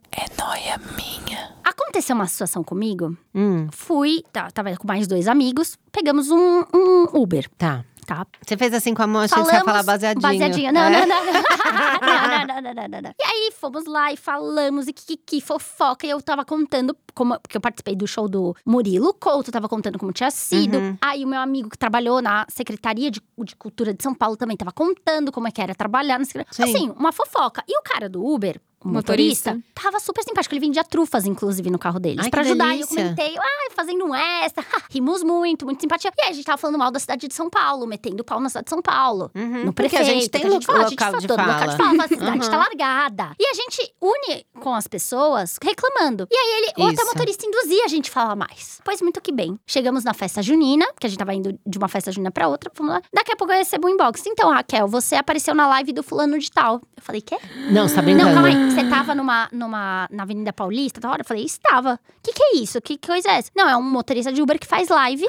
Speaker 3: Aconteceu uma situação comigo.
Speaker 2: Hum,
Speaker 3: Fui, tá, tava com mais dois amigos, pegamos um, um Uber,
Speaker 2: tá.
Speaker 3: tá?
Speaker 2: Você fez assim com a mão, achei que
Speaker 3: Falamos,
Speaker 2: você ia falar baseadinho.
Speaker 3: Baseadinha. Não,
Speaker 2: É?
Speaker 3: não, não, não. não, não, não, não, não, não. E aí fomos lá e falamos e que, fofoca. E eu tava contando, como, porque eu participei do show do Murilo Couto, tava contando como tinha sido.
Speaker 2: Uhum.
Speaker 3: Aí o meu amigo que trabalhou na Secretaria de, de Cultura de São Paulo também tava contando como é que era trabalhar. Na secre-
Speaker 2: Sim.
Speaker 3: Assim, uma fofoca. E o cara do Uber. O motorista, tava super simpático. Ele vendia trufas, inclusive, no carro deles.
Speaker 2: Ai, que
Speaker 3: pra ajudar. E eu
Speaker 2: delícia.
Speaker 3: comentei, ai, fazendo um extra. Rimos muito, muito simpatia. E aí, a gente tava falando mal da cidade de São Paulo, metendo pau na cidade de São Paulo
Speaker 2: Uhum,
Speaker 3: no
Speaker 2: porque
Speaker 3: prefeito.
Speaker 2: a gente tem
Speaker 3: que
Speaker 2: lo-
Speaker 3: fala, a gente
Speaker 2: local de
Speaker 3: fala, local
Speaker 2: fala.
Speaker 3: de fala, a cidade
Speaker 2: Uhum.
Speaker 3: tá largada. E a gente une com as pessoas reclamando. E aí ele, o até
Speaker 2: Isso.
Speaker 3: motorista induzia a gente a falar mais. Pois muito que bem. Chegamos na festa junina, que a gente tava indo de uma festa junina pra outra, fomos lá. Daqui a pouco eu recebo um inbox. Então, Raquel, você apareceu na live do fulano de tal. Eu falei, quê?
Speaker 2: Não, você tá brincando.
Speaker 3: Não, calma aí. Você tava numa, numa, na Avenida Paulista, tá hora? Eu falei, estava. Que que é isso? Que coisa é essa? Não, é um motorista de Uber que faz live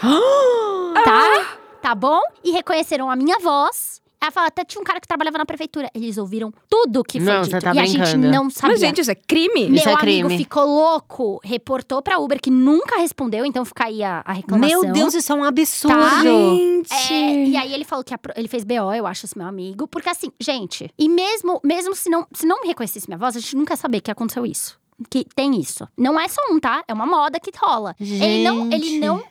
Speaker 2: Ah!
Speaker 3: tá? Tá bom? E reconheceram a minha voz. Ela fala, até tinha um cara que trabalhava na prefeitura. Eles ouviram tudo que foi
Speaker 2: Não,
Speaker 3: dito.
Speaker 2: você tá
Speaker 3: e a gente
Speaker 2: brincando.
Speaker 3: não sabia.
Speaker 4: Mas, gente, isso é crime?
Speaker 3: meu
Speaker 2: isso é
Speaker 3: amigo
Speaker 2: crime.
Speaker 3: ficou louco. Reportou pra Uber, que nunca respondeu. Então fica aí a, a reclamação.
Speaker 2: Meu Deus, isso é um absurdo.
Speaker 3: Tá.
Speaker 4: Gente.
Speaker 3: É, e aí ele falou que a pro- ele fez BO, eu acho, esse meu amigo. Porque assim, gente, e mesmo, mesmo se, não, se não me reconhecesse minha voz, a gente nunca ia saber que aconteceu isso. Que tem isso. Não é só um, tá? É uma moda que rola. Ele não. Ele
Speaker 2: Gente.
Speaker 3: não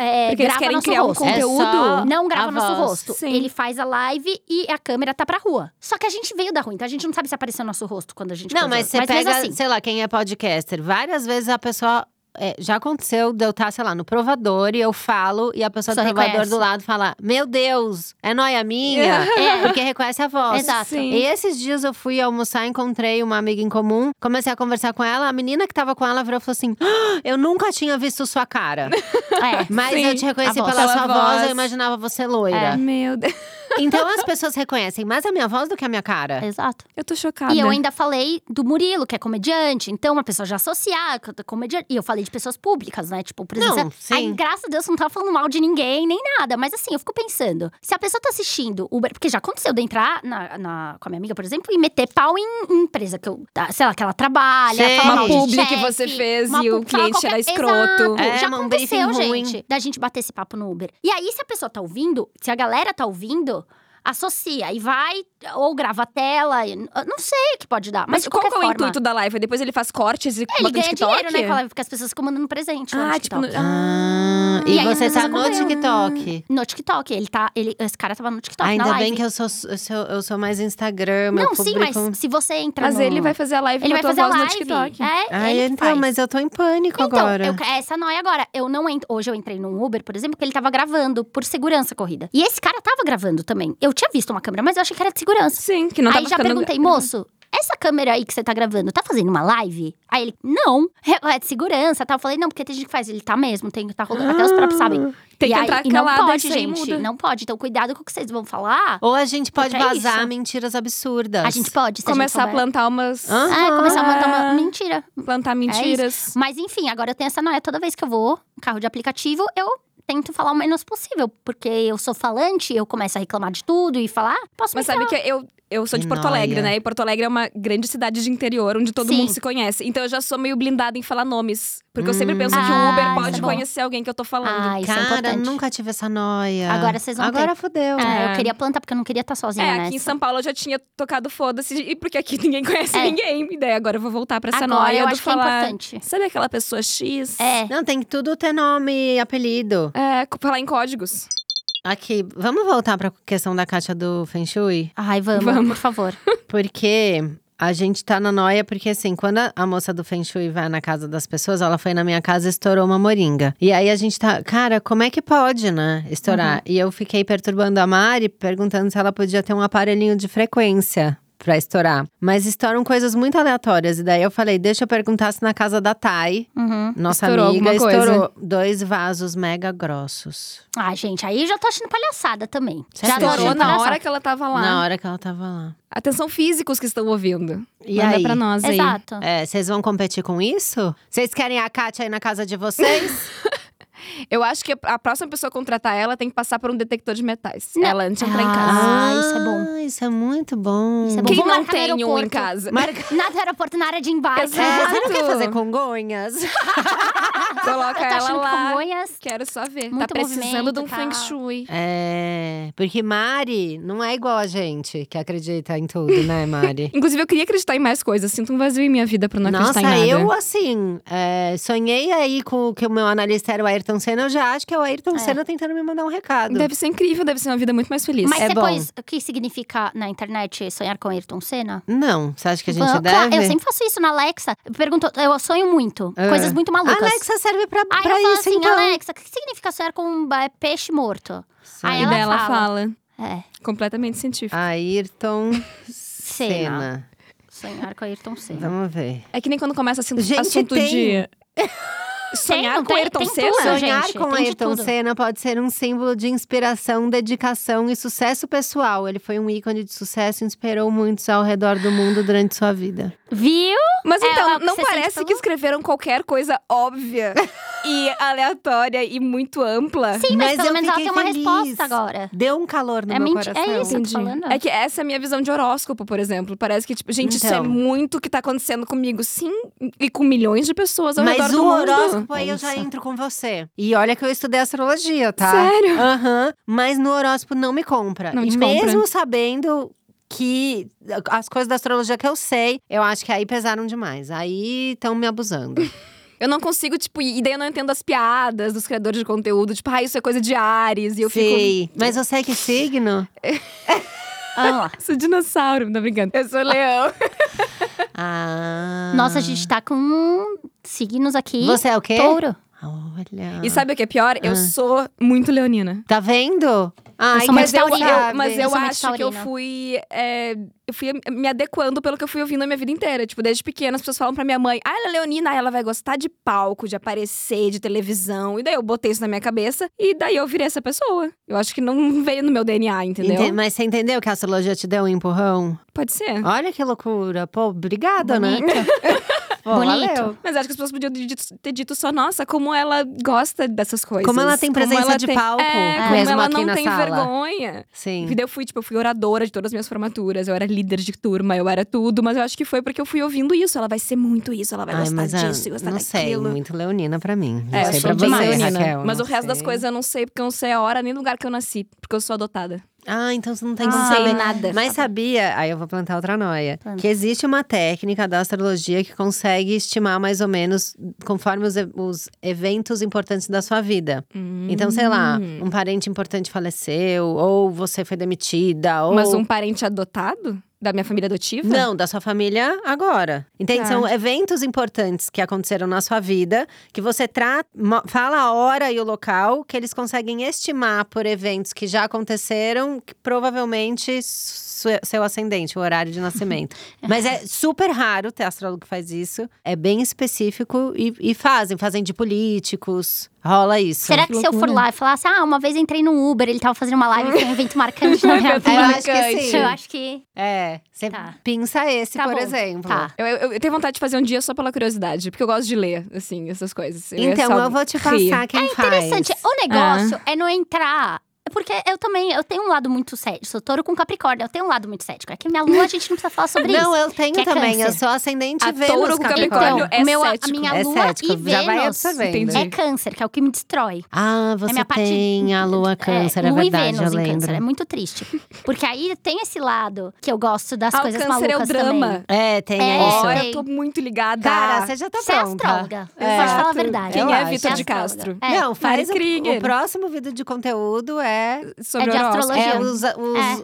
Speaker 3: é,
Speaker 4: Porque eles
Speaker 3: grava
Speaker 4: querem
Speaker 3: nosso
Speaker 4: criar um
Speaker 3: rosto.
Speaker 2: conteúdo. É só
Speaker 3: não
Speaker 2: a
Speaker 3: grava nosso
Speaker 2: voz.
Speaker 3: rosto.
Speaker 4: Sim.
Speaker 3: Ele faz a live e a câmera tá pra rua. Só que a gente veio da rua, então a gente não sabe se apareceu nosso rosto quando a gente
Speaker 2: Não,
Speaker 3: faz a-
Speaker 2: mas você
Speaker 3: mesmo
Speaker 2: pega,
Speaker 3: assim,
Speaker 2: sei lá, quem é podcaster. Várias vezes a pessoa. é, já aconteceu de eu estar, sei lá, no provador e eu falo e a pessoa do
Speaker 3: Só
Speaker 2: provador
Speaker 3: reconhece.
Speaker 2: do lado fala: Meu Deus, é noia minha?
Speaker 3: É.
Speaker 2: Porque reconhece a voz.
Speaker 3: Exato.
Speaker 4: Sim.
Speaker 2: E esses dias eu fui almoçar, encontrei uma amiga em comum, comecei a conversar com ela. A menina que tava com ela virou e falou assim: "Ah, Eu nunca tinha visto sua cara,
Speaker 3: É.
Speaker 2: mas
Speaker 4: Sim,
Speaker 2: eu te reconheci
Speaker 3: a voz. É.
Speaker 2: pela
Speaker 4: Pela
Speaker 2: sua
Speaker 4: voz.
Speaker 2: voz, eu imaginava você loira.
Speaker 4: É. Meu Deus.
Speaker 2: Então as pessoas reconhecem mais a minha voz do que a minha cara.
Speaker 3: Exato.
Speaker 4: Eu tô chocada.
Speaker 3: E eu ainda falei do Murilo, que é comediante. Então, a pessoa já associar que eu tô comediante. E eu falei de pessoas públicas, né? Tipo, presença.
Speaker 2: Não, sim.
Speaker 3: Aí, graças a Deus, eu não tava falando mal de ninguém, nem nada. Mas assim, eu fico pensando. Se a pessoa tá assistindo Uber… Porque já aconteceu de eu entrar na, na- com a minha amiga, por exemplo, e meter pau em, em empresa que eu… tá, Sei lá, que ela trabalha.
Speaker 2: Sim.
Speaker 3: falar mal
Speaker 4: Uma
Speaker 3: de
Speaker 4: publi que
Speaker 3: chefe,
Speaker 4: você fez
Speaker 3: uma
Speaker 4: e o
Speaker 3: publi- fala
Speaker 4: cliente era
Speaker 3: qualquer-
Speaker 4: escroto.
Speaker 3: Exato.
Speaker 2: É,
Speaker 3: já
Speaker 2: um
Speaker 3: aconteceu,
Speaker 2: briefing ruim.
Speaker 3: gente, da gente bater esse papo no Uber. E aí, se a pessoa tá ouvindo, se a galera tá ouvindo… Associa e vai, ou grava a tela, e- eu não sei o que pode dar. Mas,
Speaker 4: Mas
Speaker 3: de
Speaker 4: qual
Speaker 3: qualquer
Speaker 4: que é o
Speaker 3: forma,
Speaker 4: intuito da live? Depois ele faz cortes
Speaker 3: é,
Speaker 4: e
Speaker 3: ele
Speaker 4: bota no
Speaker 3: ganha
Speaker 4: TikTok?
Speaker 3: dinheiro, né, com a live, porque as pessoas ficam mandando presente lá
Speaker 4: Ah,
Speaker 3: no
Speaker 4: tipo…
Speaker 3: TikTok.
Speaker 4: no-
Speaker 2: Ah,
Speaker 3: E
Speaker 2: e
Speaker 3: aí as
Speaker 2: você
Speaker 3: pessoas
Speaker 2: tá no
Speaker 3: acompanham.
Speaker 2: TikTok.
Speaker 3: No TikTok, ele tá, ele, esse cara tava no TikTok
Speaker 2: Ainda
Speaker 3: Tá na live.
Speaker 2: bem que eu sou, eu sou, eu sou mais Instagram, meu
Speaker 3: Não, sim,
Speaker 2: público…
Speaker 3: mas se você entra
Speaker 4: Mas
Speaker 3: no...
Speaker 4: ele vai fazer a live
Speaker 3: ele
Speaker 4: com
Speaker 3: vai
Speaker 4: a
Speaker 3: fazer
Speaker 4: tua
Speaker 3: a
Speaker 4: voz
Speaker 3: live.
Speaker 4: no TikTok.
Speaker 3: É,
Speaker 2: Ai,
Speaker 3: ele que
Speaker 2: então,
Speaker 3: faz.
Speaker 2: mas eu tô em pânico
Speaker 3: Então,
Speaker 2: agora.
Speaker 3: eu- é essa noia agora. Eu não entro. Hoje eu entrei num Uber, por exemplo, que ele tava gravando por segurança a corrida. E esse cara tava gravando também. Eu tinha visto uma câmera, mas eu achei que era de segurança.
Speaker 4: Sim, que não tá
Speaker 3: aí
Speaker 4: tava
Speaker 3: já
Speaker 4: ficando-
Speaker 3: perguntei, moço, essa câmera aí que você tá gravando, tá fazendo uma live? Aí ele, não, é é de segurança tal. Eu falei, não, porque tem gente que faz, ele tá mesmo, tem que tá rolando. Até os próprios sabem.
Speaker 4: Ah, Tem
Speaker 3: e
Speaker 4: que
Speaker 3: aí,
Speaker 4: entrar
Speaker 3: e não
Speaker 4: calada,
Speaker 3: pode,
Speaker 4: isso aí
Speaker 3: gente.
Speaker 4: muda.
Speaker 3: Não pode. Então, cuidado com o que vocês vão falar.
Speaker 2: Ou a gente pode
Speaker 3: Porque é
Speaker 2: vazar
Speaker 3: isso.
Speaker 2: mentiras absurdas.
Speaker 3: A gente pode, se
Speaker 4: Começar
Speaker 3: a
Speaker 4: a
Speaker 3: gente souber.
Speaker 4: plantar umas…
Speaker 2: Hã?
Speaker 3: É, começar a plantar uma
Speaker 4: Ah.
Speaker 3: mentira.
Speaker 4: Plantar mentiras.
Speaker 3: Mas enfim, agora eu tenho essa noia. Toda vez que eu vou, carro de aplicativo, eu tento falar o menos possível. Porque eu sou falante, eu começo a reclamar de tudo e falar. "Ah, Posso
Speaker 4: Mas
Speaker 3: me
Speaker 4: sabe que eu, eu sou de
Speaker 2: Que
Speaker 4: Porto Alegre,
Speaker 2: noia.
Speaker 4: né? E Porto Alegre é uma grande cidade de interior onde todo
Speaker 3: Sim.
Speaker 4: mundo se conhece. Então eu já sou meio blindada em falar nomes. Porque eu sempre
Speaker 2: Hum.
Speaker 4: penso que
Speaker 3: Ah,
Speaker 4: o Uber
Speaker 3: isso é
Speaker 4: pode
Speaker 3: bom.
Speaker 4: conhecer alguém que eu tô falando.
Speaker 3: Ah, isso é
Speaker 2: Cara,
Speaker 3: importante.
Speaker 2: nunca tive essa noia.
Speaker 3: Agora vocês vão ter.
Speaker 2: Agora fudeu.
Speaker 3: É, eu
Speaker 4: É.
Speaker 3: queria plantar porque eu não queria estar sozinha né?
Speaker 4: é,
Speaker 3: nessa.
Speaker 4: aqui em São Paulo eu já tinha tocado foda-se, e porque aqui ninguém conhece
Speaker 3: É.
Speaker 4: ninguém. E daí agora eu vou voltar pra essa
Speaker 3: Agora
Speaker 4: noia
Speaker 3: eu
Speaker 4: do
Speaker 3: acho que é
Speaker 4: falar.
Speaker 3: importante.
Speaker 4: Sabe aquela pessoa X?
Speaker 3: É.
Speaker 2: Não, tem que tudo ter nome e apelido.
Speaker 4: É, co- falar em códigos.
Speaker 2: Aqui, vamos voltar pra questão da Kátia do Feng Shui?
Speaker 3: Ai, vamos,
Speaker 4: Vamos.
Speaker 3: por favor.
Speaker 2: Porque a gente tá na noia, porque assim, quando a- a moça do Feng Shui vai na casa das pessoas, ela foi na minha casa e estourou uma moringa. E aí a gente tá, cara, como é que pode, né? Estourar.
Speaker 4: Uhum.
Speaker 2: E eu fiquei perturbando a Mari, perguntando se ela podia ter um aparelhinho de frequência. Pra estourar. Mas estouram coisas muito aleatórias. E daí eu falei: deixa eu perguntar se na casa da Thay,
Speaker 3: Uhum.
Speaker 2: nossa
Speaker 4: Estourou
Speaker 2: amiga,
Speaker 4: alguma coisa.
Speaker 2: estourou dois vasos mega grossos.
Speaker 3: Ah, gente, aí eu já tô achando palhaçada também.
Speaker 2: Você
Speaker 3: já tô
Speaker 2: adorou
Speaker 4: Estourou
Speaker 3: achando
Speaker 4: na
Speaker 3: palhaçada.
Speaker 4: hora que ela tava lá.
Speaker 2: Na hora que ela tava lá.
Speaker 4: Atenção físicos que estão ouvindo.
Speaker 2: E
Speaker 4: Manda
Speaker 2: aí?
Speaker 4: pra nós aí.
Speaker 3: Exato.
Speaker 2: É, vocês vão competir com isso? Vocês querem a Kátia aí na casa de vocês?
Speaker 4: Eu acho que a próxima pessoa a contratar ela tem que passar por um detector de metais.
Speaker 3: Não.
Speaker 4: Ela antes de entrar em casa.
Speaker 3: Ah, isso é bom.
Speaker 2: Isso é muito bom.
Speaker 3: Isso é bom.
Speaker 4: Quem
Speaker 3: Vou
Speaker 4: não
Speaker 3: marcar no
Speaker 4: tem um em
Speaker 3: aeroporto.
Speaker 4: casa?
Speaker 3: Na do aeroporto, na área de embarque.
Speaker 4: Exato.
Speaker 2: É, você não quer
Speaker 4: Exato.
Speaker 2: fazer congonhas?
Speaker 4: Coloca
Speaker 3: Eu tô
Speaker 4: ela
Speaker 3: tá achando
Speaker 4: lá.
Speaker 3: Congonhas.
Speaker 4: Quero só ver.
Speaker 3: Muito
Speaker 4: tá precisando de um
Speaker 3: movimento,
Speaker 4: feng
Speaker 3: tá.
Speaker 4: shui.
Speaker 2: É, porque Mari não é igual a gente, que acredita em tudo, né, Mari?
Speaker 4: Inclusive, eu queria acreditar em mais coisas. Sinto um vazio em minha vida pra não
Speaker 2: Nossa,
Speaker 4: acreditar em nada.
Speaker 2: eu assim, é, sonhei aí com que o meu analista era o Ayrton Senna, eu já acho que é o Ayrton
Speaker 3: É.
Speaker 2: Senna tentando me mandar um recado.
Speaker 4: Deve ser incrível, deve ser uma vida muito mais feliz.
Speaker 3: Mas
Speaker 2: É
Speaker 3: você
Speaker 2: bom.
Speaker 3: pôs o que significa na internet sonhar com Ayrton Senna?
Speaker 2: Não, você acha que a gente
Speaker 3: Vamos-
Speaker 2: deve?
Speaker 3: Claro, eu sempre faço isso na Alexa. Eu pergunto, eu sonho muito.
Speaker 2: Ah.
Speaker 3: Coisas muito malucas.
Speaker 2: Alexa serve pra,
Speaker 3: Aí
Speaker 2: pra
Speaker 3: eu falo
Speaker 2: isso,
Speaker 3: assim,
Speaker 2: então.
Speaker 3: Alexa, o que significa sonhar com um eh, peixe morto? Aí
Speaker 4: E
Speaker 3: ela
Speaker 4: daí ela
Speaker 3: fala.
Speaker 4: fala.
Speaker 3: É,
Speaker 4: Completamente científico.
Speaker 2: Ayrton Senna.
Speaker 3: sonhar com Ayrton Senna.
Speaker 2: Vamos ver.
Speaker 3: Ah.
Speaker 4: É que nem quando começa assim,
Speaker 2: Gente,
Speaker 4: assunto
Speaker 2: tem-
Speaker 4: de… Sonhar
Speaker 3: não
Speaker 4: com
Speaker 3: tem?
Speaker 4: Ayrton
Speaker 3: Tem
Speaker 4: Senna?
Speaker 3: tudo, gente.
Speaker 2: Sonhar com
Speaker 3: tem de
Speaker 2: Ayrton
Speaker 3: tudo.
Speaker 2: Senna pode ser um símbolo de inspiração, dedicação e sucesso pessoal. Ele foi um ícone de sucesso e inspirou muitos ao redor do mundo durante sua vida.
Speaker 3: Viu?
Speaker 4: Mas
Speaker 3: É, ela-
Speaker 4: então, não
Speaker 3: você sente
Speaker 4: parece
Speaker 3: pelo-
Speaker 4: que escreveram qualquer coisa óbvia e aleatória e muito ampla?
Speaker 3: Sim,
Speaker 2: Mas
Speaker 3: mas,
Speaker 2: eu
Speaker 3: pelo menos ela
Speaker 2: fiquei
Speaker 3: tem uma
Speaker 2: feliz.
Speaker 3: resposta agora.
Speaker 2: Deu um calor no
Speaker 3: É
Speaker 2: meu
Speaker 3: menti- é
Speaker 2: coração.
Speaker 3: isso. tô falando.
Speaker 4: É que essa é a minha visão de horóscopo, por exemplo. Parece que, tipo, gente, isso é
Speaker 2: Então.
Speaker 4: muito o que tá acontecendo comigo, sim, e com milhões de pessoas ao redor
Speaker 2: Mas
Speaker 4: do
Speaker 2: o
Speaker 4: mundo.
Speaker 2: horóscopo aí eu já
Speaker 4: Nossa.
Speaker 2: entro com você. E olha que eu estudei astrologia, tá?
Speaker 4: Sério?
Speaker 2: Aham. Mas no horóscopo não me compra.
Speaker 4: Não
Speaker 2: e
Speaker 4: te compra.
Speaker 2: mesmo sabendo que as coisas da astrologia que eu sei, eu acho que aí pesaram demais. Aí estão me abusando.
Speaker 4: Eu não consigo, tipo, e daí eu não entendo as piadas dos criadores de conteúdo, tipo, ah, isso é coisa de Ares, e eu
Speaker 2: Sei. Mas você é que signo?
Speaker 3: Vamos lá.
Speaker 4: fico. Sou dinossauro, não brincando. Eu sou leão.
Speaker 2: Ah.
Speaker 3: Nossa, a gente tá com signos aqui.
Speaker 2: Você é o quê?
Speaker 3: Touro.
Speaker 2: Olha.
Speaker 4: E sabe o que é pior? Eu sou muito leonina.
Speaker 2: Tá vendo? Ai,
Speaker 3: sou
Speaker 2: mas
Speaker 3: muito
Speaker 2: eu,
Speaker 3: taurina.
Speaker 2: eu-
Speaker 4: mas
Speaker 3: Eu
Speaker 4: eu
Speaker 3: sou muito
Speaker 4: acho que eu
Speaker 3: taurina.
Speaker 4: fui, é, eu fui me adequando pelo que eu fui ouvindo a minha vida inteira. Tipo, desde pequena, as pessoas falam pra minha mãe: Ah, ela é leonina, ela vai gostar de palco, de aparecer, de televisão. E daí eu botei isso na minha cabeça. E daí eu virei essa pessoa. Eu acho que não veio no meu DNA, entendeu?
Speaker 2: Ente- Mas você entendeu que a astrologia te deu um empurrão?
Speaker 4: Pode ser.
Speaker 2: Olha que loucura. Pô, obrigada, né? Pô,
Speaker 3: Bonito.
Speaker 2: valeu.
Speaker 4: Mas acho que as pessoas podiam ter dito, ter dito só, nossa, como ela gosta dessas coisas.
Speaker 2: Como ela tem presença
Speaker 4: ela
Speaker 2: de
Speaker 4: tem-
Speaker 2: palco,
Speaker 4: É, como
Speaker 2: mesmo
Speaker 4: ela
Speaker 2: aqui
Speaker 4: não
Speaker 2: na
Speaker 4: tem
Speaker 2: sala.
Speaker 4: vergonha.
Speaker 2: Sim.
Speaker 4: E daí eu fui, tipo, eu fui oradora de todas as minhas formaturas, eu era líder de turma, eu era tudo, mas eu acho que foi porque eu fui ouvindo isso. Ela vai ser muito isso, ela vai
Speaker 2: Ai,
Speaker 4: gostar
Speaker 2: mas ah,
Speaker 4: disso e gostar
Speaker 2: não sei,
Speaker 4: daquilo.
Speaker 2: muito leonina pra mim. Não
Speaker 4: É, eu
Speaker 2: sei
Speaker 4: sou
Speaker 2: pra
Speaker 4: bem
Speaker 2: você,
Speaker 4: leonina.
Speaker 2: Raquel.
Speaker 4: mas o
Speaker 2: né, não
Speaker 4: resto das
Speaker 2: sei.
Speaker 4: coisas eu não sei, porque eu não sei a hora nem o lugar que eu nasci, porque eu sou adotada.
Speaker 2: Ah, então você não tem
Speaker 4: Eu
Speaker 2: como
Speaker 4: não sei
Speaker 2: saber.
Speaker 4: nada.
Speaker 2: Mas sabia, aí eu vou plantar outra noia,
Speaker 3: Planta.
Speaker 2: que existe uma técnica da astrologia que consegue estimar mais ou menos conforme os, e- os eventos importantes da sua vida.
Speaker 4: Hum.
Speaker 2: Então, sei lá, um parente importante faleceu, ou você foi demitida, ou…
Speaker 4: Mas um parente adotado? Da minha família adotiva?
Speaker 2: Não, da sua família agora. Entende?
Speaker 4: Tá.
Speaker 2: São eventos importantes que aconteceram na sua vida, que você tra... mo- fala a hora e o local, que eles conseguem estimar por eventos que já aconteceram, que provavelmente su- seu ascendente, o horário de nascimento. Mas é super raro ter astrólogo que faz isso. É bem específico e, e fazem, fazem de políticos. Rola isso.
Speaker 3: Será que,
Speaker 4: Que
Speaker 3: se eu for
Speaker 4: loucura.
Speaker 3: lá e falar assim, ah, uma vez entrei no Uber, ele tava fazendo uma live, tem um evento marcante na minha
Speaker 2: Eu
Speaker 3: vida.
Speaker 2: acho que sim.
Speaker 3: Eu acho que.
Speaker 2: É. Você
Speaker 3: Tá.
Speaker 2: pinça esse,
Speaker 3: Tá
Speaker 2: por
Speaker 3: bom.
Speaker 2: exemplo.
Speaker 3: Tá.
Speaker 4: Eu, eu, eu tenho vontade de fazer um dia só pela curiosidade, porque eu gosto de ler, assim, essas coisas. ia
Speaker 2: Então
Speaker 4: só
Speaker 2: eu vou te
Speaker 4: rir.
Speaker 2: passar quem faz.
Speaker 3: É Interessante, o negócio é não entrar. É Porque eu também, eu tenho um lado muito cético. Sou touro com Capricórnio, eu tenho um lado muito cético. É que minha lua a gente não precisa falar sobre isso.
Speaker 2: não, eu tenho
Speaker 3: que é
Speaker 2: também. Eu
Speaker 3: câncer.
Speaker 2: sou ascendente
Speaker 4: A
Speaker 2: Vênus
Speaker 4: touro com Capricórnio
Speaker 3: então,
Speaker 4: é
Speaker 3: o meu, a
Speaker 4: cético.
Speaker 3: minha
Speaker 2: É
Speaker 3: lua
Speaker 2: cético,
Speaker 3: e Vênus
Speaker 2: já vai absorvendo. né?
Speaker 4: Entendi.
Speaker 3: é câncer, que é o que me destrói.
Speaker 2: Ah,
Speaker 3: é
Speaker 2: você
Speaker 3: minha parte-
Speaker 2: tem a lua câncer, é,
Speaker 3: lua e
Speaker 2: verdade,
Speaker 3: Vênus
Speaker 2: eu
Speaker 3: em
Speaker 2: lembro.
Speaker 3: câncer, é muito triste. Porque aí tem esse lado que eu gosto das
Speaker 4: Ah, o
Speaker 3: coisas
Speaker 4: câncer
Speaker 3: malucas
Speaker 4: é o drama.
Speaker 3: também.
Speaker 2: É, tem
Speaker 3: É,
Speaker 2: isso.
Speaker 4: Ó,
Speaker 3: Olha,
Speaker 4: eu tô muito ligada.
Speaker 2: Cara, você já tá
Speaker 3: Você é
Speaker 2: pronta.
Speaker 3: astróloga.
Speaker 2: É.
Speaker 3: Pode falar a
Speaker 4: Exato.
Speaker 3: verdade.
Speaker 4: Quem
Speaker 2: Eu
Speaker 4: é
Speaker 2: acho.
Speaker 4: Vitor de
Speaker 3: É astróloga.
Speaker 4: Castro?
Speaker 3: É.
Speaker 2: Não, faz o,
Speaker 4: Mari Krieger.
Speaker 2: o próximo vídeo de conteúdo é,
Speaker 3: É
Speaker 4: Sobre
Speaker 3: de
Speaker 4: horóscopo.
Speaker 3: astrologia.
Speaker 2: é
Speaker 3: Elogio.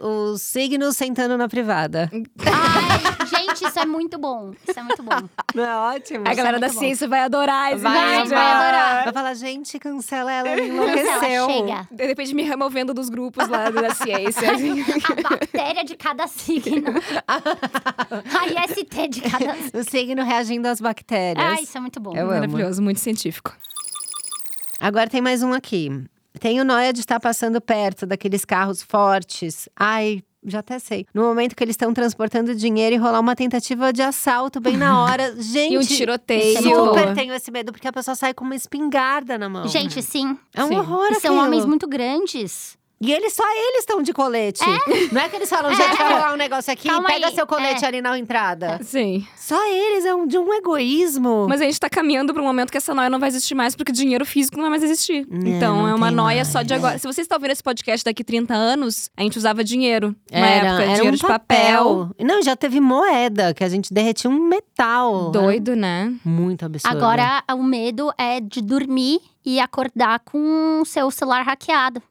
Speaker 2: os, os- os signos sentando na privada.
Speaker 3: Ai, gente, isso é muito bom. Isso é muito bom.
Speaker 2: Não é ótimo.
Speaker 4: A galera
Speaker 3: é
Speaker 4: da
Speaker 3: muito bom.
Speaker 4: ciência vai adorar esse
Speaker 3: Vai,
Speaker 4: vídeo.
Speaker 3: vai adorar.
Speaker 2: Vai falar, gente, cancela ela, ela enlouqueceu.
Speaker 3: Cancela, chega.
Speaker 4: De repente me removendo dos grupos lá da ciência. assim.
Speaker 3: A bactéria de cada signo. A IST de cada signo.
Speaker 2: O signo reagindo às bactérias.
Speaker 3: Ah, isso é muito bom.
Speaker 2: Eu amo.
Speaker 4: Maravilhoso, muito científico.
Speaker 2: Agora tem mais um aqui. Tenho noia de estar passando perto daqueles carros fortes. Ai, já até sei. No momento que eles estão transportando dinheiro e rolar uma tentativa de assalto bem na hora. Gente, é
Speaker 4: E um tiroteio.
Speaker 2: super tenho esse medo, porque a pessoa sai com uma espingarda na mão.
Speaker 3: Gente, sim.
Speaker 2: é um
Speaker 4: sim.
Speaker 2: horror
Speaker 3: E são
Speaker 2: aquilo.
Speaker 3: homens muito grandes.
Speaker 2: E eles só eles estão de colete. Não é que eles falam, gente, vai rolar um negócio aqui,
Speaker 3: Calma
Speaker 2: pega
Speaker 3: aí.
Speaker 2: seu colete
Speaker 3: É.
Speaker 2: ali na entrada.
Speaker 4: Sim.
Speaker 2: Só eles, é um, de um egoísmo.
Speaker 4: Mas a gente tá caminhando pra um momento que essa noia não vai existir mais, porque dinheiro físico não vai mais existir.
Speaker 2: Não,
Speaker 4: então
Speaker 2: não
Speaker 4: é uma
Speaker 2: tem
Speaker 4: noia
Speaker 2: mais.
Speaker 4: só de agora. Se vocês estão ouvindo esse podcast daqui 30 anos, a gente usava dinheiro. Na
Speaker 2: Era,
Speaker 4: época,
Speaker 2: era
Speaker 4: dinheiro
Speaker 2: um
Speaker 4: de papel.
Speaker 2: Não, já teve moeda, que a gente derretia um metal. É
Speaker 4: Doido, né?
Speaker 2: Muito absurdo.
Speaker 3: Agora, o medo é de dormir e acordar com o seu celular hackeado.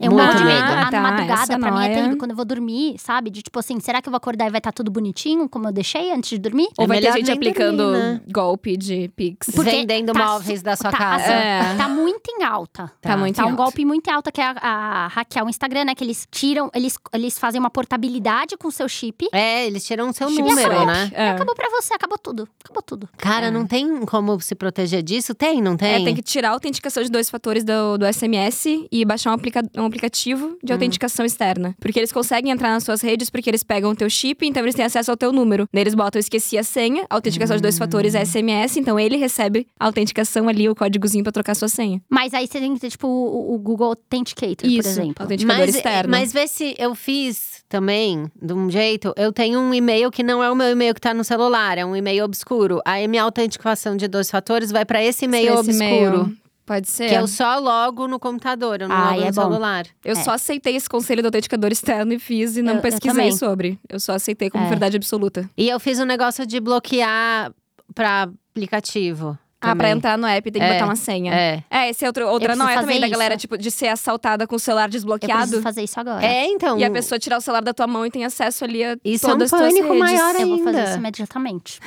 Speaker 3: Eu
Speaker 2: Muito
Speaker 3: morro de medo.
Speaker 2: medo.
Speaker 3: Ah,
Speaker 4: tá,
Speaker 3: na madrugada,
Speaker 4: essa
Speaker 3: pra mim, é
Speaker 4: noia.
Speaker 3: terrível. Quando eu vou dormir, sabe? De tipo assim, será que eu vou acordar e vai estar tudo bonitinho, como eu deixei antes de dormir?
Speaker 4: Ou
Speaker 2: É
Speaker 4: vai ter
Speaker 2: melhor
Speaker 4: gente
Speaker 2: nem
Speaker 4: aplicando
Speaker 2: dormir, né?
Speaker 4: golpe de Pix.
Speaker 3: Porque
Speaker 2: Vendendo
Speaker 3: tá
Speaker 2: móveis da sua
Speaker 3: tá,
Speaker 2: casa.
Speaker 3: assim,
Speaker 4: É.
Speaker 3: Tá muito em alta.
Speaker 4: Tá, muito
Speaker 3: Tá um
Speaker 4: alto.
Speaker 3: golpe muito em alta, que é a, a hackear o Instagram, né? Que eles tiram, eles, eles fazem uma portabilidade com o seu chip.
Speaker 2: É, eles tiram o seu
Speaker 4: Chip
Speaker 2: número,
Speaker 4: swap.
Speaker 2: né?
Speaker 4: É.
Speaker 3: Acabou pra você, acabou tudo. Acabou tudo.
Speaker 2: Cara, não tem como se proteger disso? Tem, não tem?
Speaker 4: É, tem que tirar a autenticação de dois fatores do, do SMS e baixar um, aplica- um aplicativo de autenticação externa. Porque eles conseguem entrar nas suas redes porque eles pegam o teu chip, então eles têm acesso ao teu número. Daí Eles botam esqueci a senha, a autenticação de dois fatores é SMS, então ele recebe a autenticação ali, o códigozinho pra trocar sua senha.
Speaker 3: Mas aí você tem que ter, tipo, o, o Google Authenticator, por
Speaker 4: Isso,
Speaker 3: exemplo.
Speaker 2: mas,
Speaker 4: autenticador um
Speaker 2: é,
Speaker 4: externo.
Speaker 2: mas vê se eu fiz também, de um jeito. Eu tenho um e-mail que não é o meu e-mail que tá no celular, é um e-mail obscuro. Aí minha autenticação de dois fatores vai pra esse e-mail
Speaker 4: Esse
Speaker 2: é obscuro.
Speaker 4: e-mail. É. Pode ser.
Speaker 2: Que é eu só logo no computador, eu não
Speaker 3: Ai,
Speaker 2: logo no
Speaker 3: é bom.
Speaker 2: celular.
Speaker 4: Eu
Speaker 3: É.
Speaker 4: só aceitei esse conselho do autenticador externo e fiz e não
Speaker 3: Eu- eu
Speaker 4: pesquisei
Speaker 3: também.
Speaker 4: sobre. Eu só aceitei como
Speaker 3: É.
Speaker 4: verdade absoluta.
Speaker 2: E eu fiz um negócio de bloquear pra aplicativo.
Speaker 4: Ah, pra
Speaker 2: também.
Speaker 4: entrar no app tem que
Speaker 2: É,
Speaker 4: botar uma senha.
Speaker 2: É.
Speaker 4: É, esse é outro, outra
Speaker 3: preciso
Speaker 4: noia
Speaker 3: fazer
Speaker 4: também da
Speaker 3: isso.
Speaker 4: galera, tipo, de ser assaltada com o celular
Speaker 3: Eu preciso
Speaker 4: desbloqueado.
Speaker 3: fazer isso agora.
Speaker 2: É, então.
Speaker 4: E a pessoa tirar o celular da tua mão e tem acesso ali a
Speaker 2: Isso é um
Speaker 4: todas as tuas
Speaker 2: pânico
Speaker 4: redes. É,
Speaker 2: maior
Speaker 3: Eu vou
Speaker 2: ainda.
Speaker 3: fazer isso imediatamente.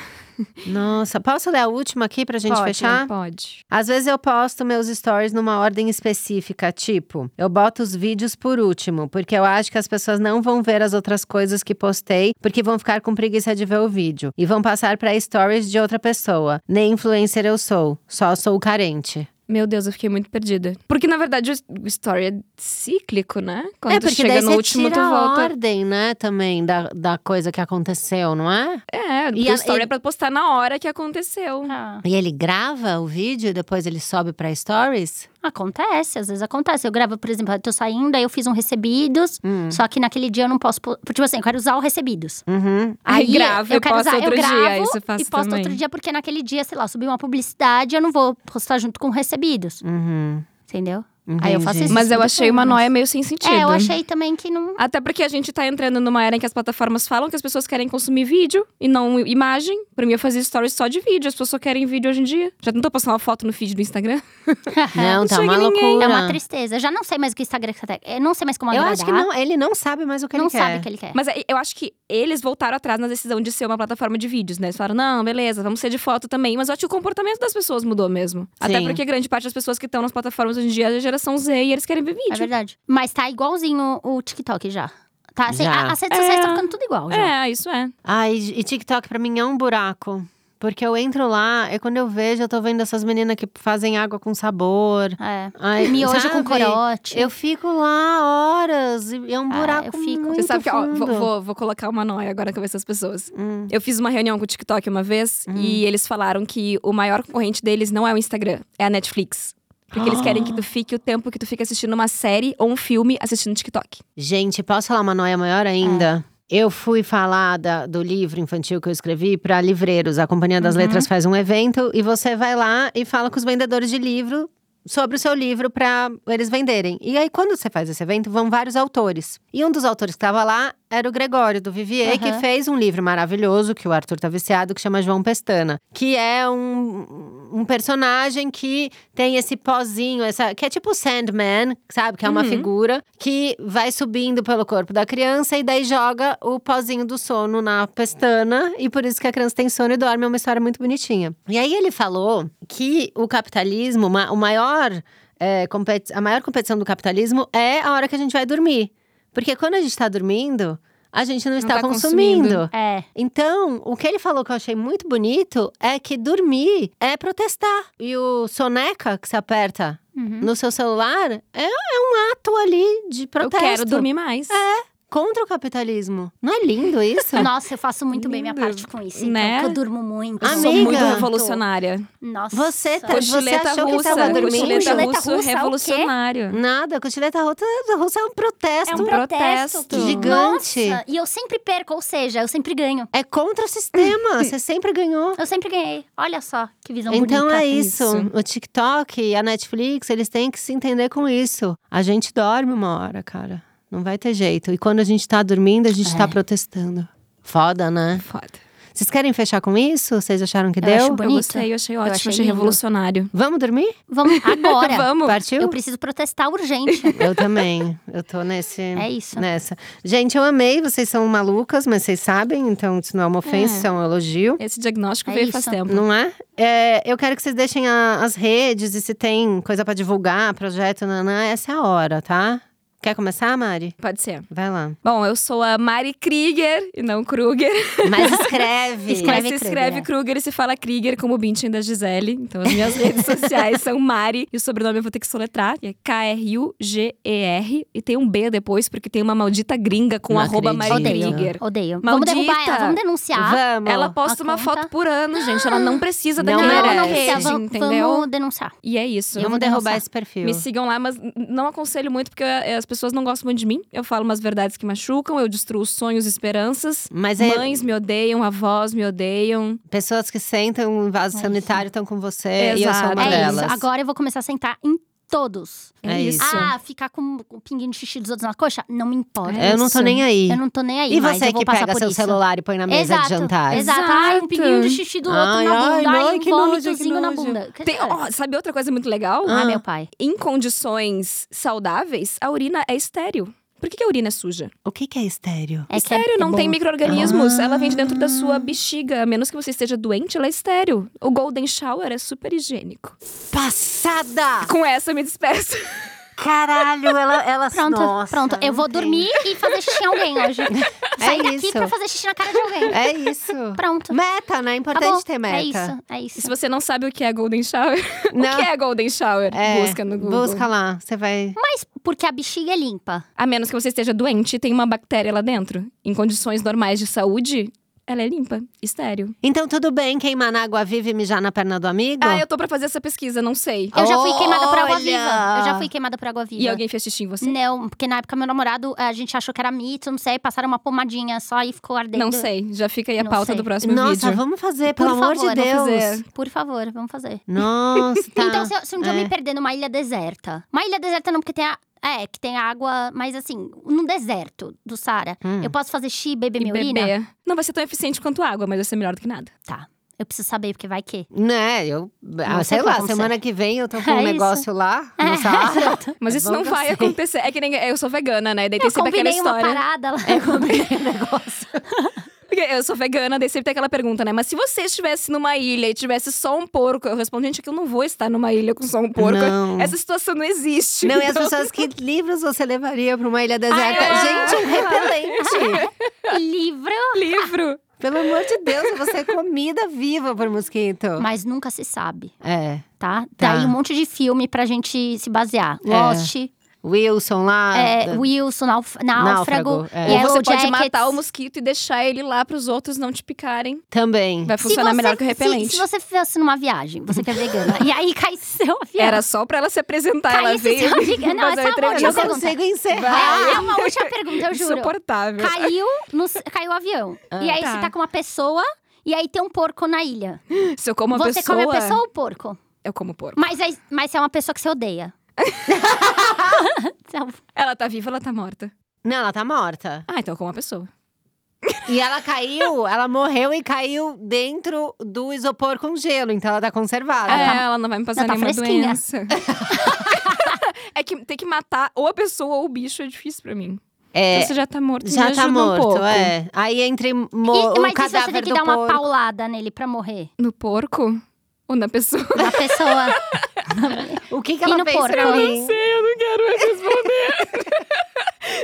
Speaker 2: Nossa, posso ler a última aqui pra gente
Speaker 4: pode,
Speaker 2: fechar?
Speaker 4: Pode.
Speaker 2: Às vezes eu posto meus stories numa ordem específica, tipo, eu boto os vídeos por último, porque eu acho que as pessoas não vão ver as outras coisas que postei, porque vão ficar com preguiça de ver o vídeo e vão passar pra stories de outra pessoa. Nem influencer eu sou, só sou carente.
Speaker 4: Meu Deus, eu fiquei muito perdida. Porque, na verdade, o story é cíclico, né? Quando
Speaker 2: é
Speaker 4: tu
Speaker 2: porque
Speaker 4: chega
Speaker 2: daí
Speaker 4: no
Speaker 2: você
Speaker 4: último,
Speaker 2: tira
Speaker 4: tu volta.
Speaker 2: a ordem, né, também da, da coisa que aconteceu, não é?
Speaker 4: É,
Speaker 2: E
Speaker 4: e
Speaker 2: a-
Speaker 4: o story
Speaker 2: e-
Speaker 4: é pra postar na hora que aconteceu.
Speaker 3: Ah,
Speaker 2: E ele grava o vídeo e depois ele sobe pra stories?
Speaker 3: acontece, às vezes acontece. Eu gravo, por exemplo, eu tô saindo, aí eu fiz um recebidos,
Speaker 2: Hum.
Speaker 3: só que naquele dia eu não posso. po- Tipo assim, eu quero usar o recebidos.
Speaker 2: Uhum.
Speaker 3: Aí
Speaker 4: grava
Speaker 3: eu
Speaker 4: e
Speaker 3: quero
Speaker 4: posta
Speaker 3: usar,
Speaker 4: outro
Speaker 3: eu
Speaker 4: dia,
Speaker 3: gravo
Speaker 4: isso eu faço
Speaker 3: e posto
Speaker 4: também.
Speaker 3: outro dia, porque naquele dia, sei lá, subi uma publicidade, eu não vou postar junto com recebidos,
Speaker 2: Uhum.
Speaker 3: entendeu? Aí eu faço
Speaker 2: Entendi.
Speaker 3: isso.
Speaker 4: Mas eu
Speaker 3: depois.
Speaker 4: achei uma noia meio sem sentido.
Speaker 3: É, eu achei também que não.
Speaker 4: Até porque a gente tá entrando numa era em que as plataformas falam que as pessoas querem consumir vídeo e não imagem. Pra mim, eu fazia stories só de vídeo. As pessoas só querem vídeo hoje em dia. Já tentou postar uma foto no feed do Instagram?
Speaker 2: Não, tá
Speaker 4: chega
Speaker 2: uma
Speaker 4: ninguém.
Speaker 2: loucura.
Speaker 3: É uma tristeza. Eu já não sei mais o que o Instagram quer. Eu não sei mais como
Speaker 2: Eu
Speaker 3: agradar.
Speaker 2: acho que não, ele não sabe mais o que
Speaker 3: não
Speaker 2: ele
Speaker 3: sabe
Speaker 2: quer.
Speaker 3: o que ele quer.
Speaker 4: Mas é, eu acho que eles voltaram atrás na decisão de ser uma plataforma de vídeos, né? Eles falaram, não, beleza, vamos ser de foto também. Mas eu acho que o comportamento das pessoas mudou mesmo. Até
Speaker 2: Sim.
Speaker 4: porque grande parte das pessoas que estão nas plataformas hoje em dia é da geração Z e eles querem ver
Speaker 2: tipo
Speaker 3: É
Speaker 4: vídeo.
Speaker 3: verdade. Mas tá igualzinho o TikTok já. Tá, assim,
Speaker 2: Já.
Speaker 3: a- as redes sociais
Speaker 4: É.
Speaker 3: estão ficando tudo igual. Já.
Speaker 4: é, isso é.
Speaker 2: Ai, e TikTok pra mim é um buraco. Porque eu entro lá e quando eu vejo, eu tô vendo essas meninas que fazem água com sabor.
Speaker 3: É.
Speaker 2: Ai,
Speaker 3: Miojo com
Speaker 2: sabe?
Speaker 3: corote.
Speaker 2: Eu fico lá horas e é um
Speaker 3: Ah,
Speaker 2: buraco
Speaker 3: eu fico.
Speaker 2: muito
Speaker 4: Você sabe que, ó,
Speaker 2: fundo.
Speaker 4: vou, vou- vou colocar uma noia agora na cabeça das pessoas.
Speaker 2: Hum.
Speaker 4: Eu fiz uma reunião com o TikTok uma vez e eles falaram que o maior concorrente deles não é o Instagram, é a Netflix. Porque eles querem que
Speaker 2: Ah.
Speaker 4: tu fique o tempo que tu fica assistindo uma série ou um filme assistindo TikTok.
Speaker 2: Gente, posso falar uma noia maior ainda? Eu fui falar da- do livro infantil que eu escrevi para livreiros. A Companhia das Letras faz um evento e você vai lá e fala com os vendedores de livro sobre o seu livro para eles venderem. E aí, quando você faz esse evento, vão vários autores. E um dos autores que estava lá era o Gregório do Vivier, que
Speaker 3: Aham.
Speaker 2: fez um livro maravilhoso que o Arthur tá viciado, que chama João Pestana, que é um, um personagem que tem esse pozinho, essa, que é tipo o Sandman, sabe? Que é uma
Speaker 4: Uhum.
Speaker 2: figura que vai subindo pelo corpo da criança e daí joga o pozinho do sono na pestana, e por isso que a criança tem sono e dorme. É uma história muito bonitinha. E aí ele falou que o capitalismo, ma- o maior. é, competi- a maior competição do capitalismo é a hora que a gente vai dormir. Porque quando a gente está dormindo, a gente não, está
Speaker 4: tá
Speaker 2: consumindo.
Speaker 4: consumindo.
Speaker 3: É.
Speaker 2: Então, o que ele falou que eu achei muito bonito é que dormir é protestar. E o soneca que se aperta
Speaker 3: Uhum.
Speaker 2: no seu celular é, é um ato ali de protesto. Ah,
Speaker 4: Eu quero dormir mais.
Speaker 2: Contra o capitalismo. Não é lindo isso?
Speaker 3: Nossa, eu faço muito bem minha
Speaker 4: Lindo,
Speaker 3: parte com isso. Então,
Speaker 4: né?
Speaker 3: que eu durmo muito.
Speaker 4: Eu
Speaker 2: Amiga.
Speaker 4: sou muito revolucionária.
Speaker 3: Nossa.
Speaker 2: Você tá- Você
Speaker 4: Cochileta
Speaker 2: achou que
Speaker 4: russa.
Speaker 2: tava dormindo?
Speaker 4: Cochileta
Speaker 3: Cochileta
Speaker 4: russo
Speaker 2: é
Speaker 3: russa, o quê?
Speaker 4: revolucionário.
Speaker 2: Nada, a cochileta russa, russa é um protesto.
Speaker 4: É um protesto.
Speaker 2: Gigante.
Speaker 3: Nossa, e eu sempre perco, ou seja, eu sempre ganho.
Speaker 2: É contra o
Speaker 4: Hum.
Speaker 2: sistema. Você sempre ganhou.
Speaker 3: Eu sempre ganhei. Olha só que visão
Speaker 2: Então
Speaker 3: bonita.
Speaker 2: é isso.
Speaker 4: Isso.
Speaker 2: O TikTok, a Netflix, eles têm que se entender com isso. A gente dorme uma hora, cara. Não vai ter jeito. E quando a gente tá dormindo, a gente
Speaker 3: É.
Speaker 2: tá protestando. Foda, né?
Speaker 4: É Foda.
Speaker 2: Vocês querem fechar com isso? Vocês acharam que
Speaker 3: Eu
Speaker 2: deu?
Speaker 3: acho bom.
Speaker 4: Eu
Speaker 3: Bonito.
Speaker 4: gostei, eu achei ótimo,
Speaker 3: achei
Speaker 4: achei,
Speaker 3: lindo.
Speaker 4: revolucionário.
Speaker 2: Vamos dormir?
Speaker 3: Vamos
Speaker 2: É,
Speaker 3: agora.
Speaker 4: Vamos.
Speaker 2: Partiu?
Speaker 3: Eu preciso protestar urgente.
Speaker 2: Eu também. Eu tô nesse.
Speaker 3: É
Speaker 4: Né?
Speaker 3: isso.
Speaker 2: Nessa. Gente, eu amei. Vocês são malucas, mas vocês sabem. Então, isso não é uma ofensa,
Speaker 4: É.
Speaker 2: isso é um elogio.
Speaker 4: Esse diagnóstico
Speaker 3: É
Speaker 4: veio
Speaker 3: isso.
Speaker 4: faz tempo.
Speaker 2: Não é? É, Eu quero que vocês deixem a- as redes e se tem coisa pra divulgar, projeto, nanã, essa é a hora, tá? Quer começar, Mari?
Speaker 4: Pode ser.
Speaker 2: Vai lá.
Speaker 4: Bom, eu sou a Mari Krieger, e não Kruger.
Speaker 2: Mas escreve.
Speaker 3: Escreve.
Speaker 4: Mas se
Speaker 3: Kruger, é.
Speaker 4: escreve Kruger e se fala Krieger, como o Bintin da Gisele. Então as minhas redes sociais são Mari. E o sobrenome eu vou ter que soletrar, que é K-R-U-G-E-R. E tem um B depois, porque tem uma maldita gringa com
Speaker 2: Não
Speaker 4: arroba Mari
Speaker 2: acredito.
Speaker 4: Krieger.
Speaker 3: Odeio.
Speaker 4: Maldita.
Speaker 3: Vamos derrubar ela, vamos denunciar.
Speaker 2: tá? Vamos.
Speaker 4: Ela
Speaker 3: a
Speaker 4: posta uma
Speaker 3: conta.
Speaker 4: foto por ano, gente. Ela não precisa
Speaker 2: Não
Speaker 4: daquela
Speaker 3: não,
Speaker 2: merece.
Speaker 3: precisa,
Speaker 4: rede,
Speaker 3: vamos-
Speaker 4: entendeu?
Speaker 3: Vamos denunciar.
Speaker 4: E é isso.
Speaker 2: Vamos derrubar esse perfil.
Speaker 4: Me sigam lá, mas n- não aconselho muito, porque eh, as pessoas não gostam muito de mim. Eu falo umas verdades que machucam, eu destruo sonhos e esperanças.
Speaker 2: Mas é
Speaker 4: Mães me odeiam, avós me odeiam.
Speaker 2: pessoas que sentam em vaso
Speaker 3: É
Speaker 2: sanitário estão com você
Speaker 4: Exato.
Speaker 2: e eu sou uma
Speaker 3: É
Speaker 2: delas.
Speaker 3: isso. Agora eu vou começar a sentar em todos.
Speaker 4: É,
Speaker 2: É
Speaker 4: isso.
Speaker 3: Ah, ficar com o pinguinho de xixi dos outros na coxa? Não me importa.
Speaker 2: eu não tô
Speaker 4: isso.
Speaker 2: nem aí.
Speaker 3: é Eu não tô nem aí.
Speaker 2: E
Speaker 3: mas
Speaker 2: você
Speaker 3: eu vou
Speaker 2: que
Speaker 3: passar
Speaker 2: pega
Speaker 3: por
Speaker 2: seu
Speaker 3: isso.
Speaker 2: celular e põe na mesa
Speaker 3: exato,
Speaker 2: de jantar.
Speaker 3: Exato. Ai, um
Speaker 4: Exato.
Speaker 3: pinguinho de xixi do outro
Speaker 2: Ai,
Speaker 3: na
Speaker 2: ai,
Speaker 3: bunda.
Speaker 2: ai,
Speaker 3: Ai,
Speaker 2: que
Speaker 3: um
Speaker 2: nojo,
Speaker 3: vômitozinho
Speaker 2: que
Speaker 3: na
Speaker 2: nojo.
Speaker 3: bunda. Quer
Speaker 4: Tem,
Speaker 3: dizer,
Speaker 4: ó, sabe outra coisa muito legal?
Speaker 3: Ah,
Speaker 2: Ah.
Speaker 3: meu pai.
Speaker 4: Em condições saudáveis, a urina é estéril. Por que, que a urina é suja?
Speaker 2: O que, que é estéreo?
Speaker 3: É que é
Speaker 4: Sério, não
Speaker 3: bom.
Speaker 4: tem micro-organismos.
Speaker 2: Ah.
Speaker 4: Ela vem de dentro da sua bexiga. A menos que você esteja doente, ela é estéreo. O Golden Shower é super higiênico.
Speaker 2: Passada!
Speaker 4: Com essa eu me despeço.
Speaker 2: Caralho, ela. ela
Speaker 3: Pronto,
Speaker 2: Nossa,
Speaker 3: pronto. Eu
Speaker 2: não
Speaker 3: vou
Speaker 2: tem.
Speaker 3: dormir e fazer xixi em alguém hoje. Sair daqui
Speaker 1: isso.
Speaker 3: pra fazer xixi na cara de alguém.
Speaker 2: É isso.
Speaker 3: Pronto.
Speaker 2: Meta, né? É importante
Speaker 3: Acabou.
Speaker 2: ter meta.
Speaker 3: É isso, é
Speaker 4: E
Speaker 3: isso.
Speaker 4: se você não sabe o que é Golden Shower, o
Speaker 2: Não.
Speaker 4: que é Golden Shower?
Speaker 2: É,
Speaker 4: Busca no Google.
Speaker 2: Busca lá, você vai.
Speaker 3: Mas porque a bexiga é limpa.
Speaker 4: A menos que você esteja doente e tenha uma bactéria lá dentro. Em condições normais de saúde, ela é limpa, estéreo.
Speaker 2: Então tudo bem queimar na água viva e mijar na perna do amigo?
Speaker 4: Ah, eu tô pra fazer essa pesquisa, não sei.
Speaker 3: Eu já fui queimada por água
Speaker 2: Olha!
Speaker 3: viva. Eu já fui queimada por água viva.
Speaker 4: E alguém fez xixi em você?
Speaker 3: Não, porque na época meu namorado, a gente achou que era mito, não sei, passaram uma pomadinha só e ficou ardendo.
Speaker 4: Não sei, já fica aí a
Speaker 3: Não
Speaker 4: pauta
Speaker 3: sei.
Speaker 4: do próximo
Speaker 2: Nossa,
Speaker 4: vídeo.
Speaker 2: vamos fazer,
Speaker 3: Por
Speaker 2: pelo amor
Speaker 3: favor,
Speaker 2: de
Speaker 3: vamos
Speaker 2: Deus.
Speaker 4: fazer.
Speaker 3: Por favor, vamos fazer.
Speaker 2: Nossa, tá.
Speaker 3: Então, se, eu- se um dia eu
Speaker 2: É.
Speaker 3: me perder numa ilha deserta. Uma ilha deserta não, porque tem a. É, que tem água, mas assim, num deserto do Saara.
Speaker 2: Hum.
Speaker 3: Eu posso fazer xixi e beber
Speaker 4: E
Speaker 3: minha urina?
Speaker 4: beber. Não vai ser tão eficiente quanto água, mas vai ser melhor do que nada.
Speaker 3: Eu preciso saber, porque vai que.
Speaker 2: Né, eu. ah, sei
Speaker 3: sei o que
Speaker 2: lá,
Speaker 3: acontece.
Speaker 2: semana que vem eu tô com um
Speaker 3: É isso.
Speaker 2: negócio lá.
Speaker 3: É,
Speaker 2: No Saara.
Speaker 4: Mas
Speaker 2: É
Speaker 4: isso
Speaker 2: bom
Speaker 4: não
Speaker 2: que eu
Speaker 4: vai
Speaker 2: sei.
Speaker 4: acontecer. É que nem eu sou vegana, né? Daí tem
Speaker 3: Eu
Speaker 4: sempre aquela
Speaker 3: combinei uma
Speaker 4: história.
Speaker 3: parada lá.
Speaker 2: Eu comprei um negócio.
Speaker 4: Porque eu sou vegana, daí sempre tem aquela pergunta, né? Mas se você estivesse numa ilha e tivesse só um porco, eu respondo, gente, é que eu não vou estar numa ilha com só um porco.
Speaker 2: Não.
Speaker 4: Essa situação não existe.
Speaker 2: Não, e
Speaker 3: é-
Speaker 2: as
Speaker 4: Então,
Speaker 2: pessoas, que livros você levaria pra uma ilha deserta?
Speaker 4: Ah,
Speaker 2: Gente, um repelente!
Speaker 3: Livro.
Speaker 4: Livro.
Speaker 2: Pelo amor de Deus, você é comida viva por mosquito.
Speaker 3: Mas nunca se sabe,
Speaker 2: É.
Speaker 3: tá?
Speaker 2: Tá.
Speaker 3: Daí um monte de filme pra gente se basear.
Speaker 2: É.
Speaker 3: Lost,
Speaker 2: Wilson lá.
Speaker 3: é,
Speaker 2: da-
Speaker 3: Wilson, nauf Náufrago,
Speaker 2: Náufrago, é.
Speaker 4: Ou
Speaker 3: Yellow
Speaker 4: você pode
Speaker 3: Jackets.
Speaker 4: matar o mosquito e deixar ele lá pros outros não te picarem.
Speaker 2: Também.
Speaker 4: Vai
Speaker 3: Uhum. Se
Speaker 4: funcionar
Speaker 3: você-
Speaker 4: melhor que o
Speaker 3: se-
Speaker 4: repelente.
Speaker 3: Se, você fosse numa viagem, você que é vegana, e aí cai seu avião.
Speaker 4: Era só pra ela se apresentar,
Speaker 3: Cai
Speaker 4: ela
Speaker 3: esse
Speaker 4: veio.
Speaker 3: seu gigante- não, é um
Speaker 4: fazer uma
Speaker 3: essa
Speaker 4: entrevista.
Speaker 3: última
Speaker 2: Eu
Speaker 3: pergunta.
Speaker 2: consigo encerrar.
Speaker 3: É, é uma última pergunta, eu juro.
Speaker 4: Insuportável.
Speaker 3: Caiu, no, caiu o avião.
Speaker 2: Ah.
Speaker 3: e aí
Speaker 4: Tá.
Speaker 3: você tá com uma pessoa e aí tem um porco na ilha.
Speaker 4: Se eu como uma
Speaker 3: você
Speaker 4: pessoa.
Speaker 3: come a pessoa ou o porco?
Speaker 4: Eu como porco.
Speaker 3: Mas, aí, mas é uma pessoa que você odeia. Então,
Speaker 4: Ela tá viva, ela tá morta.
Speaker 2: Não, ela tá morta.
Speaker 4: Ah, então eu como a pessoa.
Speaker 2: E ela caiu, ela morreu e caiu dentro do isopor com gelo. Então ela tá conservada.
Speaker 4: É, ela não vai me passar
Speaker 3: Ela tá
Speaker 4: nenhuma
Speaker 3: fresquinha.
Speaker 4: doença. é que ter que matar ou a pessoa ou o bicho é difícil pra mim.
Speaker 2: É,
Speaker 4: Então, você já tá morto,
Speaker 2: já
Speaker 4: me
Speaker 2: tá
Speaker 4: ajuda um
Speaker 2: morto,
Speaker 4: pouco.
Speaker 2: é. Aí entre mo
Speaker 3: e,
Speaker 2: o
Speaker 3: mas e se você
Speaker 2: cadáver
Speaker 3: tem que
Speaker 2: do
Speaker 3: dar uma
Speaker 2: porco.
Speaker 3: paulada nele pra morrer?
Speaker 4: No porco? Ou na pessoa?
Speaker 3: Na pessoa.
Speaker 2: O que, que
Speaker 3: E
Speaker 2: ela
Speaker 3: no
Speaker 2: fez
Speaker 3: porco?
Speaker 2: pra mim?
Speaker 4: sei, eu não quero mais responder.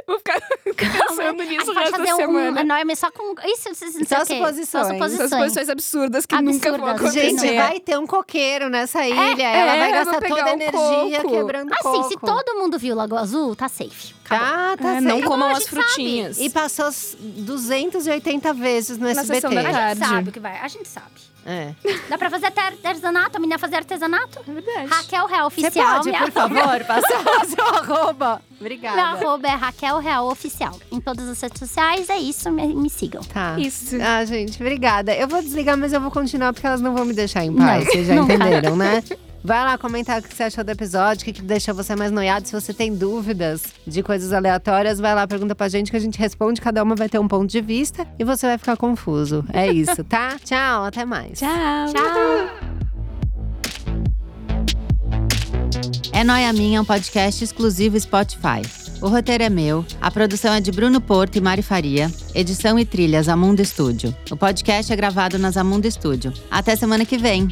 Speaker 4: Vou ficar pensando
Speaker 3: a gente
Speaker 4: nisso o
Speaker 3: pode
Speaker 4: resto
Speaker 3: fazer
Speaker 4: da
Speaker 3: um
Speaker 4: semana.
Speaker 3: enorme só com. Isso, isso, isso,
Speaker 2: Só
Speaker 3: o quê?
Speaker 2: suposições.
Speaker 3: Só
Speaker 4: Essas
Speaker 3: suposições.
Speaker 4: posições absurdas que nunca vão
Speaker 3: Absurdas.
Speaker 4: acontecer.
Speaker 2: Gente, vai ter um coqueiro nessa ilha. ela vai
Speaker 4: é, eu vou
Speaker 2: gastar
Speaker 4: pegar
Speaker 2: toda a
Speaker 4: um
Speaker 2: energia
Speaker 4: coco.
Speaker 2: quebrando
Speaker 3: Assim,
Speaker 2: coco.
Speaker 3: se todo mundo viu Lagoa Azul, tá safe.
Speaker 2: Tá, tá
Speaker 4: É, não
Speaker 2: certo.
Speaker 4: comam
Speaker 3: a
Speaker 4: as
Speaker 3: gente sabe.
Speaker 4: frutinhas.
Speaker 2: E passou s- 280 vezes no
Speaker 4: Na sessão
Speaker 2: SBT.
Speaker 4: da
Speaker 3: A gente
Speaker 4: tarde.
Speaker 3: sabe o que vai, a gente sabe.
Speaker 2: É.
Speaker 3: Dá pra fazer até artesanato? A menina fazer artesanato?
Speaker 4: É verdade.
Speaker 3: Raquel Real
Speaker 2: Você
Speaker 3: Oficial.
Speaker 2: pode,
Speaker 3: minha
Speaker 2: por favor, passar o seu arroba. Obrigada.
Speaker 3: Meu arroba é Raquel Real Oficial. Em todas as redes sociais, é isso, me, me sigam.
Speaker 2: Tá.
Speaker 4: Isso.
Speaker 2: Ah, gente, obrigada. Eu vou desligar, mas eu vou continuar porque elas não vão me deixar em paz.
Speaker 3: Não,
Speaker 2: Vocês já
Speaker 3: não vai.
Speaker 2: entenderam, né? Vai lá comentar o que você achou do episódio, o que, que deixou você mais noiado. Se você tem dúvidas de coisas aleatórias, vai lá, pergunta pra gente que a gente responde. Cada uma vai ter um ponto de vista e você vai ficar confuso. É isso, tá? Tchau, até mais.
Speaker 4: Tchau.
Speaker 3: Tchau!
Speaker 1: É Noia Minha é um podcast exclusivo Spotify. O roteiro é meu, a produção é de Bruno Porto e Mari Faria, edição e trilhas Amundo Estúdio. O podcast é gravado nas Amundo Estúdio. Até semana que vem!